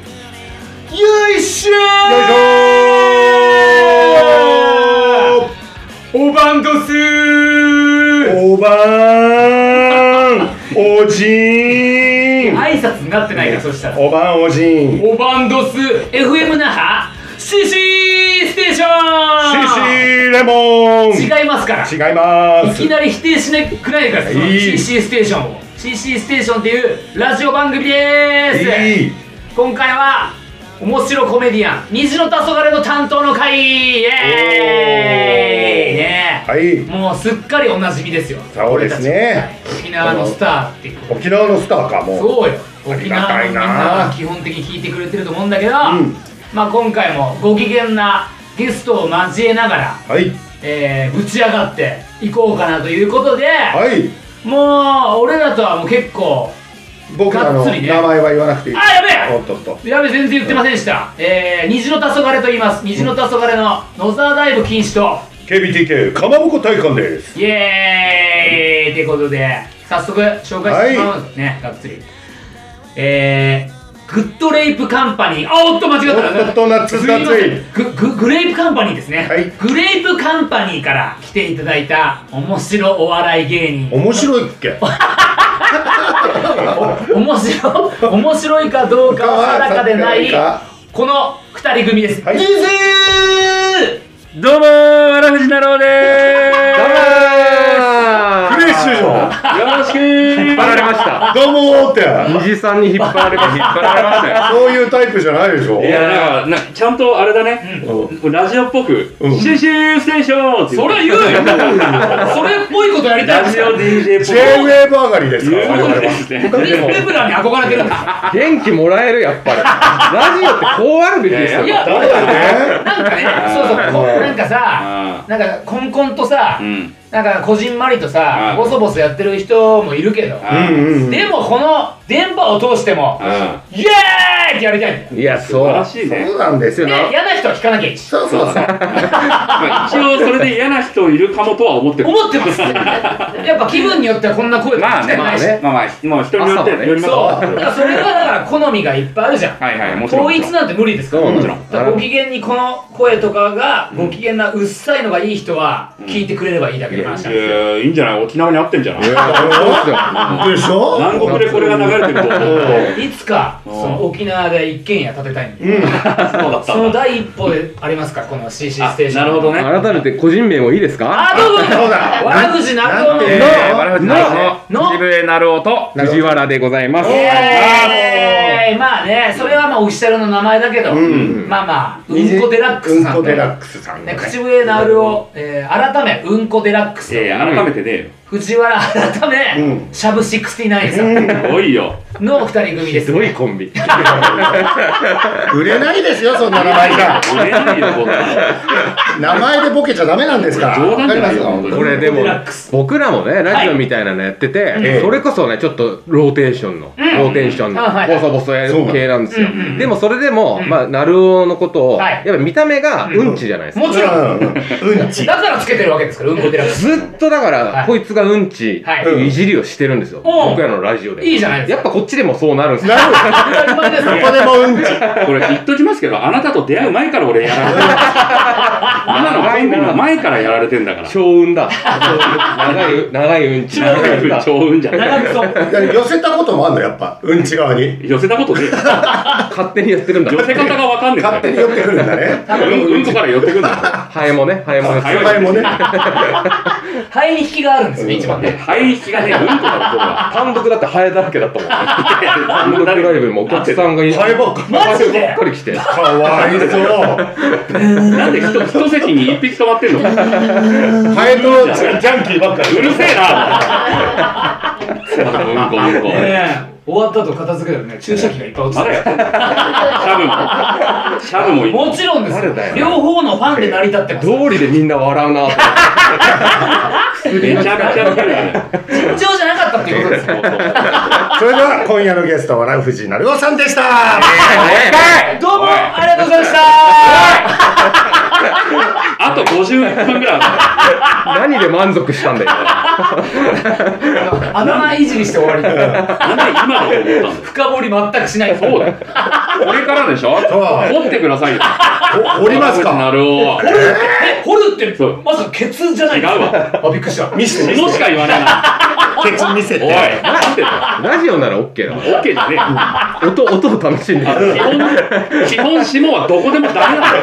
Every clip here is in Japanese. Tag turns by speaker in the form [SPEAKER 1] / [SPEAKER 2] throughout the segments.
[SPEAKER 1] よ
[SPEAKER 2] よいしょ
[SPEAKER 1] いしょ
[SPEAKER 2] おばんどすー
[SPEAKER 1] おばーんおじーん
[SPEAKER 2] 挨拶になってないよ、そしたら。
[SPEAKER 1] おばんおじーんシ
[SPEAKER 2] おばんどす FM 那覇 CC ステーション
[SPEAKER 1] シーレモン違い
[SPEAKER 2] 違いますから。
[SPEAKER 1] ま
[SPEAKER 2] い
[SPEAKER 1] す
[SPEAKER 2] きなり否定しなくないでください、その
[SPEAKER 1] いい
[SPEAKER 2] CC ステーションを CC ステーションっていうラジオ番組です
[SPEAKER 1] いい
[SPEAKER 2] 今回は面白コメディアン虹の黄昏の担当の会イエーイねえ
[SPEAKER 1] はい
[SPEAKER 2] もうすっかりおなじみですよ
[SPEAKER 1] そうですね
[SPEAKER 2] 俺たち沖縄のスターっていうこと
[SPEAKER 1] 沖縄のスターかもう
[SPEAKER 2] そうよ
[SPEAKER 1] あ
[SPEAKER 2] 沖
[SPEAKER 1] りが
[SPEAKER 2] 縄の
[SPEAKER 1] た
[SPEAKER 2] み
[SPEAKER 1] い
[SPEAKER 2] ん
[SPEAKER 1] な
[SPEAKER 2] なは基本的に聞いてくれてると思うんだけど、
[SPEAKER 1] ん
[SPEAKER 2] まあ今回もご機嫌なゲストを交えながら
[SPEAKER 1] はい
[SPEAKER 2] えー、ぶち上がっていこうかなということで、
[SPEAKER 1] はい
[SPEAKER 2] もう俺らとはもう結構
[SPEAKER 1] 僕らの
[SPEAKER 2] がっつり
[SPEAKER 1] 名
[SPEAKER 2] ね
[SPEAKER 1] 前は言わなくていい
[SPEAKER 2] あやべえ
[SPEAKER 1] おっとっと
[SPEAKER 2] やべ全然言ってませんでした、えー、虹の黄昏と言います虹の黄昏の野沢ダイブ禁止と
[SPEAKER 1] KBTK かまぼこ体感です
[SPEAKER 2] イエーイということで早速紹介してもらいますね、がっつりえー、グッドレイプカンパニーあおっと間違った
[SPEAKER 1] おっとナッツナッツイ
[SPEAKER 2] グググレープカンパニーですね、
[SPEAKER 1] はい
[SPEAKER 2] グレープカンパニーから来ていただいた面白お笑い芸人
[SPEAKER 1] 面白いっけ
[SPEAKER 2] 面白い面白いかどうかは定かでないこの二人組です、
[SPEAKER 1] はい
[SPEAKER 2] ジュースどうもーわらふじなろうでー
[SPEAKER 1] どうもーフレッシュじゃ
[SPEAKER 3] よろしく引っ張られ ました
[SPEAKER 1] んどうもーって
[SPEAKER 3] 虹さんに引っ張られました引っ張られました
[SPEAKER 1] そういうタイプじゃないでしょ
[SPEAKER 3] よいやなんかなんかちゃんとあれだね、ラジオっぽく「
[SPEAKER 1] うん
[SPEAKER 3] シュシューステーション」って
[SPEAKER 2] それ言うよそれっぽいことやりたいん
[SPEAKER 3] ラ
[SPEAKER 2] です
[SPEAKER 3] ジ
[SPEAKER 2] よ
[SPEAKER 3] オ DJ っぽく
[SPEAKER 1] J-WAVE 上がりですから
[SPEAKER 3] 言うことですね
[SPEAKER 2] ディスプレラーに憧れてるんですよ
[SPEAKER 4] 元気もらえるやっぱりラジオってこうあるべきですよ
[SPEAKER 2] いや
[SPEAKER 1] だよね
[SPEAKER 2] なんかねそうそうこなんかさ
[SPEAKER 3] あ
[SPEAKER 2] なんかコンコンとさ、
[SPEAKER 3] うん
[SPEAKER 2] なんかこじんまりとさ
[SPEAKER 3] うん
[SPEAKER 2] ボソボソやってる人もいるけど
[SPEAKER 1] うん
[SPEAKER 3] あ
[SPEAKER 1] うんうん
[SPEAKER 2] でもこの電波を通しても
[SPEAKER 3] あ
[SPEAKER 2] イエーイってやりたいんだよ
[SPEAKER 4] いや
[SPEAKER 3] 素
[SPEAKER 4] そう
[SPEAKER 3] 晴らしいね
[SPEAKER 1] そうなんですよ
[SPEAKER 2] で嫌な人は聞かなきゃいいし
[SPEAKER 1] そうそうそう
[SPEAKER 3] まあ一応それで嫌な人いるかもとは思ってる
[SPEAKER 2] 思ってますやっぱ気分によってはこんな声とか
[SPEAKER 3] まあ
[SPEAKER 2] 聞きたく
[SPEAKER 3] ねま
[SPEAKER 2] な
[SPEAKER 3] あ
[SPEAKER 2] いし、
[SPEAKER 3] ねまあまあまあ人によって
[SPEAKER 4] 朝もね
[SPEAKER 3] よりますわ
[SPEAKER 2] そうだからそれはだから好みがいっぱいあるじゃん
[SPEAKER 3] はいはいもちろ
[SPEAKER 2] 統
[SPEAKER 3] んもち
[SPEAKER 2] 一
[SPEAKER 3] ろん
[SPEAKER 2] なんて無理ですから
[SPEAKER 1] うんもち
[SPEAKER 3] ろん
[SPEAKER 2] だからご機嫌にこの声とかがご機嫌なうっさいのがいい人は聞いてくれればいいだけの話なん
[SPEAKER 3] い
[SPEAKER 2] ですよ
[SPEAKER 3] やいいんじゃない沖縄に合ってんじゃない
[SPEAKER 1] でしょ
[SPEAKER 3] 南国でこれが流れてると思う
[SPEAKER 2] いつかそ
[SPEAKER 3] うん
[SPEAKER 2] の沖縄で一軒家建てたいんで、
[SPEAKER 1] うん
[SPEAKER 3] そうだった
[SPEAKER 2] その第一歩でありますからこの CC ステーション
[SPEAKER 3] あなるほどね
[SPEAKER 4] 改めて個人名もいいですか
[SPEAKER 2] あどうぞ
[SPEAKER 1] そうだ
[SPEAKER 2] 悪口なるほど
[SPEAKER 1] なんて
[SPEAKER 3] えーバラフジ
[SPEAKER 2] の
[SPEAKER 3] の藤笛なるおと
[SPEAKER 1] なるほど
[SPEAKER 4] 藤原でございます
[SPEAKER 2] イエーイまあねそれはまあオフィシャルの名前だけど、
[SPEAKER 1] ん
[SPEAKER 2] まあまあうんこデラックスさん
[SPEAKER 1] うん
[SPEAKER 2] ね
[SPEAKER 1] こデラックスさん
[SPEAKER 2] ね、口笛なるを、えー、改めうんこデラックス、
[SPEAKER 3] いやいや改めてね
[SPEAKER 2] 藤原改め、
[SPEAKER 1] うん
[SPEAKER 2] シャブ69さん
[SPEAKER 3] すごいよ
[SPEAKER 2] の二人組で
[SPEAKER 4] ひ
[SPEAKER 2] す
[SPEAKER 4] どいコンビ
[SPEAKER 1] 売れないですよそんな名前が
[SPEAKER 3] 売れないよこんな
[SPEAKER 1] 名前でボケちゃダメなんですから
[SPEAKER 3] 冗談じゃないよ
[SPEAKER 1] わかります
[SPEAKER 3] 本
[SPEAKER 4] これでも
[SPEAKER 2] リラックス
[SPEAKER 4] 僕らもねラジオみたいなのやってて、
[SPEAKER 1] い
[SPEAKER 4] それこそねちょっとローテーションの、ローテーションの
[SPEAKER 2] あはいはい
[SPEAKER 4] ボソボソやる系なんですよ、
[SPEAKER 2] そうなのうんうん
[SPEAKER 4] でもそれでも、
[SPEAKER 2] ん
[SPEAKER 4] まあなるおのことを、
[SPEAKER 2] はい
[SPEAKER 4] やっぱ見た目がうんちじゃないですか、
[SPEAKER 2] もちろん、
[SPEAKER 1] うんうんうんち
[SPEAKER 2] だからつけてるわけですからうんこデラックス
[SPEAKER 4] ずっとだから、
[SPEAKER 2] はい
[SPEAKER 4] こいつがうんちっていういじりをしてるんですよ、
[SPEAKER 2] おう
[SPEAKER 4] 僕らのラジオで
[SPEAKER 2] いいじゃないですか
[SPEAKER 4] やっぱこっちでもそうなるんですよ
[SPEAKER 1] なる
[SPEAKER 2] 当たり前です
[SPEAKER 1] どこ
[SPEAKER 2] ね
[SPEAKER 1] でもうんち
[SPEAKER 3] これ言っときますけどあなたと出会う前から俺やられてるあんなのコンビの前からやられてんだから
[SPEAKER 4] 超運だ長い長いうんち
[SPEAKER 3] 超運超運じゃない
[SPEAKER 2] 長くそう
[SPEAKER 1] 寄せたこともあんのやっぱうんち側に
[SPEAKER 3] 寄せたことねえよ
[SPEAKER 4] 勝手にやってるんだ
[SPEAKER 3] 寄せ方がわかんねえん
[SPEAKER 1] 勝手に
[SPEAKER 3] だ
[SPEAKER 1] 寄ってくるんだね
[SPEAKER 3] ようんうんこから寄ってくんだ
[SPEAKER 4] ハエもねハエもね
[SPEAKER 3] ハエ
[SPEAKER 1] 名前もね
[SPEAKER 2] 肺に引きがあるんですよね一番
[SPEAKER 3] よね
[SPEAKER 2] ね
[SPEAKER 3] 排気がねうんこだろこれは
[SPEAKER 4] 単独だってハエだらけだったもん単独ライブもお客さんがい
[SPEAKER 1] ハエばっか
[SPEAKER 2] マジで
[SPEAKER 4] ハエばっかり来て
[SPEAKER 1] かわいそう
[SPEAKER 3] なんで人一席に一匹止まってんのう
[SPEAKER 1] ハエとジャジャンキーばっかり
[SPEAKER 3] るせえなうんこうんこ
[SPEAKER 2] ねえ終わった後片付けたらね注射器がいっぱい落ち
[SPEAKER 3] ま
[SPEAKER 2] て
[SPEAKER 3] だやってんのシャブもシャブもい
[SPEAKER 2] もちろんですよ
[SPEAKER 4] 誰だよ
[SPEAKER 2] 両方のファンで成り立ってます
[SPEAKER 4] 道理でみんな笑うなと思
[SPEAKER 3] め
[SPEAKER 4] って
[SPEAKER 3] ちゃめちゃウケるよね
[SPEAKER 2] 尋常じゃなかったっていうことですよ
[SPEAKER 3] そうそう
[SPEAKER 1] それでは今夜のゲストはラフジーなるおさんでした、
[SPEAKER 2] どうもありがとうございました
[SPEAKER 3] あと50分ぐらいあ
[SPEAKER 4] 何で満足したんだよ。
[SPEAKER 2] あの穴いじりして終わり
[SPEAKER 3] るなんで今のと思ったんだよ
[SPEAKER 2] 深掘り全くしない
[SPEAKER 3] そうだよこれからでしょ
[SPEAKER 1] そう
[SPEAKER 3] 掘ってくださいよ
[SPEAKER 1] おおります
[SPEAKER 3] 田口な
[SPEAKER 1] か
[SPEAKER 3] るお違
[SPEAKER 2] え掘るって
[SPEAKER 3] そう
[SPEAKER 2] まずケツじゃない
[SPEAKER 3] 違うわ
[SPEAKER 2] あびっくりした
[SPEAKER 1] 見せて見
[SPEAKER 3] の
[SPEAKER 1] せ
[SPEAKER 3] してか言わないな
[SPEAKER 1] ケツ見せ
[SPEAKER 3] おい
[SPEAKER 1] て
[SPEAKER 3] なんでだ
[SPEAKER 4] ラジオならオッケーだ。
[SPEAKER 3] よ OK じゃねえよ
[SPEAKER 4] 音音を楽しんでる。
[SPEAKER 3] 基本基本下はどこでもダメなんだ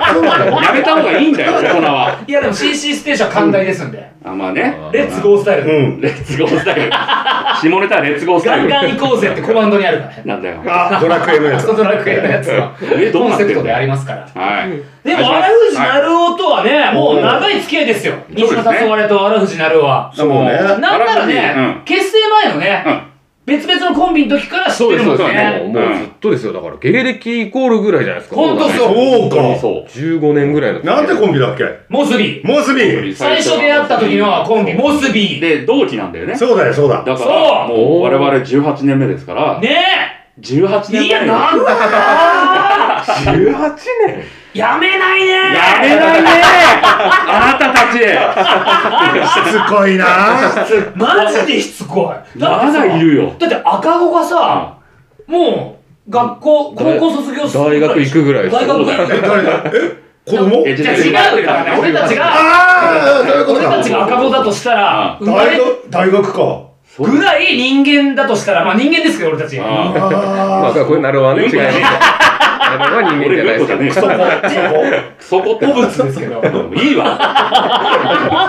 [SPEAKER 3] よやめた方がいいんだよ大人はい
[SPEAKER 2] やでも CC ステーションは寛大ですんで
[SPEAKER 3] あまあね
[SPEAKER 2] レッツゴースタイ
[SPEAKER 1] う
[SPEAKER 2] ル
[SPEAKER 1] ん
[SPEAKER 3] レッツゴースタイル下ネタはレッツゴースタ
[SPEAKER 2] ガ
[SPEAKER 3] イ
[SPEAKER 2] ン
[SPEAKER 3] ル
[SPEAKER 2] ガン行こうぜってコマンドにあるからね
[SPEAKER 3] なんだよ
[SPEAKER 1] あドラクエのや
[SPEAKER 2] ラ
[SPEAKER 1] つ
[SPEAKER 2] ストドラクエのやつは
[SPEAKER 3] えど
[SPEAKER 2] コ
[SPEAKER 3] うな
[SPEAKER 2] ン
[SPEAKER 3] って
[SPEAKER 2] セプト
[SPEAKER 3] んだよ
[SPEAKER 2] でありますから
[SPEAKER 3] はい
[SPEAKER 2] でも荒藤成夫とはねもう長い付き合いですよ西野達夫我と荒藤成夫は
[SPEAKER 1] そう
[SPEAKER 2] なん
[SPEAKER 1] ね
[SPEAKER 2] ならね結成前の
[SPEAKER 3] う
[SPEAKER 2] ね
[SPEAKER 3] ん
[SPEAKER 2] 別々のコンビの時から知ってるもん
[SPEAKER 3] そうです
[SPEAKER 2] ね
[SPEAKER 4] もうもうずっとですよ。だから芸歴イコールぐらいじゃないですか。
[SPEAKER 2] ほんとそう
[SPEAKER 1] そうか
[SPEAKER 3] そ
[SPEAKER 4] 15年ぐらいの。
[SPEAKER 1] なんでコンビだっけ
[SPEAKER 2] モスビー
[SPEAKER 1] モスビー
[SPEAKER 3] う
[SPEAKER 2] 最初出会った時のコンビモスビー
[SPEAKER 3] で同期なんだよね
[SPEAKER 1] そうだよそうだ
[SPEAKER 3] だか
[SPEAKER 2] そ
[SPEAKER 3] ら
[SPEAKER 2] う
[SPEAKER 3] もう我々18年目ですから
[SPEAKER 2] ね
[SPEAKER 3] 18
[SPEAKER 2] えい
[SPEAKER 3] 年
[SPEAKER 2] や
[SPEAKER 3] 前に
[SPEAKER 2] なんだ
[SPEAKER 4] ?18 年
[SPEAKER 2] やめないね
[SPEAKER 3] やめないねあなたたち
[SPEAKER 1] しつこいな
[SPEAKER 2] マジでしつこいだってさ
[SPEAKER 3] まだいるよ
[SPEAKER 2] だって赤子がさもう学校高校卒業する
[SPEAKER 4] 大学行くぐらいです
[SPEAKER 2] 大学行く
[SPEAKER 1] え 誰だえ子供
[SPEAKER 3] え
[SPEAKER 2] いや違うよだから俺たちが
[SPEAKER 1] ああそういうこと
[SPEAKER 2] 俺
[SPEAKER 1] か
[SPEAKER 2] たちが赤子だとしたら生ま
[SPEAKER 1] 大
[SPEAKER 2] れ
[SPEAKER 1] 学大学か
[SPEAKER 2] ぐらい人間だとしたらまあ人間ですけど俺たち違う
[SPEAKER 3] ああ
[SPEAKER 1] あ
[SPEAKER 4] まあ、これなるわね。違います。
[SPEAKER 3] うん
[SPEAKER 4] なるは人間じ
[SPEAKER 3] 俺
[SPEAKER 4] ゃない
[SPEAKER 3] グ
[SPEAKER 4] で
[SPEAKER 3] ッ
[SPEAKER 4] す
[SPEAKER 3] ド
[SPEAKER 4] け
[SPEAKER 3] じ
[SPEAKER 4] ど
[SPEAKER 3] ゃねえ
[SPEAKER 1] そこ
[SPEAKER 3] よそこって
[SPEAKER 2] 古物ですけ ど
[SPEAKER 3] いいわ
[SPEAKER 1] そこ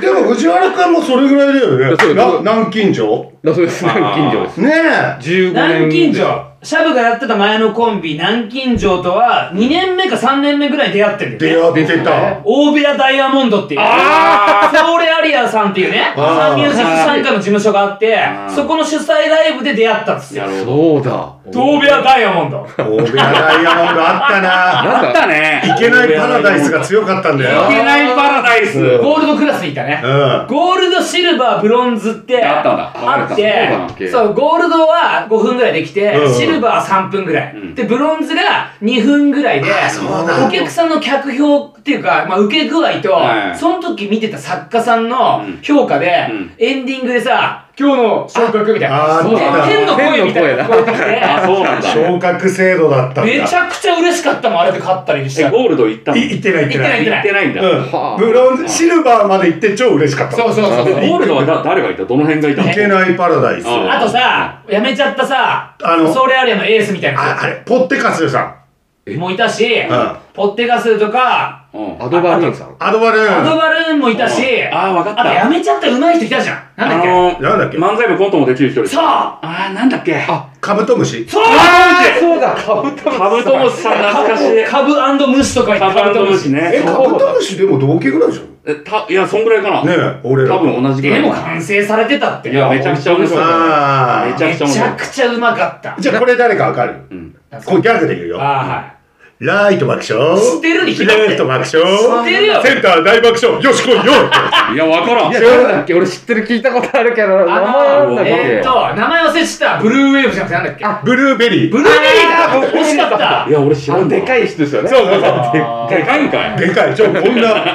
[SPEAKER 1] でも藤原君もそれぐらいだよ
[SPEAKER 4] そう
[SPEAKER 1] ね
[SPEAKER 4] よ
[SPEAKER 1] な南京錠
[SPEAKER 4] だそうです。南京錠です。
[SPEAKER 1] ねえ
[SPEAKER 4] 15年
[SPEAKER 2] 南京
[SPEAKER 4] で
[SPEAKER 2] 錠シャブがやってた前のコンビ南京錠とは2年目か3年目ぐらいに出会ってるんだ
[SPEAKER 1] 出
[SPEAKER 2] よね
[SPEAKER 1] 会ってた
[SPEAKER 2] 大部屋ダイヤモンドっていう
[SPEAKER 3] あ
[SPEAKER 2] ソーレアリアさんっていうね
[SPEAKER 1] あー
[SPEAKER 2] サンミュージック参加の事務所があって
[SPEAKER 3] あー
[SPEAKER 2] そこの主催ライブで出会ったんですよ
[SPEAKER 3] なるほど
[SPEAKER 4] そうだ。
[SPEAKER 2] 大部屋ダイヤモンド
[SPEAKER 1] 大部屋ダイヤモンドあったな
[SPEAKER 4] な
[SPEAKER 3] あ
[SPEAKER 4] ん
[SPEAKER 3] っ
[SPEAKER 4] か、
[SPEAKER 3] たね
[SPEAKER 1] いけないパラダイスが強かったんだ
[SPEAKER 3] い
[SPEAKER 1] よ
[SPEAKER 3] けないパラダイス
[SPEAKER 1] うん
[SPEAKER 2] ゴールドクラスにいたね
[SPEAKER 1] うん
[SPEAKER 2] ゴールド、シルバー、ブロンズって
[SPEAKER 3] あったんだ
[SPEAKER 2] あっ
[SPEAKER 3] そうなん
[SPEAKER 4] だっけ
[SPEAKER 2] て、そう、ゴールドは5分ぐらいできて
[SPEAKER 1] う、ん
[SPEAKER 2] シルバー3分ぐら
[SPEAKER 3] う
[SPEAKER 2] い。
[SPEAKER 3] ん
[SPEAKER 2] で、ブロンズが2分ぐらいで、
[SPEAKER 1] そうだ
[SPEAKER 2] お客さんの客票っていうか、まあ、受け具合と
[SPEAKER 3] はい、
[SPEAKER 2] その時見てた作家さんの
[SPEAKER 3] うん
[SPEAKER 2] 評価で
[SPEAKER 3] うん、
[SPEAKER 2] エンディングでさ、今日の昇格みたい
[SPEAKER 1] あ
[SPEAKER 2] な。
[SPEAKER 1] ー
[SPEAKER 2] そう
[SPEAKER 1] そうだ
[SPEAKER 2] 天の声みたいな
[SPEAKER 4] 天の声だ
[SPEAKER 2] 声が
[SPEAKER 3] あ
[SPEAKER 2] 来
[SPEAKER 3] そうなんだ
[SPEAKER 1] 昇格制度だったんだ
[SPEAKER 2] て、めちゃくちゃ嬉しかったもん、あれで勝ったりし
[SPEAKER 3] え
[SPEAKER 2] たら。
[SPEAKER 3] ゴールド行ったの
[SPEAKER 1] い行ってない行ってない
[SPEAKER 2] 行
[SPEAKER 3] 行ってないんだ
[SPEAKER 4] はあ
[SPEAKER 1] うんブロンズシルバーまで行って超嬉しかった
[SPEAKER 2] そうそうそうそう。
[SPEAKER 3] ゴールドはだ誰がいたどの辺がいたの
[SPEAKER 1] いけないパラダイス
[SPEAKER 3] あ
[SPEAKER 2] あとさ、やめちゃったさ、
[SPEAKER 1] あの
[SPEAKER 2] ソーレアリアのエースみたいな人
[SPEAKER 1] ああれポッテカスさ
[SPEAKER 2] もいたし、
[SPEAKER 1] ん
[SPEAKER 2] ポッテガスとか、
[SPEAKER 3] うん
[SPEAKER 4] アドバルーンさん。
[SPEAKER 1] んアドバル
[SPEAKER 2] アド
[SPEAKER 1] ーン
[SPEAKER 2] バルーンもいたし、
[SPEAKER 3] あーわかった
[SPEAKER 2] あとやめちゃった上手い人いたじゃん。なんだっけ、
[SPEAKER 3] あの
[SPEAKER 1] なんだっけ
[SPEAKER 3] 漫才もコントもできる人です
[SPEAKER 2] そう
[SPEAKER 3] ああなんだっけ
[SPEAKER 4] あ
[SPEAKER 1] カブトムシ
[SPEAKER 2] そう
[SPEAKER 3] あー
[SPEAKER 4] そうだ、カブト
[SPEAKER 3] カブトムシさん懐かしい
[SPEAKER 2] カブ虫とか言って
[SPEAKER 3] カブトムシ
[SPEAKER 1] え
[SPEAKER 3] ね
[SPEAKER 1] カブトムシでも同期ぐらいでしょね
[SPEAKER 3] えたいやそんぐらいかな
[SPEAKER 1] え俺ら
[SPEAKER 3] 多分同じぐら
[SPEAKER 2] で
[SPEAKER 3] い
[SPEAKER 2] も完成されてたって。
[SPEAKER 3] いやめちゃくちゃ面白い
[SPEAKER 1] あ
[SPEAKER 3] め
[SPEAKER 1] あ
[SPEAKER 3] ちゃ
[SPEAKER 2] め
[SPEAKER 3] く
[SPEAKER 2] ち
[SPEAKER 3] ちゃ面白い
[SPEAKER 2] ゃくちゃうまかった。
[SPEAKER 1] じゃあこれ誰かわかる
[SPEAKER 3] うん
[SPEAKER 1] これギャグできるよ
[SPEAKER 2] あ
[SPEAKER 1] ライト爆笑
[SPEAKER 2] 知ってるに決まってる
[SPEAKER 1] レフト爆笑
[SPEAKER 2] 知ってるよ
[SPEAKER 1] センター大爆笑よし来いよ
[SPEAKER 3] いやわからん
[SPEAKER 4] いや、誰だっけ俺知ってる聞いたことあるけど、
[SPEAKER 2] ー
[SPEAKER 4] 名
[SPEAKER 2] はい。
[SPEAKER 4] 前
[SPEAKER 2] あ
[SPEAKER 4] なん
[SPEAKER 2] の
[SPEAKER 4] だっ
[SPEAKER 2] ー、えーっ
[SPEAKER 4] け
[SPEAKER 2] と、名前忘れちゃった。ブルーウェーブじゃなくてなんだっけ
[SPEAKER 1] ブルーベリー
[SPEAKER 2] ブルーベリーだ惜しかった
[SPEAKER 3] いや俺知ら
[SPEAKER 4] あ
[SPEAKER 3] ん
[SPEAKER 4] の
[SPEAKER 3] だ
[SPEAKER 4] でか
[SPEAKER 3] い
[SPEAKER 4] い人ですよね。
[SPEAKER 1] そうそうそう
[SPEAKER 2] あー
[SPEAKER 3] でかいんかい
[SPEAKER 1] でかいちょこんな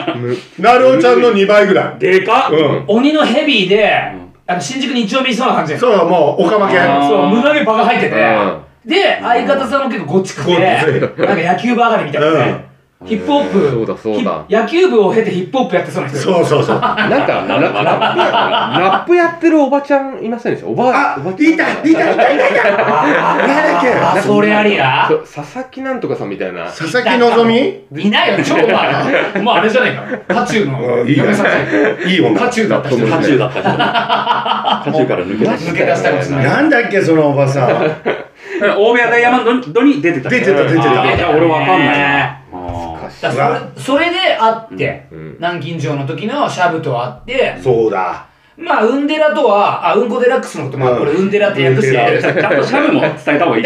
[SPEAKER 1] なるおちゃんの2倍ぐらい
[SPEAKER 3] でかっ
[SPEAKER 1] うん
[SPEAKER 2] 鬼のヘビーで
[SPEAKER 3] ん、
[SPEAKER 2] あの新宿に一丁目いそうな感じ
[SPEAKER 1] そうもうオカマ犬
[SPEAKER 3] あ
[SPEAKER 2] そう、胸毛バカ入ってて
[SPEAKER 4] うん。
[SPEAKER 2] で、相方さんも結構ごっちくて、
[SPEAKER 1] ごっつい
[SPEAKER 2] なんか野球ばかりみたいなね。ヒップホップ、
[SPEAKER 4] そうだそうだ
[SPEAKER 2] ひ野球部を経てヒップホップやってそうな人。
[SPEAKER 1] そうそうそうあ
[SPEAKER 4] なんか、ラララップやってるおばちゃんいませんでしたおばあ、おばちゃん
[SPEAKER 1] いたいたいたいたいた
[SPEAKER 2] あ
[SPEAKER 1] 誰だっけ
[SPEAKER 2] ああ、それありや
[SPEAKER 4] そ。う佐々木なんとかさんみたいな。
[SPEAKER 1] 佐々木
[SPEAKER 2] いないよ、超まあ、もうあれじゃないか。渦中の
[SPEAKER 1] うんいいね
[SPEAKER 2] 嫁さんじゃない
[SPEAKER 1] 希いい
[SPEAKER 2] 渦
[SPEAKER 1] 女
[SPEAKER 2] 中だった 人。
[SPEAKER 3] 渦中だった人渦中から抜け出し
[SPEAKER 2] 抜け出したかもしれない。
[SPEAKER 1] なんだっけそのおばさん
[SPEAKER 3] た大部屋ダイヤモンドに出てた
[SPEAKER 1] 出てた出て
[SPEAKER 3] あー
[SPEAKER 1] た
[SPEAKER 3] いや俺わかんないな
[SPEAKER 2] ね
[SPEAKER 3] あー
[SPEAKER 2] だからそれそれで会って、
[SPEAKER 4] うん
[SPEAKER 2] 南京錠の時のシャブと会って、
[SPEAKER 1] そうだ
[SPEAKER 2] まあ、うんでらとは、あ、うんこデラックスのこと、まあ、これ、うんでらって訳してやる。シ
[SPEAKER 3] ちゃんとシャブも伝えた 方がいい。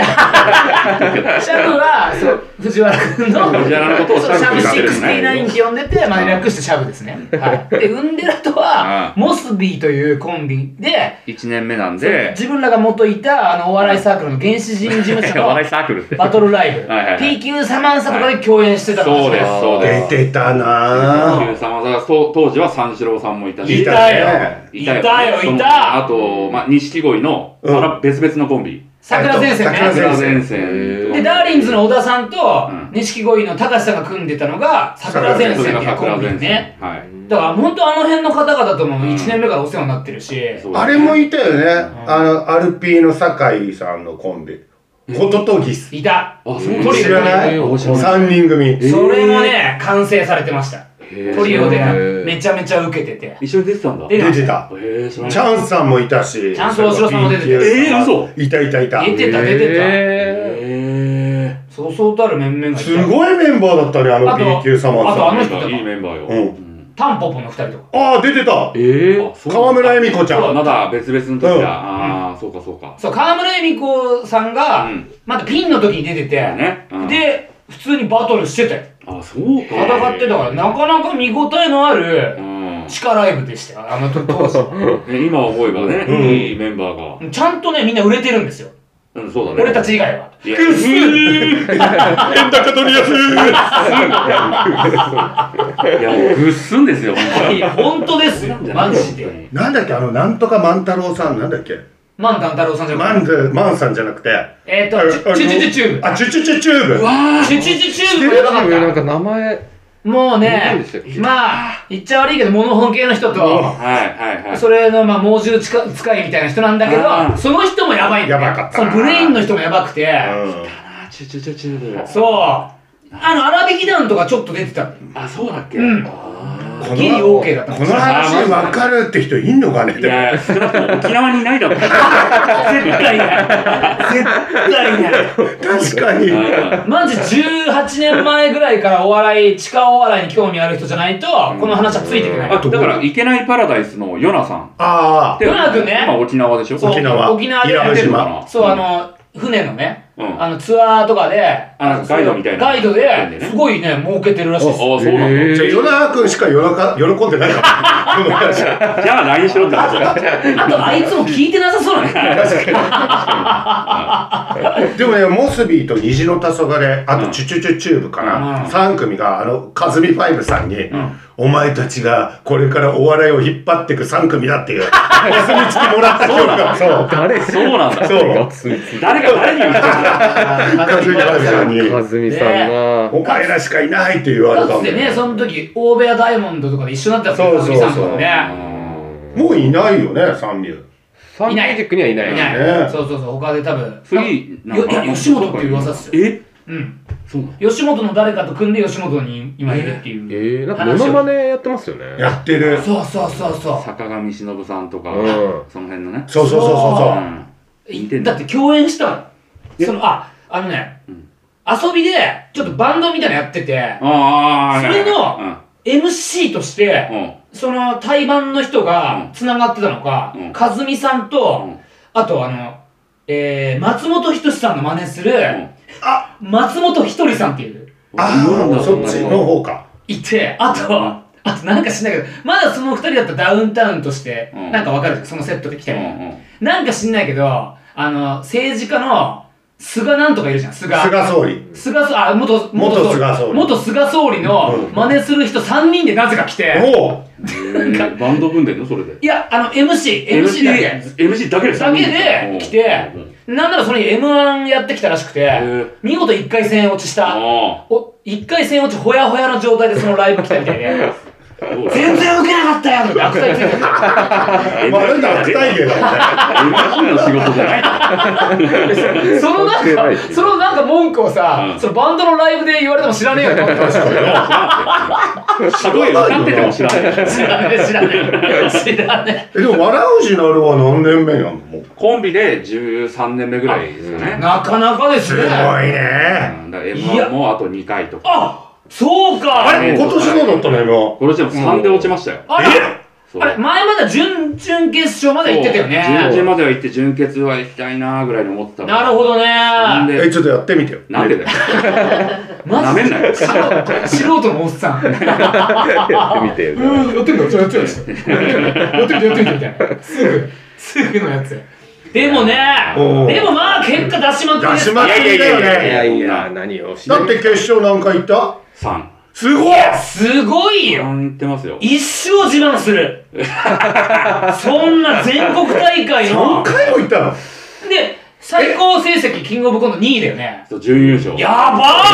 [SPEAKER 2] ャブは、そう、藤原君の、
[SPEAKER 3] 藤原のことを
[SPEAKER 2] シ
[SPEAKER 3] シャブ
[SPEAKER 2] ャブ
[SPEAKER 3] って言ってるんだね
[SPEAKER 2] 69って呼んでて、まあ、略してシャブですね。はい。で、うんでらとは、モスビーというコンビで、
[SPEAKER 3] 1年目なん で、
[SPEAKER 2] 自分らが元いた、あの、お笑いサークルの原始人事務所
[SPEAKER 3] 笑い
[SPEAKER 2] の
[SPEAKER 3] サークルって。
[SPEAKER 2] バトルライブ、
[SPEAKER 3] はいはいはい
[SPEAKER 2] P 級サマンサとかで共演してたん
[SPEAKER 3] そうです、そうです。
[SPEAKER 1] 出てたなぁ。
[SPEAKER 3] ゆうさまさんがそう当時は三四郎さんもいたし。
[SPEAKER 2] いたよ。いたよ、
[SPEAKER 3] その
[SPEAKER 2] いた
[SPEAKER 3] あと、まあ、錦鯉の、
[SPEAKER 1] うん
[SPEAKER 3] また別々のコンビ。
[SPEAKER 2] 桜前線ね。
[SPEAKER 1] 桜
[SPEAKER 3] 桜前
[SPEAKER 4] へ
[SPEAKER 3] 線。
[SPEAKER 2] で、ダーリンズの小田さんと
[SPEAKER 3] うん、
[SPEAKER 2] 錦鯉の高橋さんが組んでたのが、桜前線っていうコンビね。。
[SPEAKER 3] はい。
[SPEAKER 2] だから、本当あの辺の方々とも
[SPEAKER 3] うん
[SPEAKER 2] 1年目からお世話になってるし、
[SPEAKER 1] あれも
[SPEAKER 3] い
[SPEAKER 1] いたよね。あの、アルピーの酒井さんのコンビ。ホトトギス。
[SPEAKER 2] いた。
[SPEAKER 3] あ、そう
[SPEAKER 2] トリ
[SPEAKER 1] 知
[SPEAKER 2] オ
[SPEAKER 1] らない
[SPEAKER 4] 面白い
[SPEAKER 1] ?3 人組。
[SPEAKER 2] それもね、完成されてました。
[SPEAKER 3] ト
[SPEAKER 2] トリオで
[SPEAKER 4] へー
[SPEAKER 2] めちゃめちゃ受けてて。
[SPEAKER 3] 一緒に出てたんだ。
[SPEAKER 2] 出
[SPEAKER 3] へ
[SPEAKER 1] 出
[SPEAKER 2] て
[SPEAKER 1] てた。
[SPEAKER 3] え、知ら
[SPEAKER 1] チ
[SPEAKER 3] な
[SPEAKER 1] ャ
[SPEAKER 3] い。
[SPEAKER 1] ンスさんもいたし。
[SPEAKER 2] チャンス大城さんも出てた
[SPEAKER 1] BTS
[SPEAKER 3] えー嘘
[SPEAKER 1] いたいたいた。
[SPEAKER 2] 出てた、出て
[SPEAKER 4] へ
[SPEAKER 3] へ
[SPEAKER 2] た。そうそうたる面々がいた。
[SPEAKER 1] すごいメンバーだったね、あ
[SPEAKER 2] あ
[SPEAKER 1] の
[SPEAKER 2] と
[SPEAKER 1] B 級サマン
[SPEAKER 2] あと
[SPEAKER 1] さ
[SPEAKER 2] あ
[SPEAKER 1] ん。
[SPEAKER 2] の
[SPEAKER 3] ー
[SPEAKER 2] 人とか
[SPEAKER 3] いいメンバーよ。
[SPEAKER 1] うん
[SPEAKER 3] ん
[SPEAKER 2] タンポポの2人とか。
[SPEAKER 1] ああ、出てた
[SPEAKER 4] ーえー
[SPEAKER 3] あそう
[SPEAKER 1] 河村恵美子ちゃ
[SPEAKER 3] ま
[SPEAKER 1] ん。
[SPEAKER 3] だ別々の時だ。
[SPEAKER 1] うん
[SPEAKER 3] ああ、そうかそうか。
[SPEAKER 2] そう、河村恵美子さんが、
[SPEAKER 3] うん
[SPEAKER 2] まだピンの時に出てて、
[SPEAKER 3] ね。うん、
[SPEAKER 2] で、普通にバトルしてたよ。
[SPEAKER 3] あ、そうか。
[SPEAKER 2] 戦ってたから、なかなか見応えのある
[SPEAKER 3] うん。
[SPEAKER 2] 地下ライブでしたよ、あの当時は。
[SPEAKER 3] ね今思えばね、
[SPEAKER 1] うん
[SPEAKER 3] いいメンバーが。
[SPEAKER 2] ちゃんとね、みんな売れてるんですよ。
[SPEAKER 3] うん、そうだね。
[SPEAKER 2] 俺たち以外は。
[SPEAKER 3] いや。
[SPEAKER 1] 円高取りやすい
[SPEAKER 3] いや、もうぐっすんですよ、本当
[SPEAKER 2] い
[SPEAKER 3] に。
[SPEAKER 2] や、本当ですよ、マジで。
[SPEAKER 1] なんだっけ、あの、なんとか万太郎さん、なんだっけ
[SPEAKER 2] マンタン太郎さんじゃな
[SPEAKER 1] 万
[SPEAKER 2] くて。
[SPEAKER 1] ず、万さんじゃなくて。
[SPEAKER 2] えっ
[SPEAKER 1] あ
[SPEAKER 2] と、
[SPEAKER 1] あ
[SPEAKER 2] チュチュチュチューブ。
[SPEAKER 1] あ、チュチュチュチューブ。
[SPEAKER 2] チュチュチュチューブも
[SPEAKER 4] テ
[SPEAKER 2] や
[SPEAKER 4] レビ
[SPEAKER 2] ばかっ
[SPEAKER 4] なん
[SPEAKER 2] た。
[SPEAKER 4] か名前
[SPEAKER 2] もう
[SPEAKER 4] 何
[SPEAKER 2] ね
[SPEAKER 4] でしたっ、け
[SPEAKER 2] まあ、言っちゃ悪いけど、モノホン系の人と、
[SPEAKER 3] はいはいはい。
[SPEAKER 2] それの、まあ、猛獣使い使いみたいな人なんだけ
[SPEAKER 3] あ
[SPEAKER 2] ど、
[SPEAKER 3] ー
[SPEAKER 2] その人もやばいんだよ
[SPEAKER 1] やばかった
[SPEAKER 2] そ
[SPEAKER 1] な
[SPEAKER 2] のブレインの人もやばくて、
[SPEAKER 1] うん
[SPEAKER 3] あーチュチュチュチューブ
[SPEAKER 2] そう。あの、荒引き団とかちょっと出てた。
[SPEAKER 3] あ、そうだっけ
[SPEAKER 2] うん
[SPEAKER 3] あ
[SPEAKER 1] この
[SPEAKER 2] ギリ OK だった
[SPEAKER 1] この話分かるって人いんのかね
[SPEAKER 3] ーいやいや、少なくとも沖縄にいないだろう。
[SPEAKER 2] 絶対ない。絶対ない。
[SPEAKER 1] 確かに。
[SPEAKER 2] マジ18年前ぐらいからお笑い、地下お笑いに興味ある人じゃないと、この話はついてくない。
[SPEAKER 3] あと、だから、いけないパラダイスのヨナさん。
[SPEAKER 1] ああ、
[SPEAKER 2] ヨナ君ね
[SPEAKER 3] 今沖縄でしょ
[SPEAKER 2] そう
[SPEAKER 1] 沖縄。
[SPEAKER 2] 沖縄で
[SPEAKER 1] 伊良部島。
[SPEAKER 2] そう、あ、の、船のね、
[SPEAKER 3] うんうん。
[SPEAKER 2] あの、ツアーとかで、
[SPEAKER 3] あなんかガイドみたいな
[SPEAKER 2] ガイド
[SPEAKER 3] やってん
[SPEAKER 2] で、
[SPEAKER 3] だよね
[SPEAKER 2] すごいね、儲けてるらしいです。
[SPEAKER 3] ああ、そうな
[SPEAKER 4] え
[SPEAKER 3] ん
[SPEAKER 4] ー
[SPEAKER 1] じゃあ、ヨナ君しか喜か喜んでないかも。この 話。
[SPEAKER 3] だ。じゃあ、LINE しろって話だよ。
[SPEAKER 2] あと、あいつも聞いてなさそうなね。
[SPEAKER 1] でもね、モスビーと虹の黄昏、あ
[SPEAKER 3] う
[SPEAKER 1] と
[SPEAKER 3] ん
[SPEAKER 1] チュチュチュチューブか
[SPEAKER 2] うん
[SPEAKER 1] な、三3組が、あの、カズミファイブさんに、
[SPEAKER 2] ん
[SPEAKER 1] お前たちがこれからお笑いを引っ張ってく3組だっていう、お墨付きもらった曲が、そう。
[SPEAKER 4] 誰
[SPEAKER 3] そうなんだ。
[SPEAKER 1] そう
[SPEAKER 4] がついつい
[SPEAKER 3] 誰が誰に言ってんだ。
[SPEAKER 1] カズミファイブさん
[SPEAKER 4] 和
[SPEAKER 1] に、
[SPEAKER 4] 美さんが
[SPEAKER 1] お前らしかいないって言われ
[SPEAKER 2] か
[SPEAKER 1] た
[SPEAKER 2] つ
[SPEAKER 1] ん
[SPEAKER 2] てね、
[SPEAKER 1] だ
[SPEAKER 2] その時、大部屋ダイヤモンドとかで一緒だった
[SPEAKER 1] そうそうそう
[SPEAKER 2] さんとかもね。
[SPEAKER 1] もういないよね、三流。
[SPEAKER 4] サンミュージックにはいない
[SPEAKER 2] い
[SPEAKER 1] ね
[SPEAKER 2] ない。そうそうそう、他で多分。
[SPEAKER 3] 次、
[SPEAKER 2] よいや吉本っていう噂っすよ
[SPEAKER 3] え
[SPEAKER 2] うん。
[SPEAKER 3] そうなの
[SPEAKER 2] 吉本の誰かと組んで吉本に今いるっていう。
[SPEAKER 4] えー、なんかモノマネやってますよね
[SPEAKER 1] やってる。
[SPEAKER 2] そうそうそうそ
[SPEAKER 3] 坂上忍さんとか
[SPEAKER 4] うん、
[SPEAKER 3] その辺のね。
[SPEAKER 1] そうそうそうそう
[SPEAKER 2] そう
[SPEAKER 1] そうう。
[SPEAKER 3] 似
[SPEAKER 2] う。
[SPEAKER 3] てん
[SPEAKER 2] だって共演したの。
[SPEAKER 3] え
[SPEAKER 2] その、あ、あのね、
[SPEAKER 3] ん
[SPEAKER 2] 遊びで、ちょっとバンドみたいなのやってて、
[SPEAKER 3] ああ、
[SPEAKER 2] それの MC として、
[SPEAKER 3] うん、うん。
[SPEAKER 2] その対バンの人
[SPEAKER 3] う
[SPEAKER 2] が
[SPEAKER 3] ん
[SPEAKER 2] 繋がってたのか
[SPEAKER 3] うん、
[SPEAKER 2] かずみさんと、
[SPEAKER 3] うん
[SPEAKER 2] あとあの、えー、松本人志さんの真似する、
[SPEAKER 1] あ
[SPEAKER 2] 松本ひとりさんっていう、
[SPEAKER 1] ああ、そっちの
[SPEAKER 3] 方
[SPEAKER 1] 方か。
[SPEAKER 2] いて、あと、
[SPEAKER 3] うん
[SPEAKER 2] あとなんか知んないけど、まだその二人だったらダウンタウンとして、
[SPEAKER 3] うん
[SPEAKER 2] なんかわかるそのセットで来
[SPEAKER 3] う
[SPEAKER 2] て
[SPEAKER 3] ん
[SPEAKER 2] も。
[SPEAKER 3] うん
[SPEAKER 2] なんか知んないけど、あの、政治家の菅なんとかいるじゃん、菅。
[SPEAKER 1] 菅総理。
[SPEAKER 2] 菅総あ、元、
[SPEAKER 1] 元菅総理
[SPEAKER 2] 元菅総理の
[SPEAKER 1] うん
[SPEAKER 2] 真似する人3人でなぜか来て、
[SPEAKER 1] おう
[SPEAKER 3] えーバンド組んでんのそれで。
[SPEAKER 2] いや、あの、MC、MC だけ。
[SPEAKER 3] MC MC だけで
[SPEAKER 2] だけで来て
[SPEAKER 3] うんうんうん、
[SPEAKER 2] なんならそれに M1 やってきたらしくて
[SPEAKER 3] ー、
[SPEAKER 2] 見事1回戦落ちした、
[SPEAKER 3] あ
[SPEAKER 2] お1回戦落ちほやほやの状態でそのライブ来たみたいで、
[SPEAKER 3] あ。どうだ
[SPEAKER 2] 全然ウケなかったよって悪態ついてた。
[SPEAKER 1] まあ、なんだ、悪態芸だもんね。
[SPEAKER 3] MC の仕事じゃない
[SPEAKER 2] そのなん
[SPEAKER 4] 関係ない
[SPEAKER 2] か、
[SPEAKER 4] し
[SPEAKER 2] そのなんか文句をさ、
[SPEAKER 3] うん
[SPEAKER 2] そのバンドのライブで言われても知らねえよと思ってました。
[SPEAKER 3] すごい歌ってても知らない。
[SPEAKER 2] 知らねえ、知らねえ。知らね
[SPEAKER 1] えでも笑うしなるは何年目なのもう
[SPEAKER 3] コンビで13年目ぐらいですよ
[SPEAKER 2] え。
[SPEAKER 3] ね。
[SPEAKER 2] なかなかです
[SPEAKER 1] す
[SPEAKER 2] ね
[SPEAKER 1] ご。いね
[SPEAKER 3] うんだから M1 もあと2回とか。
[SPEAKER 2] あそうか
[SPEAKER 1] あれ今年どうだったのよ
[SPEAKER 3] これでも3で落ちましたよ。
[SPEAKER 2] あら
[SPEAKER 3] そう
[SPEAKER 2] あれ、前まだ準々決勝まで行ってたよ
[SPEAKER 3] 準
[SPEAKER 2] ね。
[SPEAKER 3] 々までは行って、準決は行きたいなーぐらいに思ってたの
[SPEAKER 2] なるほど
[SPEAKER 3] なん
[SPEAKER 2] ね。
[SPEAKER 3] で
[SPEAKER 1] え、ちょっとやってみてよ。
[SPEAKER 3] なんでだよ。
[SPEAKER 2] マ
[SPEAKER 3] な
[SPEAKER 2] ジ
[SPEAKER 3] めんなよ。
[SPEAKER 2] で素人のおっさん。うん、
[SPEAKER 4] やってみてよ。
[SPEAKER 2] やってんだ、やってんだ。やってみて、やってみて、みたいな。すぐ、すぐのやつ。でもね、
[SPEAKER 1] おう
[SPEAKER 2] でもまあ結果出しまくりです
[SPEAKER 1] 出しまくりだよ
[SPEAKER 3] いやいやい
[SPEAKER 1] ね。
[SPEAKER 4] いや、何をし
[SPEAKER 1] だって決勝何回行った
[SPEAKER 3] 3。
[SPEAKER 1] すごい
[SPEAKER 2] すごいよ。
[SPEAKER 3] 3行ってますよ。
[SPEAKER 2] 一生自慢する。そんな全国大会
[SPEAKER 1] !3。
[SPEAKER 2] の
[SPEAKER 1] 回も行ったの
[SPEAKER 2] で、最高成績、キングオブコント2位だよね。
[SPEAKER 3] そう準優勝。
[SPEAKER 2] やば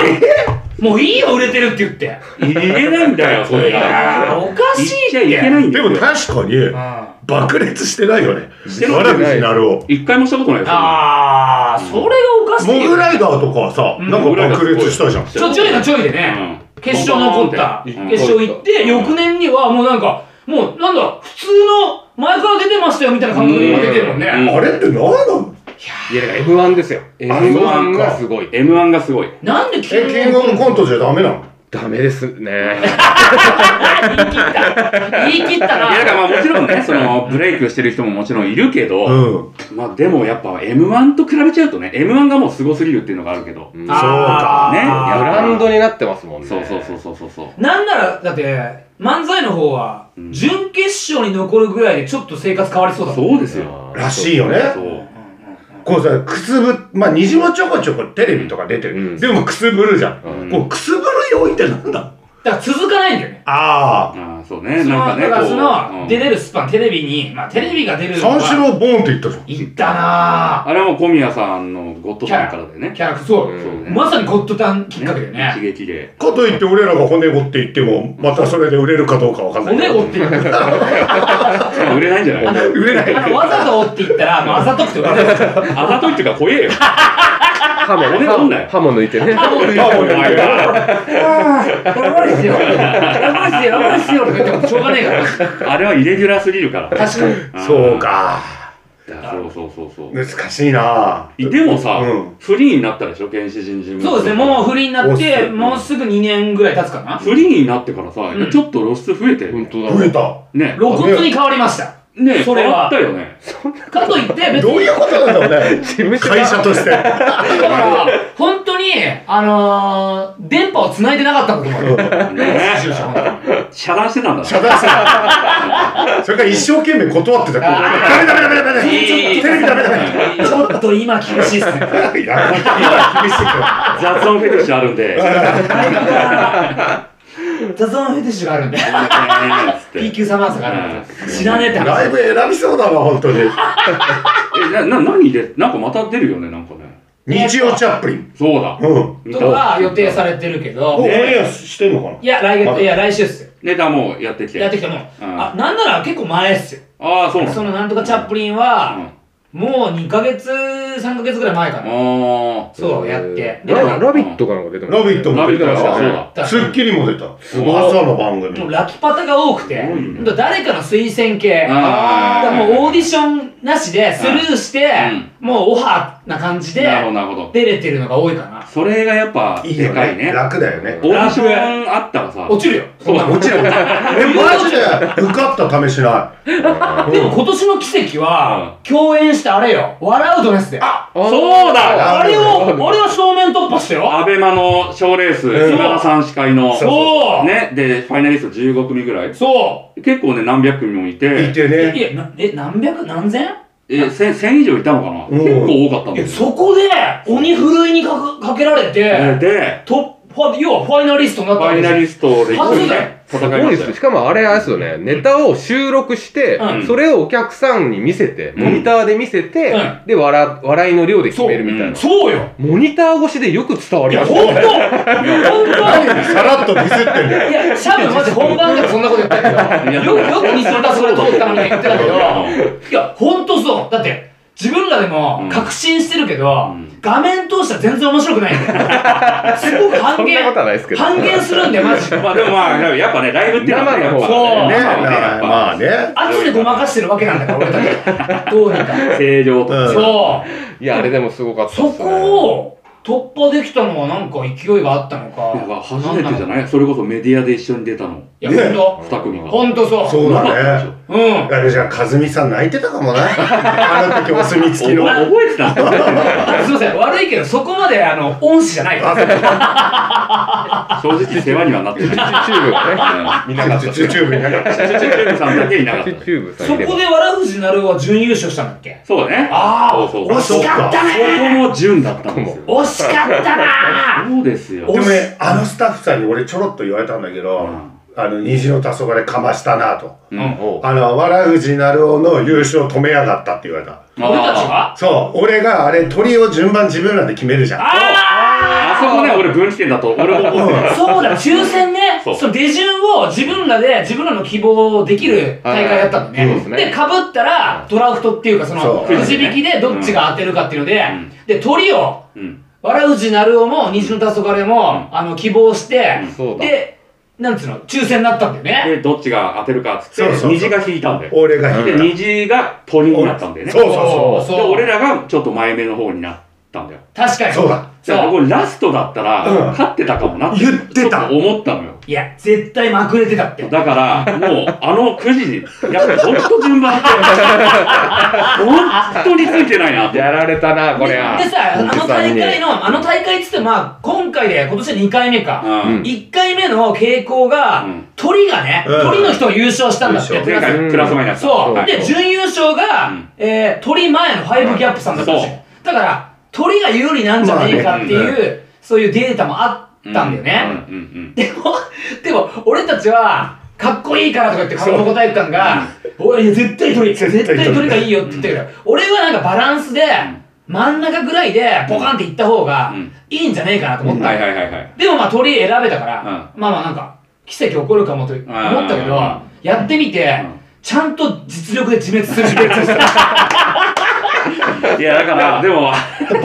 [SPEAKER 2] ーもういいよ、売れてるって言って。
[SPEAKER 3] 言えないんだよ、それ
[SPEAKER 2] いやー
[SPEAKER 3] が。
[SPEAKER 2] おかし
[SPEAKER 3] 言っ
[SPEAKER 2] いっ
[SPEAKER 3] ちゃ
[SPEAKER 2] て。
[SPEAKER 3] いけないんだ
[SPEAKER 1] で
[SPEAKER 3] よ。
[SPEAKER 1] も確かに、
[SPEAKER 2] うん
[SPEAKER 1] 爆裂してないよね。
[SPEAKER 3] してない
[SPEAKER 1] わらびになるを。
[SPEAKER 3] 一回もしたことないよ。そんなの
[SPEAKER 2] あー、それがおかしい
[SPEAKER 1] モ
[SPEAKER 2] よ
[SPEAKER 1] グ
[SPEAKER 2] ね。
[SPEAKER 1] ライダーとかはさ、
[SPEAKER 2] うん
[SPEAKER 1] なんか爆裂したじゃん。
[SPEAKER 2] ちょ、ちょいのちょいでね、
[SPEAKER 3] うん
[SPEAKER 2] 決勝残った。
[SPEAKER 3] うん
[SPEAKER 2] 決勝行って、
[SPEAKER 4] うん
[SPEAKER 2] 翌年にはもうなんか、もうなんだ、普通の前から出てましたよみたいな感覚で今出てるもんね。
[SPEAKER 3] うん
[SPEAKER 1] あれって何なの
[SPEAKER 4] いや、だから M1 ですよ。M1 がすごい。
[SPEAKER 3] M1 がすごい。
[SPEAKER 2] なんでキン
[SPEAKER 1] え、キン
[SPEAKER 2] グ
[SPEAKER 1] グ
[SPEAKER 2] オ
[SPEAKER 1] オブ
[SPEAKER 2] ブ
[SPEAKER 1] コ
[SPEAKER 2] コン
[SPEAKER 1] ントじゃダメなの
[SPEAKER 4] ダメですね。
[SPEAKER 2] ト言い切った
[SPEAKER 3] いや、だから
[SPEAKER 2] な。
[SPEAKER 3] まあもちろんね、その、ブレイクしてる人ももちろんいるけど、
[SPEAKER 1] うん。
[SPEAKER 3] まあでもやっぱ M1 と比べちゃうとね、M1 がもうすごすぎるっていうのがあるけど。
[SPEAKER 4] うん
[SPEAKER 1] そうか
[SPEAKER 3] ね
[SPEAKER 4] ブ
[SPEAKER 2] あー
[SPEAKER 4] ランドになってますもんね。
[SPEAKER 3] そうそうそうそうそうそう。
[SPEAKER 2] なんなら、だって、漫才の方は、
[SPEAKER 3] うん
[SPEAKER 2] 準決勝に残るぐらいでちょっと生活変わりそうだもん。
[SPEAKER 3] そうです
[SPEAKER 4] いや
[SPEAKER 3] よ。
[SPEAKER 4] ー。
[SPEAKER 1] らしいよね。
[SPEAKER 3] そう。
[SPEAKER 1] こうさ、くすぶ、まあ、虹もちょこちょこテレビとか出てる。
[SPEAKER 4] うん
[SPEAKER 1] でもくすぶるじゃん。
[SPEAKER 4] うん
[SPEAKER 1] こうくすぶる要因ってなんだ
[SPEAKER 2] だから続かないんだよね。
[SPEAKER 1] ああ。
[SPEAKER 3] ああ、そうね。
[SPEAKER 2] そ
[SPEAKER 3] なんか
[SPEAKER 2] の
[SPEAKER 3] ね、
[SPEAKER 2] だからそ
[SPEAKER 3] こう
[SPEAKER 2] の、出れ
[SPEAKER 3] うん
[SPEAKER 2] るスパン、テレビに、まあテレビが出るの
[SPEAKER 1] 三
[SPEAKER 2] は
[SPEAKER 1] 四郎ボーンって言ったじゃん。
[SPEAKER 2] いったな
[SPEAKER 3] あれはもう小宮さんのゴッドさんからだよね
[SPEAKER 2] ぁ。。キャラクター、そうう。
[SPEAKER 4] ん
[SPEAKER 3] そうね
[SPEAKER 2] まさにゴッドタンきっかけだよ
[SPEAKER 3] 一
[SPEAKER 2] ね。
[SPEAKER 3] 撃で。
[SPEAKER 1] かといって俺らが骨折って言っても、またそれで売れるかどうかわかんない。
[SPEAKER 2] 骨折って言う。
[SPEAKER 3] 売れないんじゃない
[SPEAKER 1] 売れない。
[SPEAKER 2] あのわざと折って言ったら、まあ、あざとくて折れない。
[SPEAKER 3] あざといってか怖えよ。
[SPEAKER 4] ハモ
[SPEAKER 3] 俺
[SPEAKER 4] ね、
[SPEAKER 3] がど
[SPEAKER 4] ハ
[SPEAKER 3] ん
[SPEAKER 4] モ
[SPEAKER 3] なよ
[SPEAKER 4] ハモ抜いてね。
[SPEAKER 2] あ、もう、や
[SPEAKER 3] お前は
[SPEAKER 2] ばいっすよ。やばいっすよ、やばいっすよ。とか言ってもしょうがねえから。
[SPEAKER 3] あれはイレギュラーすぎるから。
[SPEAKER 2] 確かに。
[SPEAKER 1] そうか。
[SPEAKER 3] だから。そうそうそうそう。
[SPEAKER 1] 難しいな
[SPEAKER 3] でもさ
[SPEAKER 1] うん、
[SPEAKER 3] フリーになったでしょ、原始人事務所
[SPEAKER 2] そうですね、もう不利になっ
[SPEAKER 1] 押
[SPEAKER 2] て、
[SPEAKER 1] す
[SPEAKER 2] もうすぐ2年ぐらい経つかな。
[SPEAKER 3] フリーになってからさ、
[SPEAKER 2] うん
[SPEAKER 3] ちょっと露出増えてる
[SPEAKER 4] 本
[SPEAKER 3] ね。
[SPEAKER 4] 当だ。
[SPEAKER 1] 増えた。
[SPEAKER 3] ね。
[SPEAKER 2] 露骨に変わりました。
[SPEAKER 3] ね、
[SPEAKER 2] それ
[SPEAKER 3] 変わ
[SPEAKER 2] は
[SPEAKER 3] ったよね。
[SPEAKER 2] かといって、別
[SPEAKER 1] どう
[SPEAKER 2] に、
[SPEAKER 1] いうことなんだろうね。
[SPEAKER 4] 事務所が
[SPEAKER 1] 会社として。
[SPEAKER 2] だから、本当に、あのー、電波を繋いでなかったこともある。
[SPEAKER 3] ね
[SPEAKER 2] 編集者本当に
[SPEAKER 3] 遮断して たんだな。
[SPEAKER 1] 遮断してたそれから一生懸命断ってた。ダメダメダメダメダメ。テレビダメダメ。
[SPEAKER 2] ちょっと今厳しいっ
[SPEAKER 1] や
[SPEAKER 2] すね。
[SPEAKER 1] ばい今厳しいけ
[SPEAKER 3] 雑音フェティッシュあるん で。
[SPEAKER 2] 雑音フェティッシュがあるんで。
[SPEAKER 3] つって
[SPEAKER 2] PQ サマーズがあるんで。知らねえって
[SPEAKER 1] ど。ライ
[SPEAKER 2] 話。
[SPEAKER 1] ブ選びそうだわ、本当に。
[SPEAKER 3] え、な、な、何で、なんかまた出るよね、なんかね。
[SPEAKER 1] 日曜チャップリン。
[SPEAKER 3] そうだ。
[SPEAKER 1] うん。
[SPEAKER 2] とか予定さ
[SPEAKER 3] れ
[SPEAKER 2] れてるけ
[SPEAKER 1] もうオ
[SPEAKER 2] ど
[SPEAKER 1] ン、エアしてんのかない
[SPEAKER 2] や、来
[SPEAKER 1] まだ
[SPEAKER 2] 月、いや、来週っすよ。
[SPEAKER 3] ネタもうやってきて。
[SPEAKER 2] やってきたもん。
[SPEAKER 3] うん
[SPEAKER 2] あ、なんなら結構前っすよ。
[SPEAKER 3] ああ、そうなんだ
[SPEAKER 2] そのなんとかチャップリンは、もう2ヶ月、3ヶ月ぐらい前かな。
[SPEAKER 3] あ
[SPEAKER 2] そう、やって。で、
[SPEAKER 4] ラ
[SPEAKER 2] も
[SPEAKER 4] ラビットかなんか出てます
[SPEAKER 1] ラビット
[SPEAKER 3] あ。
[SPEAKER 1] も
[SPEAKER 3] ラビットだし
[SPEAKER 1] 出
[SPEAKER 3] そう
[SPEAKER 1] た
[SPEAKER 3] だ。
[SPEAKER 2] だ
[SPEAKER 1] スッキリも出た。
[SPEAKER 3] ごい
[SPEAKER 1] 朝の番組。
[SPEAKER 2] うラキパタが多くて、
[SPEAKER 3] すごいね
[SPEAKER 2] ほんと誰かの推薦系。
[SPEAKER 3] あー
[SPEAKER 2] だからもうオーディションなしで、スルーして、もうオファーな感じで、
[SPEAKER 3] なるほど、なるほど。
[SPEAKER 2] 出れてるのが多いかな。
[SPEAKER 3] それがやっぱ、
[SPEAKER 1] いいよ
[SPEAKER 3] でかい
[SPEAKER 1] ね。
[SPEAKER 3] ね。
[SPEAKER 1] 楽だよね
[SPEAKER 3] オ。ーディションあったらさ、
[SPEAKER 2] 落ちるよ。
[SPEAKER 3] そうだ、落ちる。
[SPEAKER 1] え、マジ で受かった試しない。
[SPEAKER 2] でも今年の奇跡は、
[SPEAKER 3] う
[SPEAKER 2] 共演したあれよ。笑うドレスで。あ
[SPEAKER 3] そうだ
[SPEAKER 2] あれを、
[SPEAKER 1] なるほど
[SPEAKER 2] あれを正面突破したよ。
[SPEAKER 3] アベマの賞レース、
[SPEAKER 1] うん
[SPEAKER 3] 今田さん司会の。
[SPEAKER 2] そう
[SPEAKER 3] ね、で、ファイナリスト15組ぐらい。
[SPEAKER 2] そ
[SPEAKER 3] 結構ね、何百組もいて。
[SPEAKER 1] いて
[SPEAKER 2] う。
[SPEAKER 1] ね
[SPEAKER 2] い。や、なえ、何百何千
[SPEAKER 3] え、1000、1000以上いたのかな、
[SPEAKER 1] うん
[SPEAKER 3] 結構多かったんだ
[SPEAKER 2] いや、
[SPEAKER 3] よ。
[SPEAKER 2] そこで、鬼ふるいにかかかけられ
[SPEAKER 3] え
[SPEAKER 2] て、
[SPEAKER 3] で、
[SPEAKER 2] トップファ、要はファイナリストにな
[SPEAKER 3] フ
[SPEAKER 2] ったわ
[SPEAKER 3] ァ
[SPEAKER 2] け
[SPEAKER 3] イ
[SPEAKER 2] です
[SPEAKER 3] ナ
[SPEAKER 2] よ。
[SPEAKER 3] リストで一緒にね、
[SPEAKER 4] す
[SPEAKER 3] 戦い
[SPEAKER 4] ごい
[SPEAKER 3] ま
[SPEAKER 4] で
[SPEAKER 3] し
[SPEAKER 4] す
[SPEAKER 3] た
[SPEAKER 4] よ
[SPEAKER 3] よ
[SPEAKER 4] し。かもあれ、あれですよね、ネタを収録して、
[SPEAKER 2] うん
[SPEAKER 4] それをお客さんに見せて、
[SPEAKER 3] うん
[SPEAKER 4] モニターで見せて、
[SPEAKER 2] う
[SPEAKER 4] で笑、笑いの量で決めるみたいな。
[SPEAKER 2] そうよ。
[SPEAKER 4] モニター越しでよく伝わ
[SPEAKER 2] い
[SPEAKER 4] り
[SPEAKER 2] や、
[SPEAKER 4] まし
[SPEAKER 2] ほん
[SPEAKER 4] た
[SPEAKER 2] と
[SPEAKER 4] ね。
[SPEAKER 1] さ
[SPEAKER 2] ほんと
[SPEAKER 1] らっとディスってん だよ。
[SPEAKER 2] いや、シャブマジ本番からそんなこと言ったけど、よく、よく西村それ通ったのに言ってたけど、いや、ほんとそう。だって、自分らでも
[SPEAKER 3] うん
[SPEAKER 2] 確信してるけど、
[SPEAKER 3] うん
[SPEAKER 2] 画面通したら全然面白くないんだよ。すごく半
[SPEAKER 4] そんなこと
[SPEAKER 2] 減、
[SPEAKER 4] はないですけど。
[SPEAKER 2] 半減するんだよ、マジで。
[SPEAKER 3] まあでもまあ、やっぱね、ライブっていうのはね、
[SPEAKER 4] 生の方
[SPEAKER 2] が
[SPEAKER 1] ね
[SPEAKER 3] やっぱ
[SPEAKER 1] な
[SPEAKER 3] ね
[SPEAKER 1] まあね。
[SPEAKER 2] 圧でごまかしてるわけなんだから、俺たち。どうにか。
[SPEAKER 3] 正常とか。
[SPEAKER 1] うん
[SPEAKER 2] そう。
[SPEAKER 4] いや、あれでもすごかったっす
[SPEAKER 2] そ
[SPEAKER 4] ね。
[SPEAKER 2] こを突破できたのはなんか勢いがあったのか。
[SPEAKER 3] なんか初めてじゃないそれこそメディアで一緒に出たの。
[SPEAKER 2] いや、ほんと。
[SPEAKER 3] 二組が。
[SPEAKER 2] ほんとそう。
[SPEAKER 1] そうだね。
[SPEAKER 2] ううん
[SPEAKER 1] あれじゃあ、かずみさん泣いてたか もな。あの時お墨付きの。あ
[SPEAKER 3] 覚えてた
[SPEAKER 2] すいません悪いけどそこまであの恩師じゃないから
[SPEAKER 1] そっか
[SPEAKER 3] 正直世話にはなってない。
[SPEAKER 4] チューブがね。
[SPEAKER 3] いなかった。チュ
[SPEAKER 1] YouTube になかった。
[SPEAKER 3] ーブさんだけいなかっ
[SPEAKER 4] チ
[SPEAKER 3] た。
[SPEAKER 4] ューブさん
[SPEAKER 2] そこ
[SPEAKER 4] いれば。
[SPEAKER 2] でわらふじなるは準優勝したんだっけ
[SPEAKER 3] そうだね。
[SPEAKER 2] ああ
[SPEAKER 3] そうそう。
[SPEAKER 2] 惜
[SPEAKER 3] そ
[SPEAKER 2] しかった
[SPEAKER 3] こ
[SPEAKER 2] ね
[SPEAKER 3] も純だったんですよ。
[SPEAKER 2] 惜しかったな
[SPEAKER 3] そうですよ
[SPEAKER 1] で。もね、あのスタッフさんに俺ちょろっと言われたんだけど、
[SPEAKER 3] うん
[SPEAKER 1] あの、虹の黄昏かましたなと。
[SPEAKER 2] う
[SPEAKER 3] う
[SPEAKER 2] ん
[SPEAKER 3] ん
[SPEAKER 1] あの、わらふじなるおの優勝止めやがったって言われた。
[SPEAKER 2] 俺たちは
[SPEAKER 1] そう、俺があれ、鳥を順番自分らで決めるじゃん。
[SPEAKER 2] あ
[SPEAKER 3] あそこね、俺分岐点だと、俺も思ってた
[SPEAKER 2] あそうだ抽選ね
[SPEAKER 3] そう
[SPEAKER 2] その出順を自分らで自分らの希望できる大会だったんだ
[SPEAKER 4] はい
[SPEAKER 2] ね
[SPEAKER 4] はいそうですね
[SPEAKER 2] でかぶったらドラフトっていうかそ
[SPEAKER 1] そ
[SPEAKER 2] の
[SPEAKER 1] う
[SPEAKER 2] くじ引きでどっちが当てるかっていうので
[SPEAKER 3] ん
[SPEAKER 2] で鳥を
[SPEAKER 3] うん。
[SPEAKER 2] わらふじなるおも虹の黄昏もあの希望して
[SPEAKER 3] うん
[SPEAKER 4] そうだ
[SPEAKER 2] でなんつうの抽選になったんだよね
[SPEAKER 3] で、どっちが当てるかっつ
[SPEAKER 1] そうそう
[SPEAKER 3] って、
[SPEAKER 1] そう
[SPEAKER 3] 虹が引いたんだよ。
[SPEAKER 1] 俺が引い
[SPEAKER 3] で、
[SPEAKER 1] た。
[SPEAKER 3] 虹が鳥になったんだよね。
[SPEAKER 1] そうそうそう。
[SPEAKER 2] そ
[SPEAKER 3] で、
[SPEAKER 2] う
[SPEAKER 3] 俺らがちょっと前目の方になったんだよ。
[SPEAKER 2] 確かに
[SPEAKER 1] そうだ
[SPEAKER 3] じゃあ、僕ラストだった
[SPEAKER 1] うん
[SPEAKER 3] ら、勝ってたかもな
[SPEAKER 1] 言ってた
[SPEAKER 3] ちょっと思ったのよ。
[SPEAKER 2] いや絶対まくれてたって
[SPEAKER 3] だから、もう、あの9時に、やっぱほんと順番って、ほんとについてないなって。
[SPEAKER 4] やられたな、これは。
[SPEAKER 2] でさあ
[SPEAKER 4] 本
[SPEAKER 2] の
[SPEAKER 4] 当さ
[SPEAKER 2] 大会
[SPEAKER 4] ね
[SPEAKER 2] のあの大会っつってまあ今回で今年2回目か、
[SPEAKER 3] うん
[SPEAKER 4] うん
[SPEAKER 2] 1回目の傾向が、
[SPEAKER 3] うん
[SPEAKER 2] 鳥がね、
[SPEAKER 1] うん
[SPEAKER 2] 鳥の人が優勝したんだっ
[SPEAKER 1] 優
[SPEAKER 2] て
[SPEAKER 1] 勝
[SPEAKER 3] 前回プラスマイナスだった。
[SPEAKER 2] そう、
[SPEAKER 3] はい
[SPEAKER 2] で準優勝が、
[SPEAKER 3] うん
[SPEAKER 2] えー鳥前のファイブギャップさんだったんですよだから鳥が有利なんじゃねえかっていう、
[SPEAKER 1] まあ
[SPEAKER 2] そういうデータもあったんだよね、
[SPEAKER 3] うんうんうん
[SPEAKER 2] でも、でも、俺たちは、かっこいいからとか言って、カラオケ体育館が、俺、いや絶対鳥、
[SPEAKER 1] 絶対鳥
[SPEAKER 2] 絶対鳥がいいよって言ってるけど、俺はなんかバランスで、真ん中ぐらいで、ボカンっていった方が
[SPEAKER 3] うん、
[SPEAKER 2] いいんじゃねえかなと思っ
[SPEAKER 3] うん。は
[SPEAKER 2] た
[SPEAKER 3] い。はいはいはい。
[SPEAKER 2] でもまあ、鳥選べたから、まあまあなんか、奇跡起こるかもと思ったけど
[SPEAKER 3] うん、
[SPEAKER 2] やってみて
[SPEAKER 3] ん、
[SPEAKER 2] ちゃんと実力で自滅する。
[SPEAKER 3] いや、だから、でも、
[SPEAKER 2] バカ受け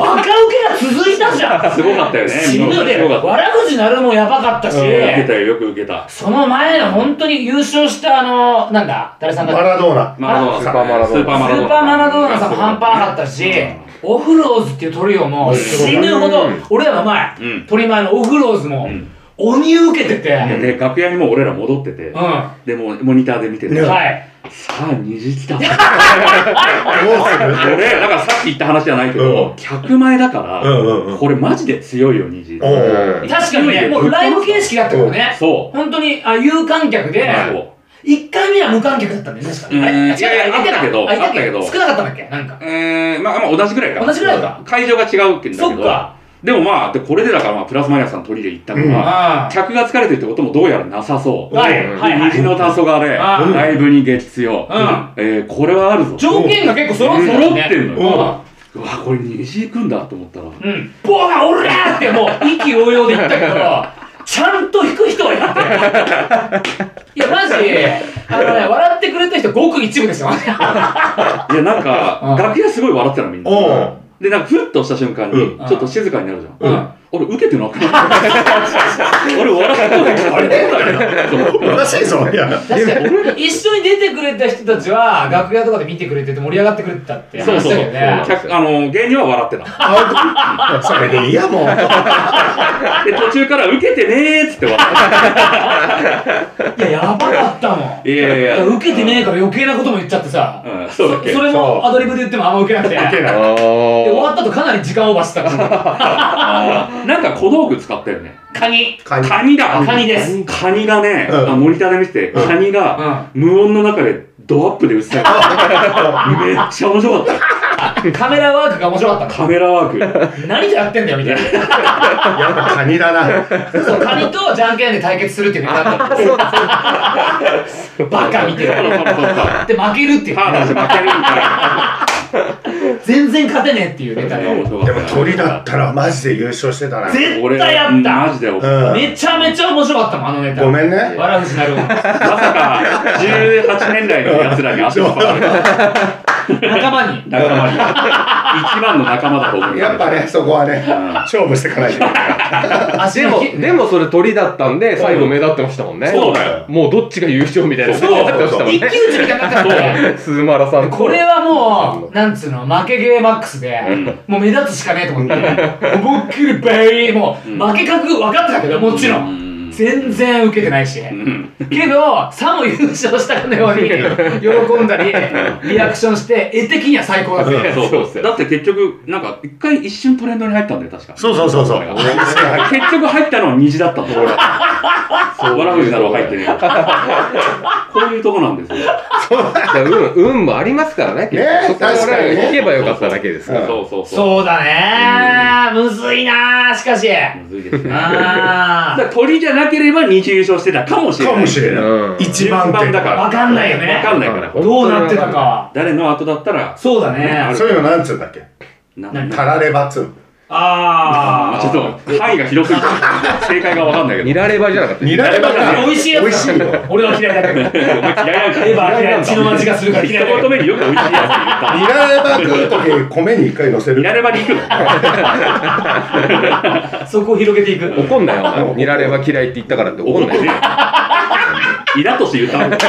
[SPEAKER 2] が続いたじゃん
[SPEAKER 3] すごかったよね。
[SPEAKER 2] 死ぬ
[SPEAKER 3] す
[SPEAKER 2] で、
[SPEAKER 3] ごかった。
[SPEAKER 2] わらふじなるもやばかったし、
[SPEAKER 3] 受けたよ、よく受けた。
[SPEAKER 2] その前の本当に優勝したあの、なんだ誰さんだっ
[SPEAKER 1] マ
[SPEAKER 2] け
[SPEAKER 1] ラドーナ。
[SPEAKER 3] マラドーナさんね
[SPEAKER 4] スーパーマ
[SPEAKER 2] スーパーマラドーナさんも半端なかったし、オフローズっていうトリオも死ぬほど
[SPEAKER 4] うん、
[SPEAKER 2] 俺らの前、
[SPEAKER 3] うん
[SPEAKER 2] 鳥前のオフローズも
[SPEAKER 3] うん、
[SPEAKER 2] 鬼受けてて、うん。
[SPEAKER 3] で、楽屋にもう俺ら戻ってて、
[SPEAKER 2] は
[SPEAKER 3] で、もうモニターで見てて、
[SPEAKER 2] い。
[SPEAKER 3] さ
[SPEAKER 2] はい。
[SPEAKER 3] あ、虹来た。
[SPEAKER 1] どうする
[SPEAKER 3] 俺、だからさっき言った話じゃないけど、
[SPEAKER 1] うん
[SPEAKER 3] 客前だか
[SPEAKER 1] う
[SPEAKER 3] ら、
[SPEAKER 1] んうんうん。
[SPEAKER 3] これマジで強いよ、虹。
[SPEAKER 1] お
[SPEAKER 4] うん
[SPEAKER 2] 確かにね、もうライブ形式だったからね、
[SPEAKER 3] そ
[SPEAKER 2] 本当に、あ、有観客
[SPEAKER 3] う。
[SPEAKER 2] で、
[SPEAKER 3] そう
[SPEAKER 2] 1回目は無観客だったんだよね、確かに。あれ
[SPEAKER 3] うん
[SPEAKER 2] 違う
[SPEAKER 3] いやいや
[SPEAKER 2] あい
[SPEAKER 3] あったけど
[SPEAKER 2] あいたっ
[SPEAKER 3] あったけど
[SPEAKER 2] 少なかったんだっけなんか。
[SPEAKER 3] えー、まあまあ同じぐらいか。
[SPEAKER 2] 同じぐらいか。
[SPEAKER 3] 会場が違うけど。
[SPEAKER 2] そっか。
[SPEAKER 3] でもまあ、でこれでだからまあ、プラスマイナスの取りで行ったのは、
[SPEAKER 2] あ
[SPEAKER 3] 客が疲れてるってこともどうやらなさそう。
[SPEAKER 2] あ。はい。はい。はい
[SPEAKER 3] 虹の黄昏、
[SPEAKER 2] うん
[SPEAKER 3] ライブに月曜、
[SPEAKER 2] うん
[SPEAKER 3] えーこれはあるぞ。
[SPEAKER 2] 条件が結構揃って
[SPEAKER 3] 揃
[SPEAKER 2] る
[SPEAKER 3] っ
[SPEAKER 2] ね
[SPEAKER 3] てん
[SPEAKER 1] う
[SPEAKER 3] の
[SPEAKER 1] ん
[SPEAKER 3] よ。うわ、これ虹行くんだと思ったら、
[SPEAKER 2] うん、ボーがおるなーってもう意気揚々で言ったけど、ちゃんと弾く人はいって。 いや、マジ、あのね、笑ってくれた人ごく一部ですよ。
[SPEAKER 3] いや、なんか、
[SPEAKER 2] うん
[SPEAKER 3] 楽屋すごい笑ってたのみんな。
[SPEAKER 1] おう
[SPEAKER 3] で、なんか、ふっとした瞬間に、
[SPEAKER 1] う
[SPEAKER 3] ちょっと静かになるじゃん。
[SPEAKER 1] うん
[SPEAKER 3] 俺、受けてなくなった。 俺、笑ってないから。
[SPEAKER 1] あれおかしいぞ。いや、
[SPEAKER 2] 確かに、一緒に出てくれた人たちは、楽屋とかで見てくれてて盛り上がってくれてたって
[SPEAKER 3] そう
[SPEAKER 2] 話
[SPEAKER 3] そう
[SPEAKER 2] だ
[SPEAKER 3] そ
[SPEAKER 2] よ
[SPEAKER 3] う。
[SPEAKER 2] ね。
[SPEAKER 3] 客あの、芸人は笑ってた。
[SPEAKER 1] あそれでいいや、もう。
[SPEAKER 3] で、途中から、受けてねーっつって笑っ
[SPEAKER 2] いや、やばかったもん。
[SPEAKER 3] て。いやいやいや。
[SPEAKER 2] 受けてねえから余計なことも言っちゃってさ、
[SPEAKER 3] うん、そうだっけ。
[SPEAKER 2] それ
[SPEAKER 1] そう
[SPEAKER 2] もアドリブで言ってもあんま受けなくて。
[SPEAKER 1] いけ
[SPEAKER 2] で
[SPEAKER 1] ない。
[SPEAKER 2] 終わ
[SPEAKER 4] お
[SPEAKER 2] った後かなり時間オーバーしてたから、
[SPEAKER 3] あーなんか小道具使ったよね。
[SPEAKER 2] カニ。
[SPEAKER 1] カニ
[SPEAKER 3] カニだ
[SPEAKER 2] カニです。
[SPEAKER 3] カニがね、
[SPEAKER 1] うん
[SPEAKER 3] あモニターで見てて、
[SPEAKER 1] うん
[SPEAKER 3] カニが無音の中でドアップで映ってた から、めっちゃ面白かっ。
[SPEAKER 2] カメラワークが面白かったた
[SPEAKER 3] カメラワーク。
[SPEAKER 2] の。何やってんだよ、みたいな。
[SPEAKER 1] やっぱカニだな。
[SPEAKER 2] そうカニとじゃんけんで対決するっていうネタだったのバカみたい
[SPEAKER 3] そうそう
[SPEAKER 2] な
[SPEAKER 3] そう
[SPEAKER 2] で負けるっていう
[SPEAKER 3] パーだし負けるみた
[SPEAKER 2] 全然勝てねえっていうネタ
[SPEAKER 3] いな。面
[SPEAKER 2] で
[SPEAKER 3] 白か
[SPEAKER 1] で
[SPEAKER 3] った
[SPEAKER 1] も鳥だったらマジで優勝してたな。
[SPEAKER 2] 絶
[SPEAKER 3] 俺
[SPEAKER 2] 対やった
[SPEAKER 3] マジで。まさ
[SPEAKER 1] うん。
[SPEAKER 2] めちゃめちゃ面白かったもんあのネタ
[SPEAKER 1] ごめんね。
[SPEAKER 2] 笑うしなるもん
[SPEAKER 3] か、18年来の奴らに足を引っ張られた
[SPEAKER 2] 仲間に
[SPEAKER 3] 仲間に。一番の仲間だと思う。
[SPEAKER 1] やっぱね、そこはね、勝負してかないと。
[SPEAKER 4] ー
[SPEAKER 2] 足
[SPEAKER 4] で
[SPEAKER 2] の
[SPEAKER 4] も
[SPEAKER 2] ひ、
[SPEAKER 4] でもそれ鳥だったんで、最後目立ってましたもんね。
[SPEAKER 3] そうだよ。
[SPEAKER 4] もうどっちが優勝みたいな。
[SPEAKER 3] そう
[SPEAKER 4] 目立ってましたもん
[SPEAKER 2] 一騎打
[SPEAKER 4] ね。
[SPEAKER 2] ちみたいになっちゃって
[SPEAKER 4] スーマラさんと。
[SPEAKER 2] これはもうなんつうの負けゲーマックスで
[SPEAKER 3] うん
[SPEAKER 2] もう目立つしかねえと思って思いっきりベイもう負け覚悟分かってたけどもちろん
[SPEAKER 3] ん
[SPEAKER 2] 全然受けてないし。
[SPEAKER 3] うん。
[SPEAKER 2] けど、さも優勝したかのように、喜んだり、リアクションして、絵的には最高だぜ。
[SPEAKER 3] そう
[SPEAKER 4] そうっすよ
[SPEAKER 3] だって結局、なんか、一回一瞬トレンドに入ったんだよ、確か。
[SPEAKER 1] そうそうそうそう
[SPEAKER 3] 俺が結局入ったのは虹だったところだ。 そう、笑うなら入ってね。こういうとこなんですよ。
[SPEAKER 4] 運、運もありますからね。結局
[SPEAKER 1] ね
[SPEAKER 4] そこ
[SPEAKER 1] 確かにね
[SPEAKER 4] 聞けばよかっただけですから。
[SPEAKER 3] そうそうそう。
[SPEAKER 2] そうだねむずいなしかし。
[SPEAKER 3] むずいですね。
[SPEAKER 2] あ
[SPEAKER 3] だから鳥じゃなければ虹優勝してたかもしれない。
[SPEAKER 1] かもしれない、
[SPEAKER 4] うん
[SPEAKER 1] 一番
[SPEAKER 3] 順
[SPEAKER 1] 手
[SPEAKER 3] だから。
[SPEAKER 2] わかんないよね
[SPEAKER 3] わかんないから。
[SPEAKER 4] うん
[SPEAKER 2] どうなってたか。
[SPEAKER 3] 誰の後だったら、
[SPEAKER 2] そうだね。
[SPEAKER 1] そういうのなんつうんだっけ
[SPEAKER 3] な
[SPEAKER 2] 何
[SPEAKER 1] タラレバっつうの
[SPEAKER 2] あ
[SPEAKER 3] あ
[SPEAKER 2] あ。
[SPEAKER 3] ちょっと範囲が広すぎて、正解がわかんないけ
[SPEAKER 4] ニ
[SPEAKER 3] ど。
[SPEAKER 4] ラレバじゃなかった。
[SPEAKER 1] ニラレバが
[SPEAKER 2] 美味しいやつ
[SPEAKER 1] 美味しいよ
[SPEAKER 2] 俺は嫌 いだけど。
[SPEAKER 3] お前嫌いなんか
[SPEAKER 2] エヴァは嫌い。血の味がするから
[SPEAKER 3] 一
[SPEAKER 2] 嫌いだけ
[SPEAKER 3] 言
[SPEAKER 2] ど。
[SPEAKER 3] 目によく美味しいやつって言った。
[SPEAKER 1] ニラレバ食う時米に一回乗せる
[SPEAKER 3] ニラレバに行くの
[SPEAKER 2] そこを広げていく。
[SPEAKER 4] 怒んなよ、お前ニラレバ嫌いって言ったからって怒んなよ。
[SPEAKER 3] イラッとして言ったもん。
[SPEAKER 1] いや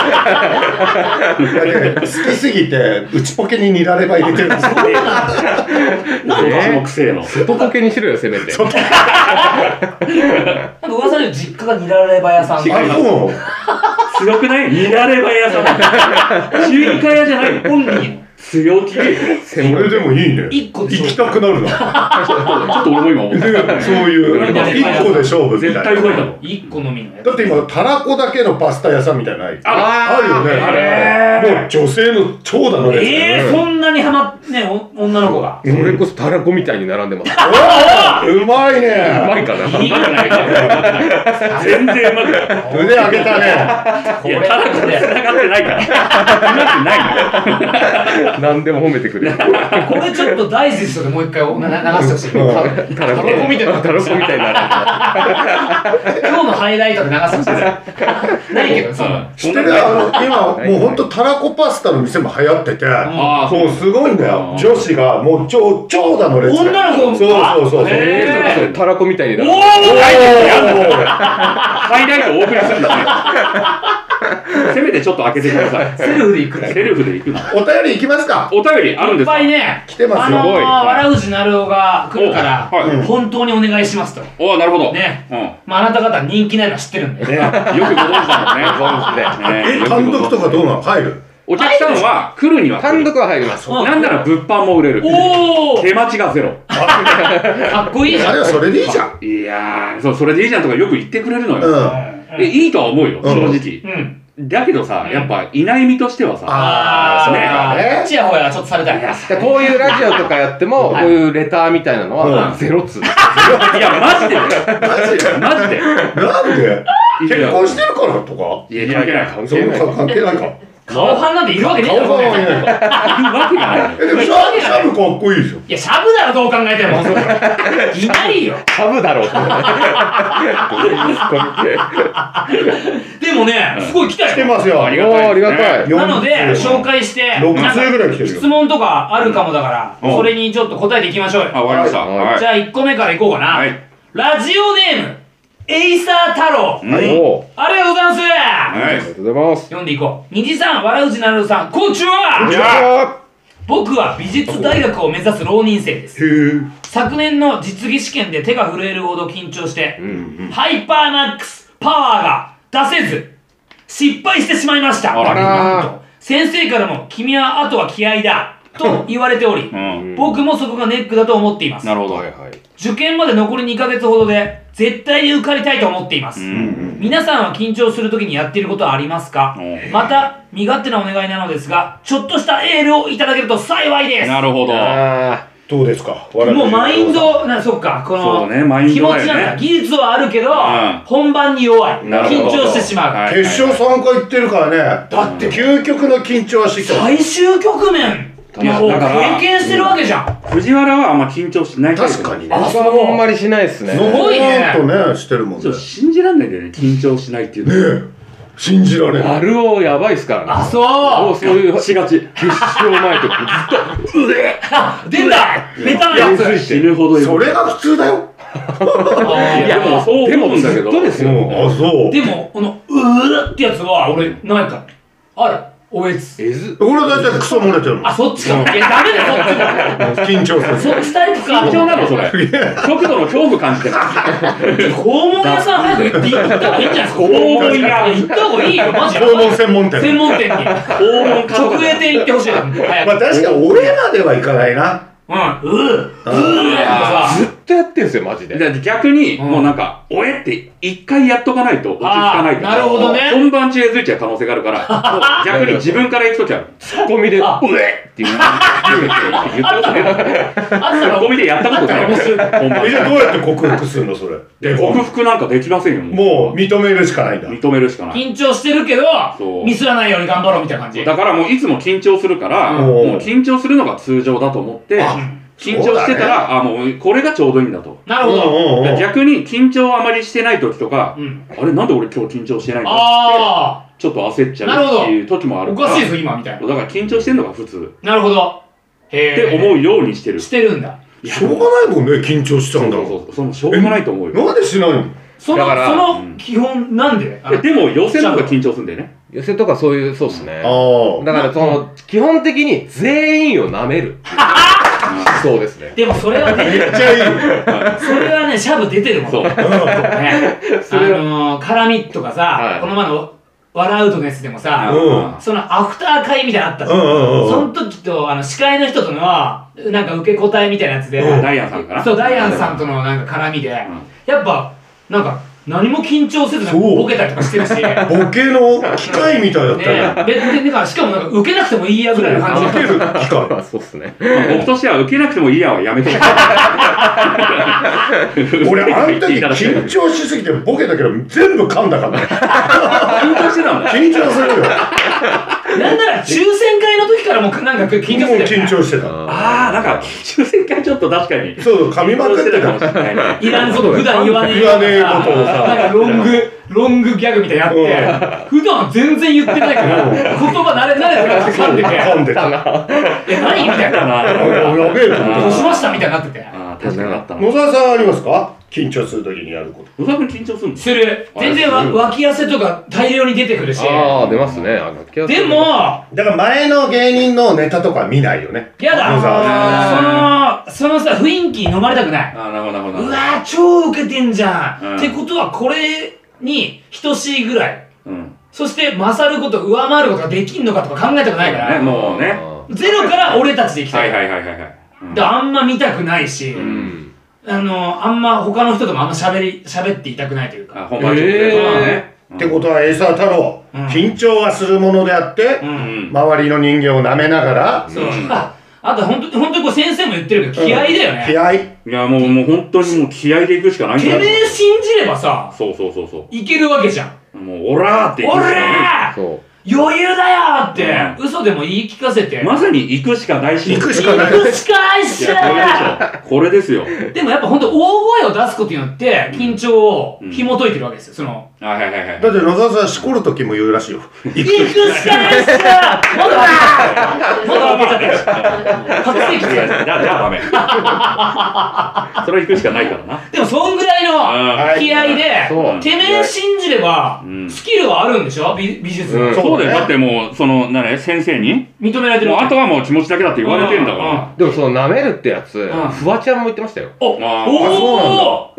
[SPEAKER 1] ね好きすぎて内ポケにニラレバ入れてるんですよ
[SPEAKER 3] なんかそのくせえの。
[SPEAKER 4] 外掛けにしろよ、せめて。
[SPEAKER 2] なんか噂で実家がニラレバ屋さん
[SPEAKER 1] あ
[SPEAKER 2] で。
[SPEAKER 1] もう
[SPEAKER 3] 強くないニラレバ屋さん。中華屋じゃないの。
[SPEAKER 2] 本人。
[SPEAKER 3] 強気。ちょ
[SPEAKER 1] それでもいいね
[SPEAKER 2] 一個でしょ
[SPEAKER 1] 行きたくなるな
[SPEAKER 3] っと俺も今 思った。
[SPEAKER 1] でそういう
[SPEAKER 3] ニラレバ
[SPEAKER 1] 一個で勝負みたい
[SPEAKER 3] 絶
[SPEAKER 1] な
[SPEAKER 3] 対動いたもん。
[SPEAKER 2] 一個のみのやつ。
[SPEAKER 1] だって今たらこだけのパスタ屋さんみたいなのない
[SPEAKER 3] あら
[SPEAKER 1] あるよね
[SPEAKER 2] あれ
[SPEAKER 1] もう女性の長蛇の列
[SPEAKER 2] ええー、そんなにハマっ、ね、お女の子が。
[SPEAKER 4] それこそたらこみたいに並んでます。う
[SPEAKER 1] うまい
[SPEAKER 4] ま
[SPEAKER 1] ね
[SPEAKER 4] いか
[SPEAKER 3] う
[SPEAKER 4] な。
[SPEAKER 3] まくない。全然うまくない。
[SPEAKER 1] 腕上げたね
[SPEAKER 2] こ
[SPEAKER 3] いや、
[SPEAKER 2] れ
[SPEAKER 3] ただこれ繋がってないから。うまくない の。
[SPEAKER 4] 何でも褒めてくれる。
[SPEAKER 2] これちょっとダイジェストでもう一回おな流してほしい。
[SPEAKER 1] うん
[SPEAKER 2] 今
[SPEAKER 4] たら
[SPEAKER 2] たらこ
[SPEAKER 4] こ
[SPEAKER 2] みたいな
[SPEAKER 4] たらこみたいな。
[SPEAKER 2] 日のハイライトで流してほしいです。 ないけど、 その。
[SPEAKER 1] 知ってるあの今もうほんとたらこパスタの店も流行ってて
[SPEAKER 3] ああ、そう
[SPEAKER 1] もうすごいんだよ
[SPEAKER 3] うん
[SPEAKER 1] 女子がもう超長蛇の列
[SPEAKER 2] 女の子も
[SPEAKER 1] そうそうそうそう
[SPEAKER 2] へえ
[SPEAKER 4] たらこみたいに並んで
[SPEAKER 1] おー
[SPEAKER 3] ハイライトお送りするんだね。せめてちょっと開けてください。
[SPEAKER 2] セルフで行く。
[SPEAKER 3] セルフで行くの。
[SPEAKER 1] お便り行きますか
[SPEAKER 3] お便りあるん
[SPEAKER 2] い
[SPEAKER 3] で
[SPEAKER 2] っ
[SPEAKER 3] すか
[SPEAKER 2] ぱいね、
[SPEAKER 1] 来てます
[SPEAKER 2] あ
[SPEAKER 1] よ
[SPEAKER 2] の
[SPEAKER 4] すご
[SPEAKER 2] ー、
[SPEAKER 4] い
[SPEAKER 2] 笑うじなるおが来るから、
[SPEAKER 3] おはい
[SPEAKER 2] 本当にお願いしますと。
[SPEAKER 3] おなるほど。
[SPEAKER 2] ね。
[SPEAKER 3] うん。
[SPEAKER 2] まあ、あなた方人気ないのは知ってるんで。
[SPEAKER 3] ね、よくご存知だもんね。
[SPEAKER 4] 存
[SPEAKER 3] ね
[SPEAKER 1] え単独とかどうなの入る
[SPEAKER 3] お客さんは来るには来る
[SPEAKER 4] 単独は入ります。
[SPEAKER 3] なんなら物販も売れる。
[SPEAKER 2] おー
[SPEAKER 3] 手待ちがゼロ。
[SPEAKER 2] かっこいいじゃ
[SPEAKER 1] あ
[SPEAKER 2] ん。
[SPEAKER 1] れはそれでいいじゃん
[SPEAKER 3] いやー、そう、それでいいじゃんとかよく言ってくれるの
[SPEAKER 1] う
[SPEAKER 3] よ。
[SPEAKER 1] ん
[SPEAKER 2] うん
[SPEAKER 3] え、いいとは思う
[SPEAKER 1] う
[SPEAKER 3] よ、
[SPEAKER 1] ん
[SPEAKER 3] 正直。
[SPEAKER 2] うん。
[SPEAKER 3] だけどさ、やっぱ、いない身としてはさ、
[SPEAKER 2] あ
[SPEAKER 1] あーそ
[SPEAKER 2] ー、
[SPEAKER 1] う
[SPEAKER 2] そう
[SPEAKER 1] だ
[SPEAKER 2] か。
[SPEAKER 1] ね
[SPEAKER 2] ちやほやちょっとされたい。
[SPEAKER 4] でこういうラジオとかやっても、こういうレターみたいなの
[SPEAKER 1] う
[SPEAKER 4] は、
[SPEAKER 1] ん
[SPEAKER 4] ゼロ通。
[SPEAKER 3] いや、マジで
[SPEAKER 1] マジで
[SPEAKER 3] マジで
[SPEAKER 1] なんで結婚してるからとか
[SPEAKER 3] いや、いや関係ない。関
[SPEAKER 1] そ
[SPEAKER 3] 係
[SPEAKER 1] う
[SPEAKER 3] ない。
[SPEAKER 1] か関係ないか
[SPEAKER 2] 顔ファンなんているわけねえ
[SPEAKER 1] 顔
[SPEAKER 2] だ
[SPEAKER 1] ファン
[SPEAKER 2] ろ。
[SPEAKER 1] はいないか
[SPEAKER 3] いるわけがない。
[SPEAKER 1] えでもシャブシャブかっこいいでしょ
[SPEAKER 2] いや、シャブだろ、どう考えても。いないよ。
[SPEAKER 4] サブだろうって。
[SPEAKER 2] でもね、すごい来た
[SPEAKER 1] 来て
[SPEAKER 2] よ。
[SPEAKER 1] ますよ
[SPEAKER 3] ありが
[SPEAKER 4] おーありがたい。
[SPEAKER 1] 40
[SPEAKER 2] なので、紹介して、
[SPEAKER 1] 6
[SPEAKER 2] なん
[SPEAKER 1] 通ぐ
[SPEAKER 2] から
[SPEAKER 1] い来てるよ
[SPEAKER 2] 質問とかあるかもだから、
[SPEAKER 3] うん
[SPEAKER 2] それにちょっと答えていきましょうよ。
[SPEAKER 3] あ、わかりました。
[SPEAKER 4] はい
[SPEAKER 3] は
[SPEAKER 2] じゃあ、1個目からいこうかな。
[SPEAKER 3] はい
[SPEAKER 2] ラジオネーム、エイサー太郎。
[SPEAKER 3] い。はい。
[SPEAKER 4] おー
[SPEAKER 2] ありがとうございます、
[SPEAKER 3] は
[SPEAKER 4] ありがとうございます。
[SPEAKER 2] 読んでいこう。虹さん、笑うじなるさん、こんにちは
[SPEAKER 3] んにちは
[SPEAKER 2] 僕は美術大学を目指す浪人生です。
[SPEAKER 1] へえ
[SPEAKER 2] 昨年の実技試験で手が震えるほど緊張して、
[SPEAKER 4] うん
[SPEAKER 2] ハイパーナックスパワーが出せず、失敗してしまいました。
[SPEAKER 3] あら
[SPEAKER 2] なんと先生からも、君はあとは気合だ、と言われており
[SPEAKER 3] う、ん。
[SPEAKER 2] 僕もそこがネックだと思っています
[SPEAKER 3] な。るほど。
[SPEAKER 4] はいはい。
[SPEAKER 2] 受験まで残り2ヶ月ほどで、絶対に受かりたいと思っています。
[SPEAKER 3] うん。
[SPEAKER 2] 皆さんは緊張するときにやっていることはありますか
[SPEAKER 3] うん
[SPEAKER 2] また、身勝手なお願いなのですが、ちょっとしたエールをいただけると幸いです
[SPEAKER 3] なるほど。
[SPEAKER 4] あ
[SPEAKER 1] どうですか
[SPEAKER 2] もうマインド、な、そっか、こ
[SPEAKER 3] そ
[SPEAKER 2] の、
[SPEAKER 3] うねマイン
[SPEAKER 2] 気
[SPEAKER 3] ド
[SPEAKER 2] 持
[SPEAKER 3] だよね
[SPEAKER 2] ちなんだ。技術はあるけど
[SPEAKER 3] ん、
[SPEAKER 2] 本番に弱い。
[SPEAKER 4] なる
[SPEAKER 2] 緊
[SPEAKER 4] ほど
[SPEAKER 2] 張してしまう。
[SPEAKER 3] はい
[SPEAKER 1] 決勝3回行ってるからねだって究極の緊張はしてきた
[SPEAKER 2] 最終局面を
[SPEAKER 3] だから
[SPEAKER 2] 経験してるわけじゃん。
[SPEAKER 3] 藤原はあんま緊張しないタイプ
[SPEAKER 1] 確かにね
[SPEAKER 4] あ。
[SPEAKER 2] あ
[SPEAKER 4] 僕は
[SPEAKER 2] そう
[SPEAKER 4] あんまりしないですね。
[SPEAKER 2] すごいね
[SPEAKER 1] のほほんとねしてるもん
[SPEAKER 3] ち
[SPEAKER 1] ね
[SPEAKER 3] ょっと信じらんないんだよね、緊張しないっていうの。
[SPEAKER 1] ねえ信じられない
[SPEAKER 4] 丸尾やばいっすからね。
[SPEAKER 2] あ、
[SPEAKER 4] もう
[SPEAKER 2] そ
[SPEAKER 4] そういう
[SPEAKER 3] し
[SPEAKER 4] 決
[SPEAKER 3] がち。
[SPEAKER 4] 勝前とかずっ
[SPEAKER 2] う。 出たベタなやつ。
[SPEAKER 4] いや
[SPEAKER 3] 死ぬほどいる
[SPEAKER 1] それが普通だよ
[SPEAKER 3] いや、でもそう
[SPEAKER 4] と。
[SPEAKER 3] 思うんだけど。
[SPEAKER 4] ずっとです
[SPEAKER 1] う
[SPEAKER 4] よ。
[SPEAKER 1] んあそう
[SPEAKER 2] でも、この、うーってやつは、俺、ないから。ある。おえつ。
[SPEAKER 4] えず。
[SPEAKER 1] 俺は大体クソ漏れてる
[SPEAKER 2] あ、そっちか。いや、ダメだよ、
[SPEAKER 1] 緊張す
[SPEAKER 2] そっちも。そ
[SPEAKER 1] る
[SPEAKER 2] っちタイプか。
[SPEAKER 3] 緊張なのそれ。極度の恐怖感じてます。
[SPEAKER 2] 肛門屋さん早く行って行った方がいいんじゃないですか。
[SPEAKER 3] 肛門屋
[SPEAKER 2] 行った方がいいよ、マジで。
[SPEAKER 1] 肛門専門店
[SPEAKER 2] 専門店に。
[SPEAKER 3] 訪問家とか
[SPEAKER 2] 直営店行ってほしいな。
[SPEAKER 1] まあ
[SPEAKER 2] 早く。
[SPEAKER 1] 確かに俺まではいかないな
[SPEAKER 2] うん。うう。うう。とかさ。
[SPEAKER 4] ずっとやってんすよ、マジで。
[SPEAKER 3] だって逆に、
[SPEAKER 2] うん
[SPEAKER 3] もうなんか、おえって一回やっとかないと落ち着かないから。
[SPEAKER 2] あーなるほどね
[SPEAKER 3] 本番中でづいちゃう可能性があ るから、逆に自分から行くときは、
[SPEAKER 4] ツッコミで、
[SPEAKER 2] あ
[SPEAKER 3] うえって言う
[SPEAKER 2] あった
[SPEAKER 3] 言ったことないから。ツッ
[SPEAKER 2] ら
[SPEAKER 3] コミでやったことないから。本番
[SPEAKER 1] え じゃあどうやって克服するのそれ
[SPEAKER 3] で、克服なんかできませんよ、も
[SPEAKER 1] もう認めるしかないんだ
[SPEAKER 3] う。認めるしかない。
[SPEAKER 2] 緊張してるけど
[SPEAKER 3] そ、う
[SPEAKER 2] ミスらないように頑張ろうみたいな感じ。
[SPEAKER 3] だからもういつも緊張するから、
[SPEAKER 1] うん
[SPEAKER 3] もう緊張するのが通常だと思って、
[SPEAKER 1] あ
[SPEAKER 3] 緊張してたら、あ、もうこれがちょうどいいんだと。
[SPEAKER 2] な
[SPEAKER 1] な
[SPEAKER 2] るほど。
[SPEAKER 3] 逆に緊張をあまりしてない時とか、
[SPEAKER 2] うん。
[SPEAKER 3] あれなんで俺今日緊張してないんだって
[SPEAKER 2] あ
[SPEAKER 3] ちょっと焦っちゃうっていう時もあ
[SPEAKER 2] あ、お
[SPEAKER 3] るから。
[SPEAKER 2] かしいぞ、今みたい
[SPEAKER 3] だから緊張してんのが普通
[SPEAKER 2] な。なるほど。へえ。
[SPEAKER 3] って思うようにしてる。
[SPEAKER 2] してるんだ。
[SPEAKER 1] しょうがないもんね緊張しちゃうんだ
[SPEAKER 3] そう
[SPEAKER 1] も
[SPEAKER 3] そうそう。そのしょうがないと思うんよ。
[SPEAKER 1] なんでしないの
[SPEAKER 2] その、
[SPEAKER 4] だから
[SPEAKER 2] そうの
[SPEAKER 3] ん
[SPEAKER 2] 基本、なんであ
[SPEAKER 3] いやでも予選の方が緊張するんだよね。
[SPEAKER 4] 寄せとかそういう、そうっすね。
[SPEAKER 1] あ
[SPEAKER 4] だから、その、基本的に全員を舐める。 そうですね。
[SPEAKER 2] でもそれは
[SPEAKER 1] あめ
[SPEAKER 2] ね、
[SPEAKER 1] っちゃいい
[SPEAKER 2] それはね、シャブ出てるもん。
[SPEAKER 3] そう。
[SPEAKER 2] ね、あ
[SPEAKER 4] それは
[SPEAKER 2] のー、絡みとかさ、
[SPEAKER 4] はい
[SPEAKER 2] この前の笑うとですでもさ、
[SPEAKER 1] う
[SPEAKER 2] そのアフター会みたいなのあったじゃ
[SPEAKER 1] うん
[SPEAKER 2] ん。
[SPEAKER 1] うんうん
[SPEAKER 2] その時と、あの、司会の人との、なんか受け答えみたいなやつで、
[SPEAKER 1] うん
[SPEAKER 3] ダイアンさんかな。
[SPEAKER 2] そう、ダイアンさんとのなんか絡みで、やっぱ、なんか、何も緊張せず、なんか
[SPEAKER 1] そう
[SPEAKER 2] ボケたりとかしてるし、ね、
[SPEAKER 1] ボケの機械みたいだったよ
[SPEAKER 2] で、で、なんか、しかもなんか、受けなくてもいいやぐらいの感じ
[SPEAKER 1] ボ
[SPEAKER 2] で
[SPEAKER 1] ケる機械
[SPEAKER 4] あそうっすね。
[SPEAKER 3] うん僕としては受けなくてもいいやはやめてほしい
[SPEAKER 1] 俺あ の時
[SPEAKER 3] 言っていただきたい
[SPEAKER 1] 緊張しすぎてボケたけど全部噛んだからね
[SPEAKER 3] 緊張してたもんね。
[SPEAKER 1] 緊張するよ
[SPEAKER 2] なんなら、抽選会の時からもう、なんか、緊張して
[SPEAKER 1] もう
[SPEAKER 2] たよ
[SPEAKER 1] 緊
[SPEAKER 2] ね
[SPEAKER 1] 張してた
[SPEAKER 3] ああ、なんか、抽選会ちょっと確かに。
[SPEAKER 1] そうそう噛みまくってた
[SPEAKER 3] 緊張してたかもしれないね。
[SPEAKER 2] いらんこと、普段言わねえよう
[SPEAKER 1] 言わ
[SPEAKER 2] な
[SPEAKER 1] ねえことをさ
[SPEAKER 2] なんか、ロング、ロングギャグみたいなやって、普段全然言ってないから、言葉慣れ、慣れてなくて噛んでて、
[SPEAKER 1] 噛んでた
[SPEAKER 2] え、何みたい
[SPEAKER 3] だ
[SPEAKER 2] な。
[SPEAKER 1] お
[SPEAKER 3] な
[SPEAKER 1] やべえと思っ
[SPEAKER 2] どうしましたみたいになってて。
[SPEAKER 3] あー確かにあった
[SPEAKER 1] た
[SPEAKER 3] な。
[SPEAKER 1] 野沢さんありますか緊張するときにやること
[SPEAKER 3] 野沢君緊張するの
[SPEAKER 2] する。全然わ、脇汗とか大量に出てくるし。
[SPEAKER 4] ああ、出ますね。あの気をつけ
[SPEAKER 2] で
[SPEAKER 4] て
[SPEAKER 2] も、
[SPEAKER 1] だから前の芸人のネタとか見ないよね
[SPEAKER 2] や
[SPEAKER 1] 野沢
[SPEAKER 2] だその、そのさ、雰囲気に飲まれたくない。
[SPEAKER 3] ああ、なるほど、なるほど。
[SPEAKER 2] うわー、超ウケてんじゃん、
[SPEAKER 3] うん
[SPEAKER 2] ってことは、これに等しいぐらい。
[SPEAKER 3] うん。
[SPEAKER 2] そして、勝ること、上回ることができんのかとか考えたくないか
[SPEAKER 3] ね、
[SPEAKER 2] ら。
[SPEAKER 3] もうね。
[SPEAKER 2] ゼロから俺たちで行きた。
[SPEAKER 3] はいいはいはいはいはい。うん
[SPEAKER 2] だあんま見たくないし、
[SPEAKER 3] う
[SPEAKER 4] うんん。
[SPEAKER 2] あの、あんま他の人ともあんま喋り、喋っていたくないというか。
[SPEAKER 3] あ本番直前とかね。
[SPEAKER 1] ってことはエサ太郎
[SPEAKER 2] うん
[SPEAKER 1] 緊張はするものであって
[SPEAKER 2] うん。
[SPEAKER 3] うん。
[SPEAKER 1] 周りの人間を舐めながら
[SPEAKER 2] そう。
[SPEAKER 3] うん
[SPEAKER 2] ああと、本当に、本当にこう先生も言ってるけど、気合いだよね。
[SPEAKER 1] 気合
[SPEAKER 3] いや、もう、もう本当にもう気合でいくしかないんだ
[SPEAKER 2] て
[SPEAKER 3] よ
[SPEAKER 2] めえ信じればさ、
[SPEAKER 3] そうそうそうそ
[SPEAKER 2] いけるわけじゃん。
[SPEAKER 3] う。もう、オラーって行くしかない。
[SPEAKER 2] 俺
[SPEAKER 4] そ
[SPEAKER 2] 余裕だよーって、
[SPEAKER 3] う
[SPEAKER 2] 嘘でも言い聞かせて。
[SPEAKER 3] まさに行くしかないし。
[SPEAKER 1] 行くし
[SPEAKER 2] し
[SPEAKER 1] か
[SPEAKER 2] か
[SPEAKER 1] ない
[SPEAKER 2] ないしかい
[SPEAKER 3] い
[SPEAKER 2] し
[SPEAKER 3] や、これでしょ。これですよ。
[SPEAKER 2] でもやっぱほんと大声を出すことによって、緊張を紐解いてるわけですよ。その、
[SPEAKER 3] あはいはいはい
[SPEAKER 1] だ
[SPEAKER 3] は
[SPEAKER 1] っ
[SPEAKER 3] い。
[SPEAKER 1] て野沢さんしこるときも言うらしいよ行
[SPEAKER 2] 行くしかないっしょもっとまだ負けちゃったよ。覚醒器
[SPEAKER 3] いや、じゃあ、じゃあダメ。それは行くしかないからな。
[SPEAKER 2] でもそんぐらいの
[SPEAKER 3] あ
[SPEAKER 2] 気合
[SPEAKER 4] そう
[SPEAKER 2] で、てめえ信じれば
[SPEAKER 3] う、ん
[SPEAKER 2] スキルはあるんでしょ美美術
[SPEAKER 4] う
[SPEAKER 2] の
[SPEAKER 4] ん。
[SPEAKER 3] そう
[SPEAKER 1] そうだ
[SPEAKER 3] だよ。
[SPEAKER 1] ね
[SPEAKER 3] だってもう、その、なに、先生に
[SPEAKER 2] 認められてる
[SPEAKER 3] もう、
[SPEAKER 2] わけ
[SPEAKER 3] あとはもう気持ちだけだって言われてんだか
[SPEAKER 4] う。でもその舐めるってやつ、
[SPEAKER 2] ん
[SPEAKER 4] フワちゃんも言ってましたよ。
[SPEAKER 2] おお
[SPEAKER 3] あー
[SPEAKER 2] ー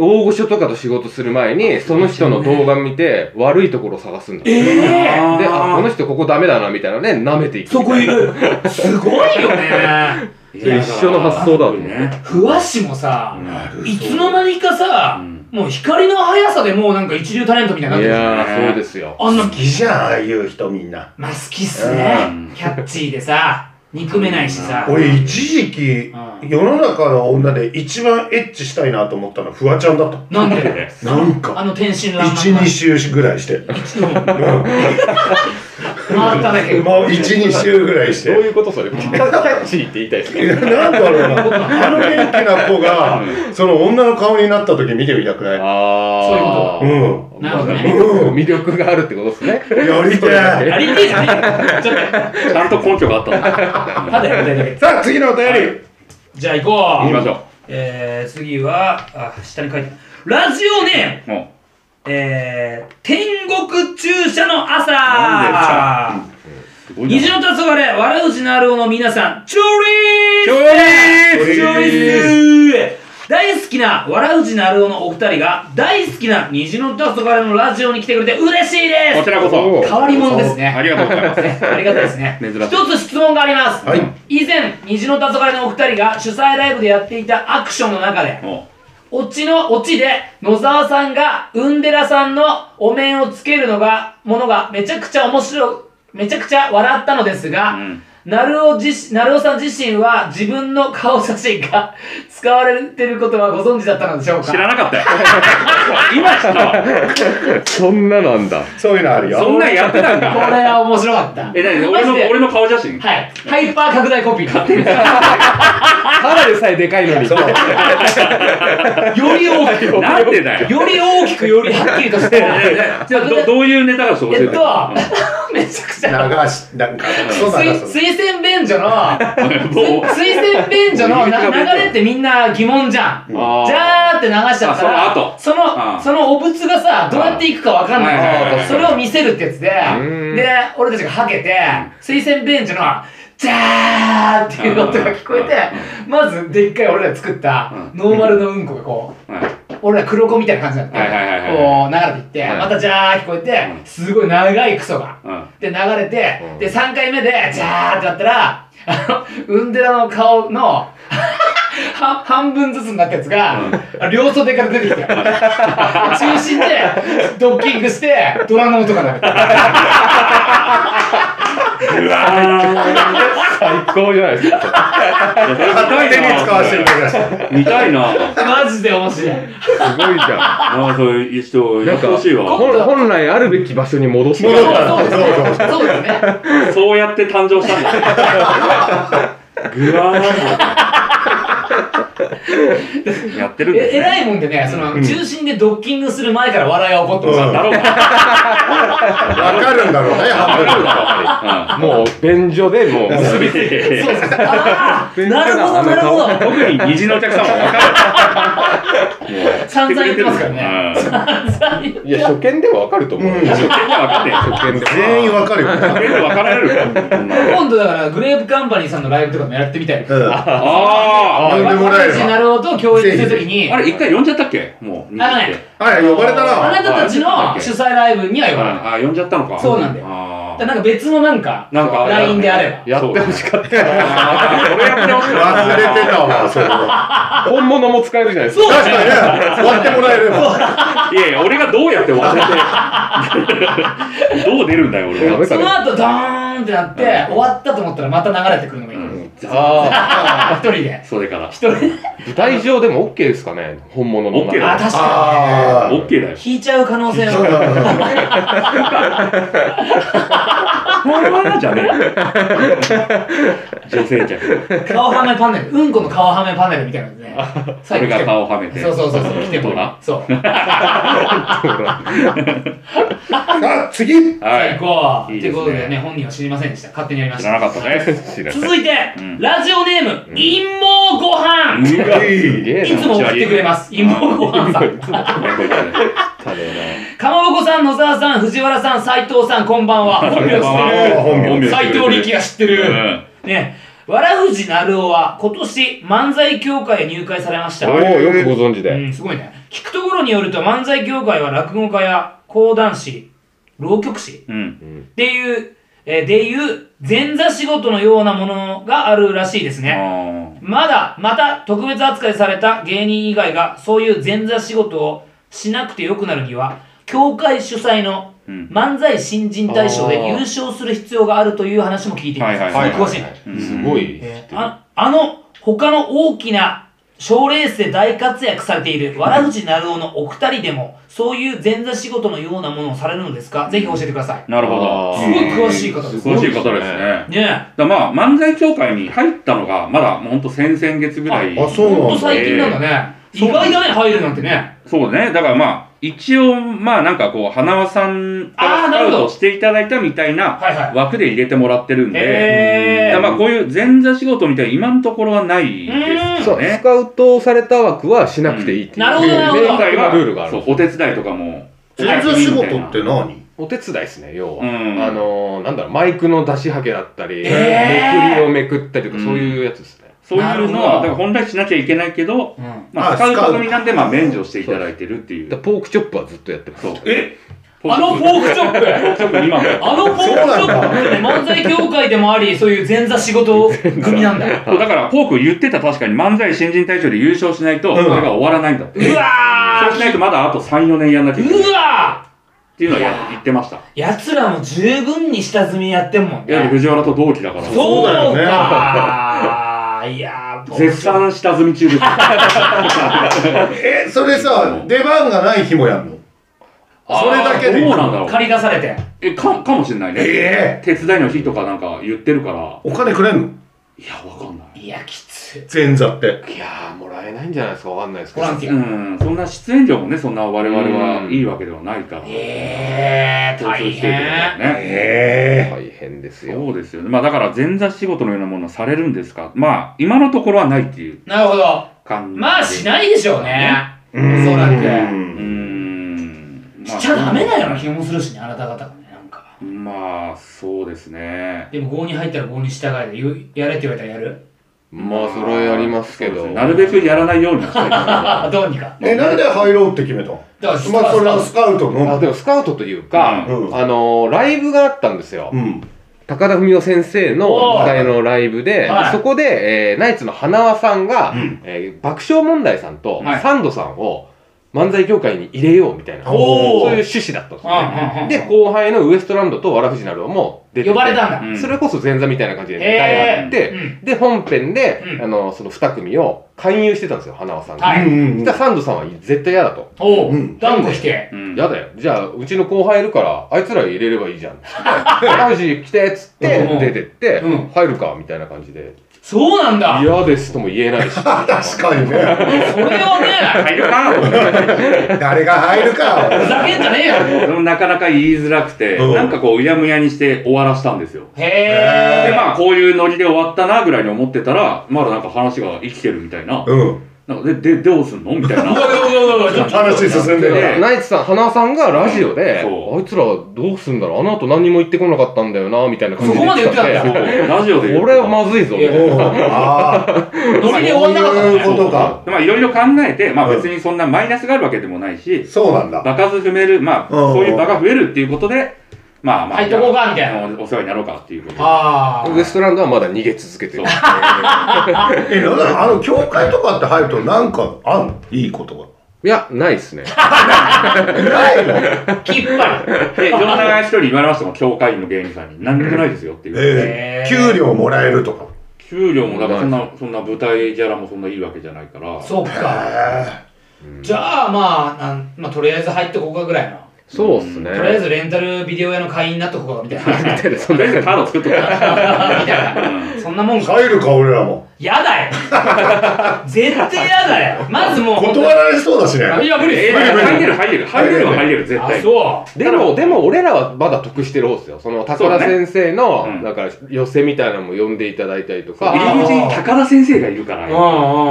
[SPEAKER 4] 大御所とかと仕事する前に、その人の動画見て、悪いところを探すんだ。で、
[SPEAKER 2] ええ
[SPEAKER 3] ら。
[SPEAKER 4] あ、この人ここダメだな、みたいなね、舐めていく。
[SPEAKER 2] そこいる。すごいよね。
[SPEAKER 3] い
[SPEAKER 4] 一緒の発想だもん
[SPEAKER 3] ね。
[SPEAKER 2] ふわしもさ、いつの間にかさ、
[SPEAKER 3] うん
[SPEAKER 2] もう光の速さでもうなんか一流タレントみたいになってるじゃん
[SPEAKER 4] やー、そうですよ。
[SPEAKER 2] あんな、
[SPEAKER 1] 好きじゃんああいう人みんな
[SPEAKER 2] まあ好きっすね
[SPEAKER 3] うん。
[SPEAKER 2] キャッチーでさ、憎めないしさ。
[SPEAKER 1] 俺一時期
[SPEAKER 2] うん
[SPEAKER 1] 世の中の女で一番エッチしたいなと思ったのはフワちゃんだった
[SPEAKER 2] なんで
[SPEAKER 1] なんか
[SPEAKER 2] あの天真爛漫な。
[SPEAKER 1] 12週ぐらいして
[SPEAKER 2] 一うん回っただけ。
[SPEAKER 1] まあ12週ぐらいし
[SPEAKER 4] どう
[SPEAKER 1] て
[SPEAKER 4] いうことそれ。キャッチーって言いたいです
[SPEAKER 1] い
[SPEAKER 4] ね。
[SPEAKER 1] やなんだろうなあの元気な子がその女の顔になった時見てみたくない
[SPEAKER 4] あー。
[SPEAKER 1] そういう
[SPEAKER 2] となるほどね
[SPEAKER 4] まあ魅力があるってことですね。
[SPEAKER 1] やりてえ
[SPEAKER 2] ありてえじゃねえよちょっと、
[SPEAKER 3] ちゃんと根拠があったんだ。
[SPEAKER 2] ただやりたいだけ。
[SPEAKER 1] さあ次のお便り、
[SPEAKER 2] じゃあ行こ
[SPEAKER 3] 行き
[SPEAKER 2] う。
[SPEAKER 3] ましょ
[SPEAKER 2] えー、次は、あ、下に書いてあるラジオネ
[SPEAKER 3] う。も
[SPEAKER 2] ーム、えー、天国注射の朝
[SPEAKER 3] なんですごいな
[SPEAKER 2] 虹の黄昏、笑うしなるおの皆さん、チョリー
[SPEAKER 3] チョ
[SPEAKER 1] リース
[SPEAKER 2] チョリース大好きな、笑うしなるおのお二人が、大好きな虹の黄昏のラジオに来てくれて嬉しいで
[SPEAKER 3] こちらこ
[SPEAKER 4] お
[SPEAKER 3] そ
[SPEAKER 4] ー
[SPEAKER 2] す変わり者ですね。
[SPEAKER 3] ありがとうございます
[SPEAKER 2] ねありがたいですね。
[SPEAKER 3] 珍しい
[SPEAKER 2] 一つ質問があります。
[SPEAKER 1] はい
[SPEAKER 2] 以前、虹の黄昏のお二人が主催ライブでやっていたアクションの中で、
[SPEAKER 3] も
[SPEAKER 2] オチのオチで野沢さんがうんでらさんのお面をつけるのが、ものがめちゃくちゃ面白い、めちゃくちゃ笑ったのです
[SPEAKER 3] う、う
[SPEAKER 2] が、
[SPEAKER 3] ん、
[SPEAKER 2] なるお自身、なるおさん自身は自分の顔写真が使われてることはご存知だったのでしょうか
[SPEAKER 3] 知らなかったよ今知ったわ
[SPEAKER 4] そんななんだ。
[SPEAKER 1] そういうのある
[SPEAKER 3] そ
[SPEAKER 1] よ。
[SPEAKER 3] んなんやってたん
[SPEAKER 2] こ
[SPEAKER 3] だ
[SPEAKER 2] れは面白かった。
[SPEAKER 3] え何
[SPEAKER 2] マ
[SPEAKER 3] 俺
[SPEAKER 2] ジ
[SPEAKER 3] の
[SPEAKER 2] で
[SPEAKER 3] 俺の顔写真
[SPEAKER 2] はい。ハイパー拡大コピー買ってる。
[SPEAKER 4] ただでさえでかいのに。
[SPEAKER 1] そう。
[SPEAKER 2] より大きく。
[SPEAKER 3] なんでだよ
[SPEAKER 2] より大きく、よりはっきりとして。
[SPEAKER 3] じゃあどどういうネタがそう
[SPEAKER 2] えっと
[SPEAKER 3] うん、
[SPEAKER 2] めちゃくち
[SPEAKER 1] 流
[SPEAKER 2] ゃ。
[SPEAKER 1] し、なんか、クソ
[SPEAKER 2] 水
[SPEAKER 1] 流す。
[SPEAKER 2] 推薦便所の、
[SPEAKER 3] もう
[SPEAKER 2] 推薦便所のな流れってみんな疑問じゃん。
[SPEAKER 3] あー
[SPEAKER 2] じゃーって流しちゃったら
[SPEAKER 3] あその後
[SPEAKER 2] そ
[SPEAKER 3] うん
[SPEAKER 2] のそのお仏がさどうやっていくかわかん
[SPEAKER 3] はいはいはい
[SPEAKER 2] な
[SPEAKER 3] はい
[SPEAKER 2] いそれを見せるってやつで
[SPEAKER 4] ん
[SPEAKER 2] で俺たちがはけて推薦ベンチのジャーっていう音が聞こえてまずでっかい俺ら作った
[SPEAKER 3] うん
[SPEAKER 2] ノーマルのうんこがこう
[SPEAKER 3] はい
[SPEAKER 2] 俺ら黒子みたいな感じにな
[SPEAKER 3] はいはいはいはい
[SPEAKER 2] ってこう流れていっ
[SPEAKER 3] は
[SPEAKER 2] て
[SPEAKER 3] い
[SPEAKER 2] またジャー聞こえ
[SPEAKER 3] うん
[SPEAKER 2] てすごい長いクソが
[SPEAKER 3] うん
[SPEAKER 2] で流れて、
[SPEAKER 4] うん
[SPEAKER 2] で3回目でジャーってなったらあのウンデラの顔の は半分ずつになったやつが、両袖から出てきて中心でドッキングしてドラの音が鳴る
[SPEAKER 3] うわ
[SPEAKER 4] 最高じゃないで
[SPEAKER 3] ーいやそれ
[SPEAKER 4] すか。
[SPEAKER 1] 勝
[SPEAKER 3] 見
[SPEAKER 1] 手
[SPEAKER 3] たい
[SPEAKER 1] に
[SPEAKER 3] な
[SPEAKER 1] 使わせてください。
[SPEAKER 3] 見たいな
[SPEAKER 2] マジで面白い
[SPEAKER 4] すごいじゃ
[SPEAKER 3] ああそういう人
[SPEAKER 4] ん。な
[SPEAKER 3] や
[SPEAKER 4] ん
[SPEAKER 3] って
[SPEAKER 4] か、
[SPEAKER 3] ほしいわ
[SPEAKER 4] 本本来あるべき場所に戻す。
[SPEAKER 1] 戻った
[SPEAKER 2] そうですねそうですね
[SPEAKER 3] そうやって誕生したんだぐわーん やってるんです
[SPEAKER 2] え
[SPEAKER 3] ね
[SPEAKER 2] 偉いもんでねその、中心でドッキングする前から笑いが起こってました、
[SPEAKER 1] うん
[SPEAKER 3] だろうな
[SPEAKER 1] わかるんだろうね、半分
[SPEAKER 3] うん
[SPEAKER 4] もう、便所でもう。
[SPEAKER 3] そ
[SPEAKER 2] そ
[SPEAKER 3] うです
[SPEAKER 2] うですねあー
[SPEAKER 4] 全 然
[SPEAKER 2] なるほどなるほど
[SPEAKER 3] 特に虹のお客さんは分かるもう
[SPEAKER 2] 散々言ってますから
[SPEAKER 3] ね
[SPEAKER 2] ね散々言って
[SPEAKER 4] いや、初見でもわかると思う。
[SPEAKER 1] うん
[SPEAKER 4] 初
[SPEAKER 3] 初見では分かんねえ
[SPEAKER 4] 見でも。
[SPEAKER 1] 全員わかるよ。
[SPEAKER 3] 初見で分かられるかこんなの
[SPEAKER 2] 今度だからグレープカンパニーさんのライブとかもやってみたいです
[SPEAKER 1] うん。
[SPEAKER 3] あ
[SPEAKER 1] 呼んでもらえれば
[SPEAKER 2] 私なるほど共演するときに
[SPEAKER 3] ーあれ一回呼んじゃったっけもう虹
[SPEAKER 2] あの
[SPEAKER 3] っ
[SPEAKER 2] ね
[SPEAKER 3] て
[SPEAKER 1] はい、呼ばれた
[SPEAKER 2] あ
[SPEAKER 1] な。
[SPEAKER 2] なたたちの主催ライブには呼ばれない。
[SPEAKER 3] ああ呼んじゃったのか
[SPEAKER 2] そうなんだよ
[SPEAKER 3] あ
[SPEAKER 2] だ
[SPEAKER 3] ー
[SPEAKER 2] からなんか別のなんか、
[SPEAKER 3] なんか
[SPEAKER 2] LINE であれば。
[SPEAKER 4] やってほしかった。
[SPEAKER 3] あーこれやってほしい
[SPEAKER 1] 忘れてたわ、それは。
[SPEAKER 4] 本物も使えるじゃないですか。
[SPEAKER 2] そう
[SPEAKER 1] 確
[SPEAKER 2] だ
[SPEAKER 1] かに
[SPEAKER 2] ね。
[SPEAKER 1] ね、割ってもらえれば。
[SPEAKER 3] いやいや、俺がどうやって忘れて、どう出るんだよ、俺
[SPEAKER 4] ダ
[SPEAKER 3] は。
[SPEAKER 4] メ
[SPEAKER 2] そ
[SPEAKER 4] だ
[SPEAKER 2] の
[SPEAKER 4] ね。
[SPEAKER 2] 後、ドーンってなって、終わったと思ったらまた流れてくるのがいい。
[SPEAKER 3] うん
[SPEAKER 4] あ
[SPEAKER 2] 一人で。
[SPEAKER 3] それから。
[SPEAKER 2] 一人で。
[SPEAKER 4] あ、舞台上でも OK ですかね。本物の。
[SPEAKER 3] OK だ
[SPEAKER 2] あ、確か
[SPEAKER 1] あ
[SPEAKER 3] オッケーだよ
[SPEAKER 2] に。。引いちゃう可能性
[SPEAKER 1] そう
[SPEAKER 2] は。
[SPEAKER 1] だね
[SPEAKER 3] わらわらじゃねえ。女性客。
[SPEAKER 2] 顔はめパネル。うんこの顔はめパネルみたいなやつね。
[SPEAKER 3] 俺が
[SPEAKER 2] 来ても
[SPEAKER 3] 顔をはめて。
[SPEAKER 2] そうそうそうそう。来ても
[SPEAKER 3] ドラ
[SPEAKER 2] そう。
[SPEAKER 1] さあ、次
[SPEAKER 3] は
[SPEAKER 2] 最
[SPEAKER 3] い。
[SPEAKER 2] 高。と
[SPEAKER 3] いい
[SPEAKER 2] い
[SPEAKER 3] で
[SPEAKER 2] う
[SPEAKER 3] す
[SPEAKER 2] こ
[SPEAKER 3] ね
[SPEAKER 2] とでね、本人は知りませんでした。勝手にやりまし
[SPEAKER 3] 知
[SPEAKER 2] た。
[SPEAKER 3] らなかったです。
[SPEAKER 4] 知らない。
[SPEAKER 2] 続いて
[SPEAKER 3] うん、
[SPEAKER 2] ラジオネーム、陰謀ご飯。
[SPEAKER 3] うわ
[SPEAKER 4] すげえ
[SPEAKER 2] い
[SPEAKER 4] な
[SPEAKER 2] つ。も送ってくれます。陰謀ご飯さん。
[SPEAKER 4] たね
[SPEAKER 2] かまぼこさん、野沢さん、藤原さん、斎藤さん、こんばんは。本名知って
[SPEAKER 1] は本名
[SPEAKER 2] る。斎藤力也知って
[SPEAKER 3] う
[SPEAKER 2] る。
[SPEAKER 3] ん
[SPEAKER 2] ね。わらふじなるおは、今年、漫才協会へ入会されました。
[SPEAKER 4] な。おお
[SPEAKER 2] う
[SPEAKER 4] ー、よくご存知で。
[SPEAKER 2] ん、すごいね。聞くところによると、漫才協会は落語家や講談師、浪曲師
[SPEAKER 3] うん。
[SPEAKER 2] っていう、えーでいう、前座仕事のようなものがあるらしいですね。
[SPEAKER 3] あ
[SPEAKER 2] まだ、また特別扱いされた芸人以外がそういう前座仕事をしなくてよくなるには、協会主催の
[SPEAKER 3] うん
[SPEAKER 2] 漫才新人大賞で
[SPEAKER 4] あー
[SPEAKER 2] 優勝する必要があるという話も聞いています。
[SPEAKER 3] は
[SPEAKER 2] す
[SPEAKER 3] い
[SPEAKER 2] ご
[SPEAKER 3] はいい
[SPEAKER 2] 詳しいね。
[SPEAKER 3] うん
[SPEAKER 4] すごい。
[SPEAKER 2] えーああの、他の大きな賞レースで大活躍されている、わらふじなるおのお二人でも、そういう前座仕事のようなものをされるのですかぜひ教えてください。
[SPEAKER 3] なるほど。
[SPEAKER 2] すごい詳しい方です
[SPEAKER 3] 詳しい方ですね。
[SPEAKER 2] ね
[SPEAKER 3] だからまあ、漫才協会に入ったのが、まだもうほんと先々月ぐらい。
[SPEAKER 1] ああそう
[SPEAKER 2] え。
[SPEAKER 1] なん
[SPEAKER 2] ほん
[SPEAKER 1] だ
[SPEAKER 2] と最近なんだね。意外だね、入るなんてね。
[SPEAKER 3] そうね。だからまあ、一応、まあなんかこう、花輪さんから
[SPEAKER 2] あー
[SPEAKER 3] ス
[SPEAKER 2] な
[SPEAKER 3] カ
[SPEAKER 2] るほ
[SPEAKER 3] ウ
[SPEAKER 2] ど
[SPEAKER 3] トしていただいたみたいな
[SPEAKER 2] はいはい。
[SPEAKER 3] 枠で入れてもらってるんで、
[SPEAKER 2] え
[SPEAKER 3] だ
[SPEAKER 2] ー
[SPEAKER 3] からまあこういう前座仕事みたいな今のところはないです
[SPEAKER 4] そ
[SPEAKER 3] よ
[SPEAKER 4] う、ス
[SPEAKER 3] ね。
[SPEAKER 4] カウトされた枠はしなくていいっていう。
[SPEAKER 2] うんなるほどなるほど
[SPEAKER 4] 明確なルールがあ
[SPEAKER 3] そ
[SPEAKER 4] る
[SPEAKER 3] う。お手伝いとかも。
[SPEAKER 1] 前座仕事って何
[SPEAKER 4] お手伝いですね、要は。
[SPEAKER 3] うん
[SPEAKER 4] あのー、なんだろう、マイクの出しはけだったり、
[SPEAKER 2] えー
[SPEAKER 4] めくりをめくったりとか、
[SPEAKER 3] うん
[SPEAKER 4] そういうやつですね。
[SPEAKER 3] そういうの
[SPEAKER 2] なるほど
[SPEAKER 3] は、だから本来しなきゃいけないけど、
[SPEAKER 2] うん
[SPEAKER 3] まあ、
[SPEAKER 1] あ
[SPEAKER 3] 使う
[SPEAKER 1] 使う
[SPEAKER 3] ことになんで、まあ、免除していただいてるってい
[SPEAKER 4] だ
[SPEAKER 3] う。
[SPEAKER 4] からポークチョップはずっとやってます。
[SPEAKER 3] そう。
[SPEAKER 2] え
[SPEAKER 3] ポ
[SPEAKER 2] あのフォークチョップ
[SPEAKER 3] 特に今も。
[SPEAKER 2] あのフォークチョップ漫才協会でもありそういう前座仕事組なんだ
[SPEAKER 3] そうだから、フォーク言ってた確かに漫才新人大賞で優勝しないと、それが終わらないんだって。
[SPEAKER 2] うわ
[SPEAKER 3] そうしないとまだあと3、4年やんなきゃいけないっ
[SPEAKER 2] ーうわ
[SPEAKER 3] ていうのはや言ってました。
[SPEAKER 2] ーやつらも十分に下積みやってんもん
[SPEAKER 3] いや、
[SPEAKER 2] ね
[SPEAKER 3] 藤原と同期だから。
[SPEAKER 2] そう
[SPEAKER 1] だよね
[SPEAKER 2] かいやー
[SPEAKER 3] 絶賛下積み中です。
[SPEAKER 1] え、それさ、出番がない日もやんの
[SPEAKER 3] あー
[SPEAKER 1] それだけで
[SPEAKER 3] どうなんだろう。
[SPEAKER 2] 借り出されて
[SPEAKER 3] え、か、かもしれないね。
[SPEAKER 1] え
[SPEAKER 3] 手伝いの日とかなんか言ってるから。
[SPEAKER 1] お金くれんの
[SPEAKER 3] いや、わかんない。
[SPEAKER 2] いやきつい
[SPEAKER 1] 前座って。
[SPEAKER 4] いやー、もらえないんじゃないですか、わかんないですけ
[SPEAKER 2] ボ
[SPEAKER 4] ど
[SPEAKER 2] ラ。ンティア
[SPEAKER 3] うん、そんな出演料もね、そんな我々はいいわけではないから。
[SPEAKER 2] ええー、
[SPEAKER 3] 共
[SPEAKER 2] 大
[SPEAKER 3] 通してるから
[SPEAKER 2] 変。
[SPEAKER 3] ね。
[SPEAKER 1] え
[SPEAKER 4] 大変ですよ。
[SPEAKER 3] そうですよね。まあだから前座仕事のようなものはされるんですかまあ今のところはないっていう
[SPEAKER 2] なるほど。
[SPEAKER 3] 感じ。
[SPEAKER 2] まあ、しないでしょうね。
[SPEAKER 1] え
[SPEAKER 2] んそうなん
[SPEAKER 1] う
[SPEAKER 2] だ
[SPEAKER 3] うんん。ま
[SPEAKER 2] し
[SPEAKER 3] あ
[SPEAKER 2] ちゃダメだよな気もするしね、あなた方がね、なんか。
[SPEAKER 3] まあそうですね。
[SPEAKER 2] でも、5に入ったら5に従えで、言うやれって言われたらやる
[SPEAKER 4] まあ、それはやりますけ
[SPEAKER 3] そう
[SPEAKER 4] ど。
[SPEAKER 3] ですねなるべくやらないようにはしたい
[SPEAKER 2] あ、
[SPEAKER 3] な。
[SPEAKER 2] どうにか。
[SPEAKER 1] え、なんで入ろうって決めたの
[SPEAKER 2] だから、スカ
[SPEAKER 1] まあ、それは
[SPEAKER 2] ウ
[SPEAKER 1] スカウト
[SPEAKER 4] あ
[SPEAKER 1] の。
[SPEAKER 4] でもスカウトというか、
[SPEAKER 1] うん
[SPEAKER 4] あのーライブがあったんですよ、
[SPEAKER 1] うん。
[SPEAKER 4] 高田文夫先生の
[SPEAKER 2] おー
[SPEAKER 4] 舞台のライブで、
[SPEAKER 2] はい
[SPEAKER 4] そこで、えーナイツの花輪さんが、
[SPEAKER 1] うん
[SPEAKER 4] えー爆笑問題さんと
[SPEAKER 2] はい
[SPEAKER 4] サンドさんを漫才業界に入れようみたいな、
[SPEAKER 1] おー
[SPEAKER 4] そういう趣旨だったんですよね、
[SPEAKER 2] うんうんうん
[SPEAKER 4] で後輩のウエストランドとわらふじなるおも出てて
[SPEAKER 2] 呼ばれたんだ
[SPEAKER 3] う ん
[SPEAKER 4] それこそ前座みたいな感じで
[SPEAKER 2] へー
[SPEAKER 4] 舞台があって、
[SPEAKER 2] う
[SPEAKER 4] で本編で、
[SPEAKER 2] うん
[SPEAKER 4] あのその2組を勧誘してたんですよ花輪さんが、
[SPEAKER 2] はい
[SPEAKER 1] うん
[SPEAKER 4] そしたらサンドさんは絶対嫌だと
[SPEAKER 2] お
[SPEAKER 1] う
[SPEAKER 2] うん断固否定。
[SPEAKER 3] うん
[SPEAKER 4] やだよ。じゃあ、うちの後輩いるから、あいつら入れればいいじゃ んっつって。ラジ来てっつって
[SPEAKER 2] うん、
[SPEAKER 4] 出てって
[SPEAKER 2] うん、
[SPEAKER 4] 入るかみたいな感じで。
[SPEAKER 2] そうなんだ。
[SPEAKER 4] 嫌ですとも言え ないし。
[SPEAKER 1] 確かにね。
[SPEAKER 2] それはね、
[SPEAKER 3] 入るか
[SPEAKER 1] 誰が入る
[SPEAKER 2] ふ
[SPEAKER 1] か。
[SPEAKER 2] ざけんじゃねえよ。
[SPEAKER 3] それもなかなか言いづらくて、
[SPEAKER 1] うん
[SPEAKER 3] なんかこううやむやにして終わらしたんですよ。
[SPEAKER 2] へえ。
[SPEAKER 3] で、まあ、こういうノリで終わったな、ぐらいに思ってたら、まだなんか話が生きてるみたいな。
[SPEAKER 1] うん。
[SPEAKER 3] なんか、で、で、どうすんのみたい な。
[SPEAKER 2] うわうわうわうわちょっと
[SPEAKER 1] 話進んでる。
[SPEAKER 4] でナイツさん、花さんがラジオで、
[SPEAKER 3] そう
[SPEAKER 4] あいつらどうすんだろうあの後何も言ってこなかったんだよな、みたいな感じでって
[SPEAKER 2] そこまで言ってたん
[SPEAKER 3] そう、
[SPEAKER 4] で。
[SPEAKER 3] ラジオで言うと。
[SPEAKER 4] これはまずいぞ。
[SPEAKER 2] いや
[SPEAKER 4] みたいな
[SPEAKER 1] おーああ。
[SPEAKER 2] ノリで終わんなかった
[SPEAKER 1] そうい
[SPEAKER 2] ね
[SPEAKER 1] うことか。
[SPEAKER 3] まあ、いろいろ考えて、まあ
[SPEAKER 1] うん
[SPEAKER 3] 別にそんなマイナスがあるわけでもないし、
[SPEAKER 1] そうなんだ。
[SPEAKER 3] 場数踏める、まあ、
[SPEAKER 1] うん
[SPEAKER 3] そういう場が増えるっていうことで、まあまあ、
[SPEAKER 2] 入っとこうかみたいな
[SPEAKER 3] おお世話になろうかっていうことで。
[SPEAKER 2] あ
[SPEAKER 4] ウエストランドはまだ逃げ続けて
[SPEAKER 1] え、
[SPEAKER 4] る。
[SPEAKER 1] なんだあの、教会とかって入るとなんかあんのいいことが。
[SPEAKER 4] いや、ないっすね。
[SPEAKER 1] ないのへ
[SPEAKER 2] あ。きっぱり。
[SPEAKER 3] で、いろんな人に言われましたもん、教会員の芸人さんに。なんでもないですよっていう。
[SPEAKER 1] え
[SPEAKER 2] へー
[SPEAKER 1] 給料もらえるとか。
[SPEAKER 3] 給料も、だからそんな、そんな舞台ギャラもそんないいわけじゃないから。
[SPEAKER 2] そっか。
[SPEAKER 1] へ
[SPEAKER 2] じゃあ、まあ、なんまあ、とりあえず入ってこうかぐらいの。
[SPEAKER 4] そうっすね。
[SPEAKER 2] とりあえずレンタルビデオ屋の会員になっとこうかみたいな。 み
[SPEAKER 4] みたいなそ
[SPEAKER 3] と
[SPEAKER 4] ん
[SPEAKER 3] り
[SPEAKER 4] な
[SPEAKER 3] あえずカード作っとくから。
[SPEAKER 2] たいな。そんなもん
[SPEAKER 1] ー
[SPEAKER 2] か。
[SPEAKER 1] 入るか、俺らも。
[SPEAKER 2] やだよ絶対やだよまずもう。
[SPEAKER 1] 断られそうだし
[SPEAKER 2] い
[SPEAKER 1] ね。
[SPEAKER 2] や、無理
[SPEAKER 3] え
[SPEAKER 2] です
[SPEAKER 3] ー入れる、入れる、入れるは入れる、絶
[SPEAKER 2] あ、
[SPEAKER 3] 対。
[SPEAKER 2] そ
[SPEAKER 4] でも、でも俺らはまだ得してる方ですよ。その高田先生
[SPEAKER 3] そ
[SPEAKER 4] の、
[SPEAKER 3] うだねうん
[SPEAKER 4] だから寄せみたいなのも呼んでいただいたりとか、
[SPEAKER 2] あ
[SPEAKER 3] 入り口に高田先生がいるか
[SPEAKER 2] う。
[SPEAKER 3] ら、
[SPEAKER 2] うんう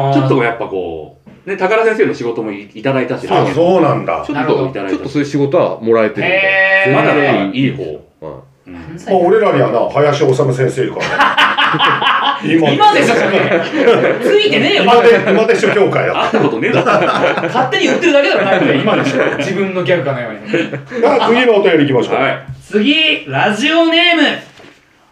[SPEAKER 2] んうん。
[SPEAKER 3] ちょっとやっぱこう、ね、高田先生の仕事もいいただいたし、
[SPEAKER 1] あ、
[SPEAKER 3] う
[SPEAKER 1] そうなんだ。
[SPEAKER 4] ちょ
[SPEAKER 2] な
[SPEAKER 4] っ
[SPEAKER 2] るほ
[SPEAKER 4] と
[SPEAKER 2] ど、
[SPEAKER 4] ちょっとそういう仕事はもらえてるんで。
[SPEAKER 2] へー。
[SPEAKER 3] まだ
[SPEAKER 4] ね
[SPEAKER 3] ね、いい方。
[SPEAKER 4] うん
[SPEAKER 3] うん
[SPEAKER 1] まあ、俺らにはな、林修先生いるからね。今
[SPEAKER 2] 今でしょ、それ。 ついてねえよ、
[SPEAKER 1] 今で、今でしょ、教会だ。
[SPEAKER 3] 会ったことねえだろ。
[SPEAKER 2] 勝手に売ってるだけだろ、ない今でしょ。自分のギャグかのように。
[SPEAKER 1] あ次のお便り行きましょう。
[SPEAKER 3] はい。
[SPEAKER 2] 次、ラジオネー